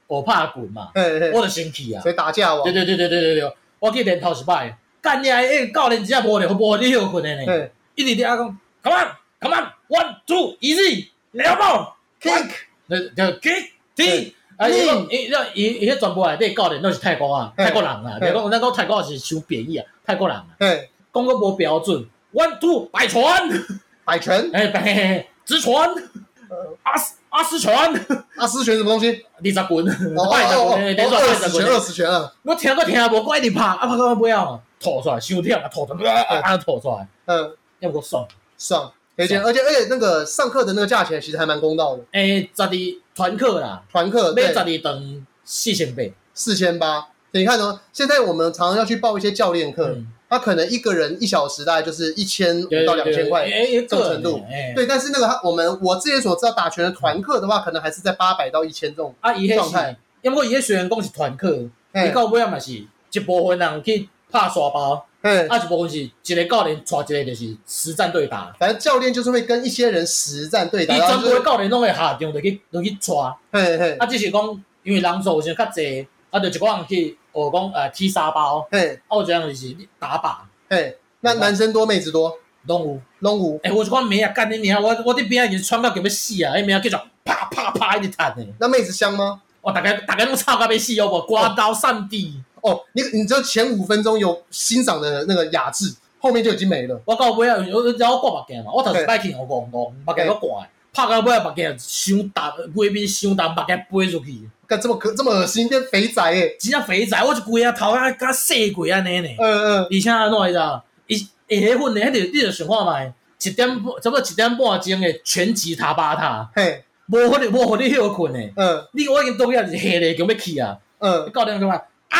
[SPEAKER 2] 学拍滚嘛，
[SPEAKER 1] 哎哎，
[SPEAKER 2] 我就生气啊。
[SPEAKER 1] 所以哦打架王
[SPEAKER 2] 对。对对对对对对，我去练头一摆，干你啊！迄教练只无咧，无咧休困诶呢，
[SPEAKER 1] 哎
[SPEAKER 2] 一直咧啊讲，Come on，Come on，One Two Easy，了爆，
[SPEAKER 1] ，kick，
[SPEAKER 2] 就就 kick T。啊！伊讲伊那伊伊迄全部内底教练都是泰国啊，
[SPEAKER 1] 嘿
[SPEAKER 2] 泰国人啊，
[SPEAKER 1] 嘿
[SPEAKER 2] 就讲咱讲泰国是伤贬义啊，泰国人啊，
[SPEAKER 1] 哎，
[SPEAKER 2] 讲个无标准，One Two 摆 船，
[SPEAKER 1] 摆拳，
[SPEAKER 2] 哎，摆直船，
[SPEAKER 1] 呃
[SPEAKER 2] 阿斯阿斯船，二
[SPEAKER 1] 阿斯啊拳什么东西？
[SPEAKER 2] 十滚，
[SPEAKER 1] 哦哦
[SPEAKER 2] 摆十
[SPEAKER 1] 哦，
[SPEAKER 2] 滚，连续
[SPEAKER 1] 二
[SPEAKER 2] 摆十
[SPEAKER 1] 十
[SPEAKER 2] 滚
[SPEAKER 1] 拳，，二十拳啊，
[SPEAKER 2] 我听都听无，我一直拍，啊拍到尾啊，吐出来，伤忝啊，吐出来，啊啊吐出来，
[SPEAKER 1] 嗯，
[SPEAKER 2] 要不爽。
[SPEAKER 1] 爽，推荐，而且而且那个上课的那个价钱其实还蛮公道的，
[SPEAKER 2] 诶，哎十二团课啦，
[SPEAKER 1] 团课
[SPEAKER 2] 买
[SPEAKER 1] 对
[SPEAKER 2] 十二顿四千八，
[SPEAKER 1] 四千八。你看哦，现在我们常常要去报一些教练课，
[SPEAKER 2] 嗯，
[SPEAKER 1] 他可能一个人一小时大概就是一千
[SPEAKER 2] 对哎
[SPEAKER 1] 五到两千块，
[SPEAKER 2] 诶，诶
[SPEAKER 1] 这种程度，
[SPEAKER 2] 诶，
[SPEAKER 1] 对，但是那个他我们我之前所知道打拳的团课的话，可能还是在八百到一千这种。
[SPEAKER 2] 啊，伊迄
[SPEAKER 1] 状
[SPEAKER 2] 是
[SPEAKER 1] 态，
[SPEAKER 2] 因为伊迄虽然讲是团课，
[SPEAKER 1] 嘿
[SPEAKER 2] 伊到尾啊嘛是一部分人去拍沙包，
[SPEAKER 1] 嗯，
[SPEAKER 2] 啊一部分是一个教练带一个就是实战对打，
[SPEAKER 1] 反正教练就是会跟一些人实战对
[SPEAKER 2] 伊
[SPEAKER 1] 打，然
[SPEAKER 2] 全
[SPEAKER 1] 后
[SPEAKER 2] 部
[SPEAKER 1] 就
[SPEAKER 2] 的
[SPEAKER 1] 是
[SPEAKER 2] 教练拢会下场就去就去带。
[SPEAKER 1] 嘿嘿
[SPEAKER 2] 啊，只是讲因为人数有时较济，啊，就一个人去学讲呃踢沙包，
[SPEAKER 1] 嘿
[SPEAKER 2] 啊，有一个人就是打靶，
[SPEAKER 1] 嘿，那男生多妹子多，
[SPEAKER 2] 拢有。
[SPEAKER 1] 龙武
[SPEAKER 2] 诶、我一款妹啊，干你娘！我我伫边仔已经喘到要死啊，迄妹啊继续啪啪啪一直弹诶，
[SPEAKER 1] 那妹子香吗？
[SPEAKER 2] 我大家大家拢吵到要死，好无？刮刀散地，
[SPEAKER 1] 哦，你你只有前五分钟有欣赏的那个雅致，后面就已经没了。
[SPEAKER 2] 我到尾啊，我我然后我挂目镜嘛，我头一摆去我戆戆，目镜都挂的，拍到尾目镜伤淡，规面伤淡，目镜飞出去，
[SPEAKER 1] 干这么可这么恶心，变肥宅哎、
[SPEAKER 2] 真正肥仔，我一规啊头啊甲细鬼安尼呢。
[SPEAKER 1] 嗯嗯，
[SPEAKER 2] 而且安怎知道？伊伊迄份诶，迄个你着想看卖，一点半差不多一点半钟诶全集塔巴塔，
[SPEAKER 1] 嘿，
[SPEAKER 2] 无互你无互你休困诶。
[SPEAKER 1] 嗯
[SPEAKER 2] 你我已经当下是下咧，强要去啊！
[SPEAKER 1] 嗯，
[SPEAKER 2] 教练讲话，哎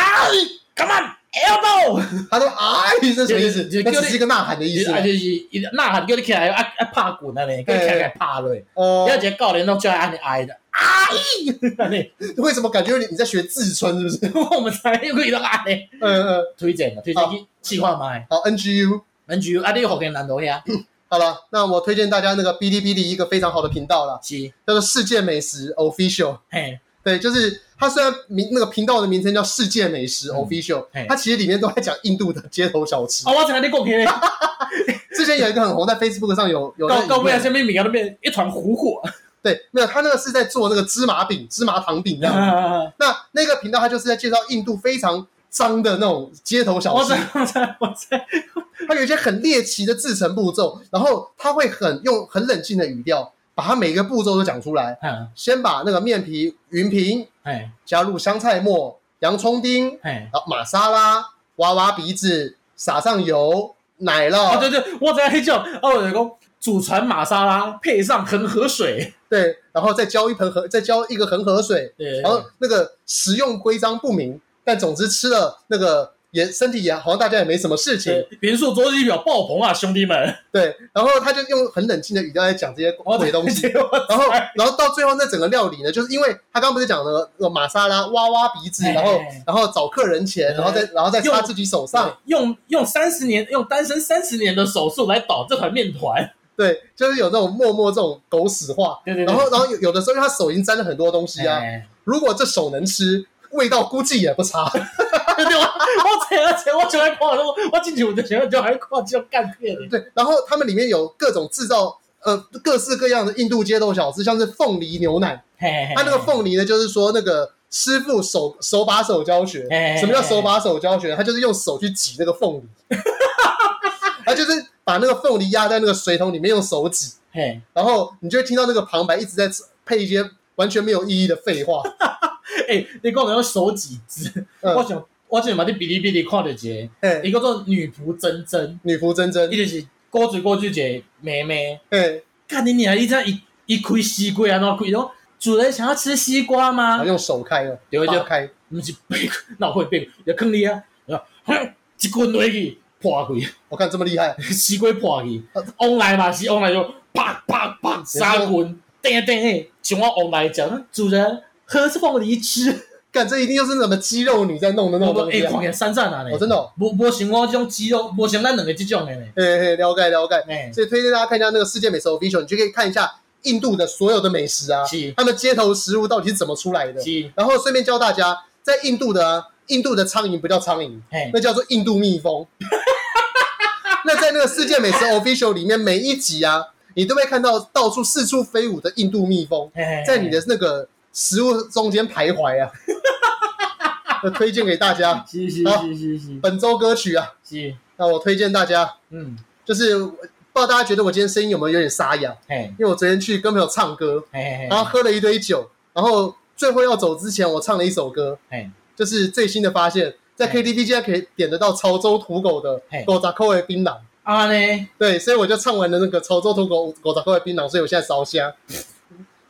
[SPEAKER 2] ，come on，elbow，
[SPEAKER 1] 他说啊，你这什么意思
[SPEAKER 2] 就就？
[SPEAKER 1] 那只是一个呐喊的意思
[SPEAKER 2] 啊就是伊呐喊叫你起来，啊啊拍滚安尼，叫你起来拍落。
[SPEAKER 1] 哦
[SPEAKER 2] 你。一个教练拢叫安尼挨的，啊咦， 安尼，
[SPEAKER 1] 为什么感觉有点你在学自尊是不是？
[SPEAKER 2] 我们才有几多安尼。
[SPEAKER 1] 嗯嗯，
[SPEAKER 2] 推荐啊，推荐去试看卖。
[SPEAKER 1] 好，NGU。
[SPEAKER 2] 咱就啊，你有福建南路遐
[SPEAKER 1] 好了，那我推荐大家那个哔哩哔哩一个非常好的频道啦，
[SPEAKER 2] 是，
[SPEAKER 1] 叫做世界美食 Official。
[SPEAKER 2] 嘿，
[SPEAKER 1] 对，就是它虽然名那个频道的名称叫世界美食
[SPEAKER 2] 嗯
[SPEAKER 1] Official，、
[SPEAKER 2] 嘿
[SPEAKER 1] 它其实里面都在讲印度的街头小吃。
[SPEAKER 2] 啊，我知影你讲起咧。
[SPEAKER 1] 之前有一个很红，在 Facebook 上有有那
[SPEAKER 2] 到
[SPEAKER 1] 个
[SPEAKER 2] 到尾啊，
[SPEAKER 1] 影片
[SPEAKER 2] 下面物件都变一团糊糊。
[SPEAKER 1] 对，没有，他那个是在做那个芝麻饼、芝麻糖饼这样。那那个频道它就是在介绍印度非常脏的那种街头小
[SPEAKER 2] 我
[SPEAKER 1] 吃
[SPEAKER 2] 知，我知我知，
[SPEAKER 1] 它有一些很猎奇的制成步骤，然后他会很用很冷静的语调，把它每一个步骤都讲出来。
[SPEAKER 2] 嗯，
[SPEAKER 1] 先把那个面皮匀平，
[SPEAKER 2] 嘿，
[SPEAKER 1] 加入香菜末、洋葱丁，
[SPEAKER 2] 嘿，
[SPEAKER 1] 然后玛莎拉，挖挖鼻子，撒上油、奶酪，
[SPEAKER 2] 哦对对，我知迄种，啊我就讲祖传玛莎拉配上恒河水，
[SPEAKER 1] 对，然后再浇一盆河，再浇一个恒河水，
[SPEAKER 2] 对，
[SPEAKER 1] 然后那个食用规章不明，但总之吃了那个也身体也好像大家也没什么事情，
[SPEAKER 2] 元素周期表爆棚啊，兄弟们，
[SPEAKER 1] 对，然后他就用很冷静的语调来讲这些
[SPEAKER 2] 哦
[SPEAKER 1] 鬼东 西，然后，然后到最后那整个料理呢，就是因为他刚刚不是讲了那个玛莎拉挖挖鼻子，
[SPEAKER 2] 哎
[SPEAKER 1] 然后然后找客人钱，
[SPEAKER 2] 哎
[SPEAKER 1] 然后再然后再擦
[SPEAKER 2] 用
[SPEAKER 1] 自己手上，
[SPEAKER 2] 上用用三十年用单身三十年的手术来导这团面团，
[SPEAKER 1] 对，就是有那种默默这种狗屎话。
[SPEAKER 2] 对对
[SPEAKER 1] 然后然后有有的时候因为他手已经沾了很多东西啊，
[SPEAKER 2] 啊，
[SPEAKER 1] 如果这手能吃，味道估计也不差。
[SPEAKER 2] 对对，我 我前啊前我就来看，我我进去我就前就还看就干片了，
[SPEAKER 1] 对，然后他们里面有各种制造。呃，各式各样的印度街头小吃，像是凤梨牛奶，
[SPEAKER 2] 嘿，
[SPEAKER 1] 它那个凤梨呢，就是说那个师傅手手把手教学
[SPEAKER 2] 哎哎哎，
[SPEAKER 1] 什么叫手把手教学？他就是用手去挤那个凤梨， 他就是把那个凤梨压在那个水桶里面，用手挤，
[SPEAKER 2] 嘿，
[SPEAKER 1] 然后你就会听到那个旁白一直在配一些完全没有意义的废 话。
[SPEAKER 2] 诶，哎你讲要手几只？
[SPEAKER 1] 嗯
[SPEAKER 2] 我想，我想嘛，伫哔哩哔哩看到一个，
[SPEAKER 1] 哎、
[SPEAKER 2] 伊叫做女仆珍珍，
[SPEAKER 1] 女仆真真
[SPEAKER 2] 伊，就是古锥古锥一个妹妹。
[SPEAKER 1] 哎、
[SPEAKER 2] 干你娘！伊才一一开西瓜安怎开？伊讲主人想要吃西瓜
[SPEAKER 1] 然后
[SPEAKER 2] 吗？
[SPEAKER 1] 用手开了，
[SPEAKER 2] 对
[SPEAKER 1] 就
[SPEAKER 2] 就
[SPEAKER 1] 开，
[SPEAKER 2] 毋是变，脑会变，就坑你啊！然后哼一棍落去破开。
[SPEAKER 1] 我看这么厉 害，
[SPEAKER 2] 西瓜破去，往来嘛是往来就啪啪啪三棍，叮叮嘿，像我往来讲，主人喝是凤梨汁，
[SPEAKER 1] 干这一定又是什么肌肉女在弄的那
[SPEAKER 2] 我
[SPEAKER 1] 种
[SPEAKER 2] 们
[SPEAKER 1] 东
[SPEAKER 2] 哎
[SPEAKER 1] 西、啊
[SPEAKER 2] 狂。言散散啊
[SPEAKER 1] 哦，
[SPEAKER 2] 嘞，
[SPEAKER 1] 真的、哦，
[SPEAKER 2] 无无像我这种肌肉，无像咱两个这种的嘞，
[SPEAKER 1] 嘿嘿，了解了解。
[SPEAKER 2] 哎，
[SPEAKER 1] 所以推荐大家看一下那个世界美食 official，你就可以看一下印度的所有的美食啊，
[SPEAKER 2] 是
[SPEAKER 1] 他们街头食物到底是怎么出来的。
[SPEAKER 2] 是，
[SPEAKER 1] 然后顺便教大家，在印度的、啊、印度的苍蝇不叫苍蝇，
[SPEAKER 2] 嘿，
[SPEAKER 1] 那叫做印度蜜蜂。 那在那个世界美食 official 里面，每一集啊，你都会看到到处四处飞舞的印度蜜蜂，
[SPEAKER 2] 哎
[SPEAKER 1] 在你的那个食物中间徘徊啊。 那推荐给大家
[SPEAKER 2] 是是
[SPEAKER 1] 好
[SPEAKER 2] 是是是
[SPEAKER 1] 本周歌曲啊，
[SPEAKER 2] 是，
[SPEAKER 1] 那我推荐大家，
[SPEAKER 2] 嗯，
[SPEAKER 1] 就是不知道大家觉得我今天声音有没有有点沙哑？
[SPEAKER 2] 嘿，
[SPEAKER 1] 因为我昨天去跟朋友唱歌，
[SPEAKER 2] 嘿嘿嘿，
[SPEAKER 1] 然后喝了一堆酒，然后最后要走之前，我唱了一首歌，
[SPEAKER 2] 嘿，就是
[SPEAKER 1] 就是最新的发现，在
[SPEAKER 2] 嘿
[SPEAKER 1] KTV 竟然可以点得到潮州土狗的
[SPEAKER 2] 嘿
[SPEAKER 1] 狗杂扣的槟榔。
[SPEAKER 2] 啊呢，
[SPEAKER 1] 对，所以我就唱完了那个潮州土狗狗杂扣的槟榔，所以我现在烧香。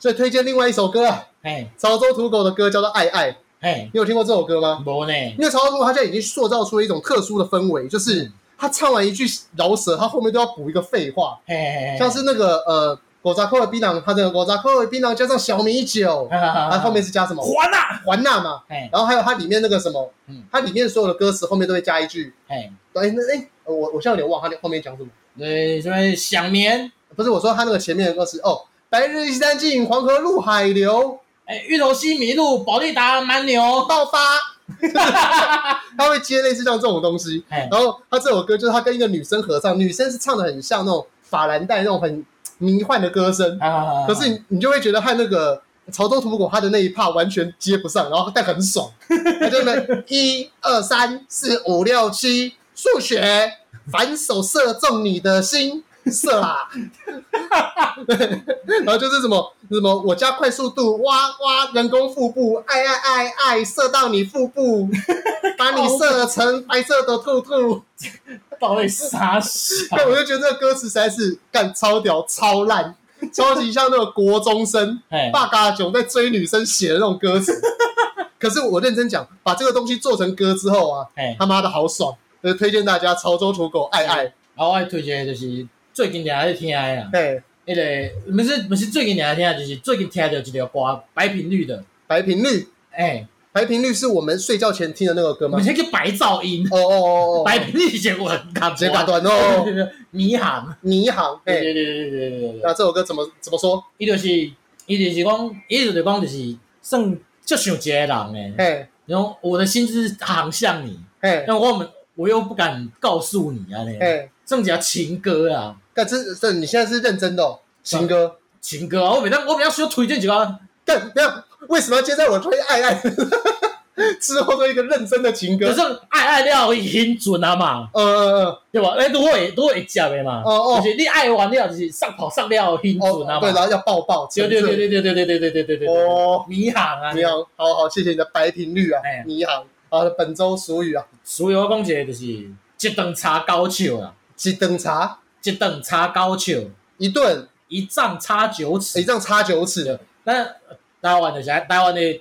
[SPEAKER 1] 所以推荐另外一首歌啊，
[SPEAKER 2] 嘿，
[SPEAKER 1] 潮州土狗的歌叫做《爱爱》，
[SPEAKER 2] 嘿，
[SPEAKER 1] 你有听过这首歌吗？
[SPEAKER 2] 无呢，
[SPEAKER 1] 因为潮州土狗它现在已经塑造出了一种特殊的氛围，就是他唱完一句饶舌，他后面都要补一个废话，
[SPEAKER 2] 嘿嘿嘿，
[SPEAKER 1] 像是那个呃狗杂扣的槟榔，它的狗杂扣的槟榔加上小米酒，它
[SPEAKER 2] 啊
[SPEAKER 1] 后面是加什么
[SPEAKER 2] 还呐，
[SPEAKER 1] 环娜嘛，
[SPEAKER 2] 嘿，
[SPEAKER 1] 然后还有它里面那个什么
[SPEAKER 2] 哎嗯，
[SPEAKER 1] 它里面所有的歌词后面都会加一句，
[SPEAKER 2] 嘿，
[SPEAKER 1] 哎那哎我我现在有点忘它后面讲什么。
[SPEAKER 2] 对，什么想眠，
[SPEAKER 1] 不是我说他那个前面的歌词哦，白日依山尽，黄河入海流，
[SPEAKER 2] 哎，芋头西米露，保利达蛮牛，
[SPEAKER 1] 爆发。 他会接类似像这种东西，
[SPEAKER 2] 哎
[SPEAKER 1] 然，后他这首歌就是他跟一个女生合唱，女生是唱的很像那种法兰黛那种很迷幻的歌声，
[SPEAKER 2] 啊，
[SPEAKER 1] 可是你你就会觉得和那个潮州土狗他的那一 part 完全接不上，然后但很爽，他就那一二三四五六七数学，反手射中你的心。射啦， 然后就是什么什么，我加快速度，哇哇，人工腹部，爱爱爱爱，射到你腹部，把你射成白色的兔兔。
[SPEAKER 2] 到底啥小？
[SPEAKER 1] 但我就觉得这个歌词实在是干超屌、超烂，超级像那个国中生
[SPEAKER 2] 哎，
[SPEAKER 1] 爸嘎囧在追女生写的那种歌词。 可是我认真讲，把这个东西做成歌之后啊，
[SPEAKER 2] 哎，
[SPEAKER 1] 他妈的好爽！呃，推荐大家潮州土狗爱爱，
[SPEAKER 2] 啊，我要推荐的就是最近常在听的啦，
[SPEAKER 1] 哎，
[SPEAKER 2] 迄个不是不是最近常在听的，就是最近听到一条歌，白频率的，
[SPEAKER 1] 白频率，
[SPEAKER 2] 哎，
[SPEAKER 1] 白频率是我们睡觉前听的那个歌吗
[SPEAKER 2] 不？是叫白噪音，
[SPEAKER 1] 哦哦哦哦，
[SPEAKER 2] 白频率结果很卡
[SPEAKER 1] 直接挂断哦，
[SPEAKER 2] 迷航，
[SPEAKER 1] 迷航，
[SPEAKER 2] 对
[SPEAKER 1] 哎，
[SPEAKER 2] 对对对对对对，
[SPEAKER 1] 那这首歌怎么怎么说？
[SPEAKER 2] 伊就是伊就是讲，伊就是讲就是算就像一个人诶，
[SPEAKER 1] 哎
[SPEAKER 2] 然后我的心就是航向你，
[SPEAKER 1] 哎
[SPEAKER 2] 但我们我又不敢告诉你啊，那
[SPEAKER 1] 哎，
[SPEAKER 2] 算一条情歌啊。
[SPEAKER 1] 但这这你现在是认真的哦，情歌，
[SPEAKER 2] 情歌啊，我每当我每当需要推荐几个，
[SPEAKER 1] 但等一下为什么要接在我推爱爱 之后的一个认真的情歌
[SPEAKER 2] 可？是爱爱了已经准啊嘛，
[SPEAKER 1] 呃呃
[SPEAKER 2] 对吧？哎，都会都会接的嘛，
[SPEAKER 1] 哦哦
[SPEAKER 2] 就是你爱完了就是上跑上了已经
[SPEAKER 1] 呃，
[SPEAKER 2] 准
[SPEAKER 1] 哦
[SPEAKER 2] 啊，
[SPEAKER 1] 对，然
[SPEAKER 2] 嘛，
[SPEAKER 1] 后要抱抱，
[SPEAKER 2] 对对对
[SPEAKER 1] 沉
[SPEAKER 2] 对对对对对对对对对
[SPEAKER 1] 醉
[SPEAKER 2] 对，
[SPEAKER 1] 哦，
[SPEAKER 2] 迷航啊，
[SPEAKER 1] 你好，好好，谢谢你的白频率啊
[SPEAKER 2] 哎，
[SPEAKER 1] 你好，好的，本周俗语啊，
[SPEAKER 2] 所以我讲一个就是一顿差高手啦，
[SPEAKER 1] 几等茶
[SPEAKER 2] 一顿差高手，
[SPEAKER 1] 一顿，
[SPEAKER 2] 一丈差九
[SPEAKER 1] 一
[SPEAKER 2] 尺，
[SPEAKER 1] 丈差九尺
[SPEAKER 2] 对，那台湾就是台湾的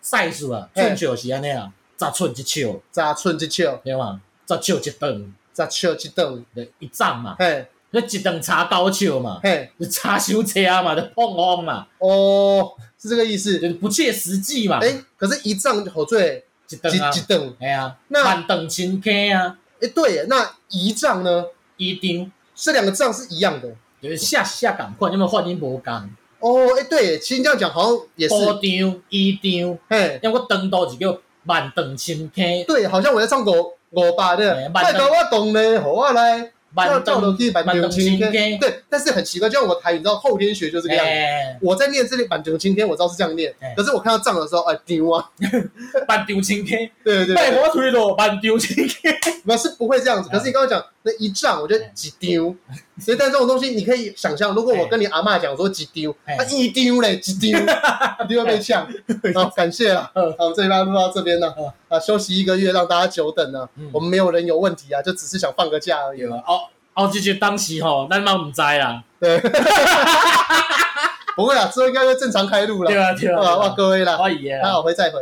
[SPEAKER 2] 赛数啊，
[SPEAKER 1] 嘿
[SPEAKER 2] 寸九是安尼啊，十寸一尺，
[SPEAKER 1] 咋寸几尺，
[SPEAKER 2] 对嘛，十尺一顿，
[SPEAKER 1] 咋尺几等，
[SPEAKER 2] 就一丈嘛，
[SPEAKER 1] 嘿
[SPEAKER 2] 那一顿差高手嘛。
[SPEAKER 1] 嘿，
[SPEAKER 2] 就插修车嘛，就碰轰嘛，
[SPEAKER 1] 哦，是这个意
[SPEAKER 2] 就
[SPEAKER 1] 思。
[SPEAKER 2] 是不切实际嘛。
[SPEAKER 1] 哎，可是，一丈好醉，几
[SPEAKER 2] 一顿啊
[SPEAKER 1] 几，等，
[SPEAKER 2] 哎呀，
[SPEAKER 1] 那
[SPEAKER 2] 万等千坑啊，
[SPEAKER 1] 哎，对耶，那一丈呢？
[SPEAKER 2] 一定
[SPEAKER 1] 这两个丈是一样的。
[SPEAKER 2] 就是下下赶快，因为换音无共，
[SPEAKER 1] 哦，哎，对耶，其实你这样讲好像也是，
[SPEAKER 2] 多张一张，因
[SPEAKER 1] 嘿，
[SPEAKER 2] 为我登到一个万等千坑，
[SPEAKER 1] 对，好像我在唱狗狗吧的，
[SPEAKER 2] 哎慢
[SPEAKER 1] 快
[SPEAKER 2] 慢
[SPEAKER 1] 搞我懂嘞，好啊来，那
[SPEAKER 2] 万
[SPEAKER 1] 到
[SPEAKER 2] 众
[SPEAKER 1] 楼梯板九青
[SPEAKER 2] 板凳青
[SPEAKER 1] 天，
[SPEAKER 2] 天
[SPEAKER 1] 对，但是很奇怪，就像我台语，你知道后天学就是这个样子。
[SPEAKER 2] 哎，
[SPEAKER 1] 我在念这里板九青天，我知道是这样念
[SPEAKER 2] 哎，
[SPEAKER 1] 可是我看到藏的时候，哎，丢 啊，
[SPEAKER 2] 板丢青天，
[SPEAKER 1] 对对
[SPEAKER 2] 拜
[SPEAKER 1] 对，
[SPEAKER 2] 我推了板丢青天，
[SPEAKER 1] 我是不会这样子。可是你刚刚讲那一丈，我觉得几丢，
[SPEAKER 2] 哎
[SPEAKER 1] 所以但这种东西你可以想象，如果我跟你阿嬷讲说几丢，
[SPEAKER 2] 哎
[SPEAKER 1] 啊一丢嘞，几 丢，一定会被呛。好，感谢啦。
[SPEAKER 2] 嗯
[SPEAKER 1] 好，我们这一趴录到这边了
[SPEAKER 2] 嗯，
[SPEAKER 1] 啊，休息一个月，让大家久等了
[SPEAKER 2] 嗯。
[SPEAKER 1] 我们没有人有问题啊，就只是想放个假而已了。
[SPEAKER 2] 哦哦，这就当时吼，咱嘛唔知啦，
[SPEAKER 1] 对， 不会啊啦，之后应该会正常开录
[SPEAKER 2] 对
[SPEAKER 1] 了。
[SPEAKER 2] 啊对啊，
[SPEAKER 1] 啊，哇，各位啦，
[SPEAKER 2] 我爷
[SPEAKER 1] 那
[SPEAKER 2] 啦，
[SPEAKER 1] 我会再回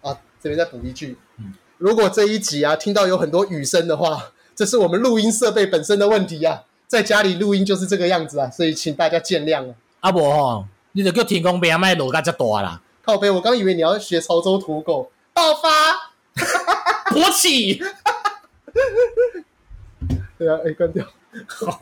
[SPEAKER 1] 啊，这边再补一句
[SPEAKER 2] 嗯，
[SPEAKER 1] 如果这一集啊听到有很多雨声的话，这是我们录音设备本身的问题啊，在家里录音就是这个样子啊，所以请大家见谅啊。
[SPEAKER 2] 啊无吼，你就叫天公伯啊卖落甲遮大啦，
[SPEAKER 1] 靠背，我刚以为你要学潮州土狗爆发，
[SPEAKER 2] 勃起。
[SPEAKER 1] 对啊，哎，关掉。
[SPEAKER 2] 好。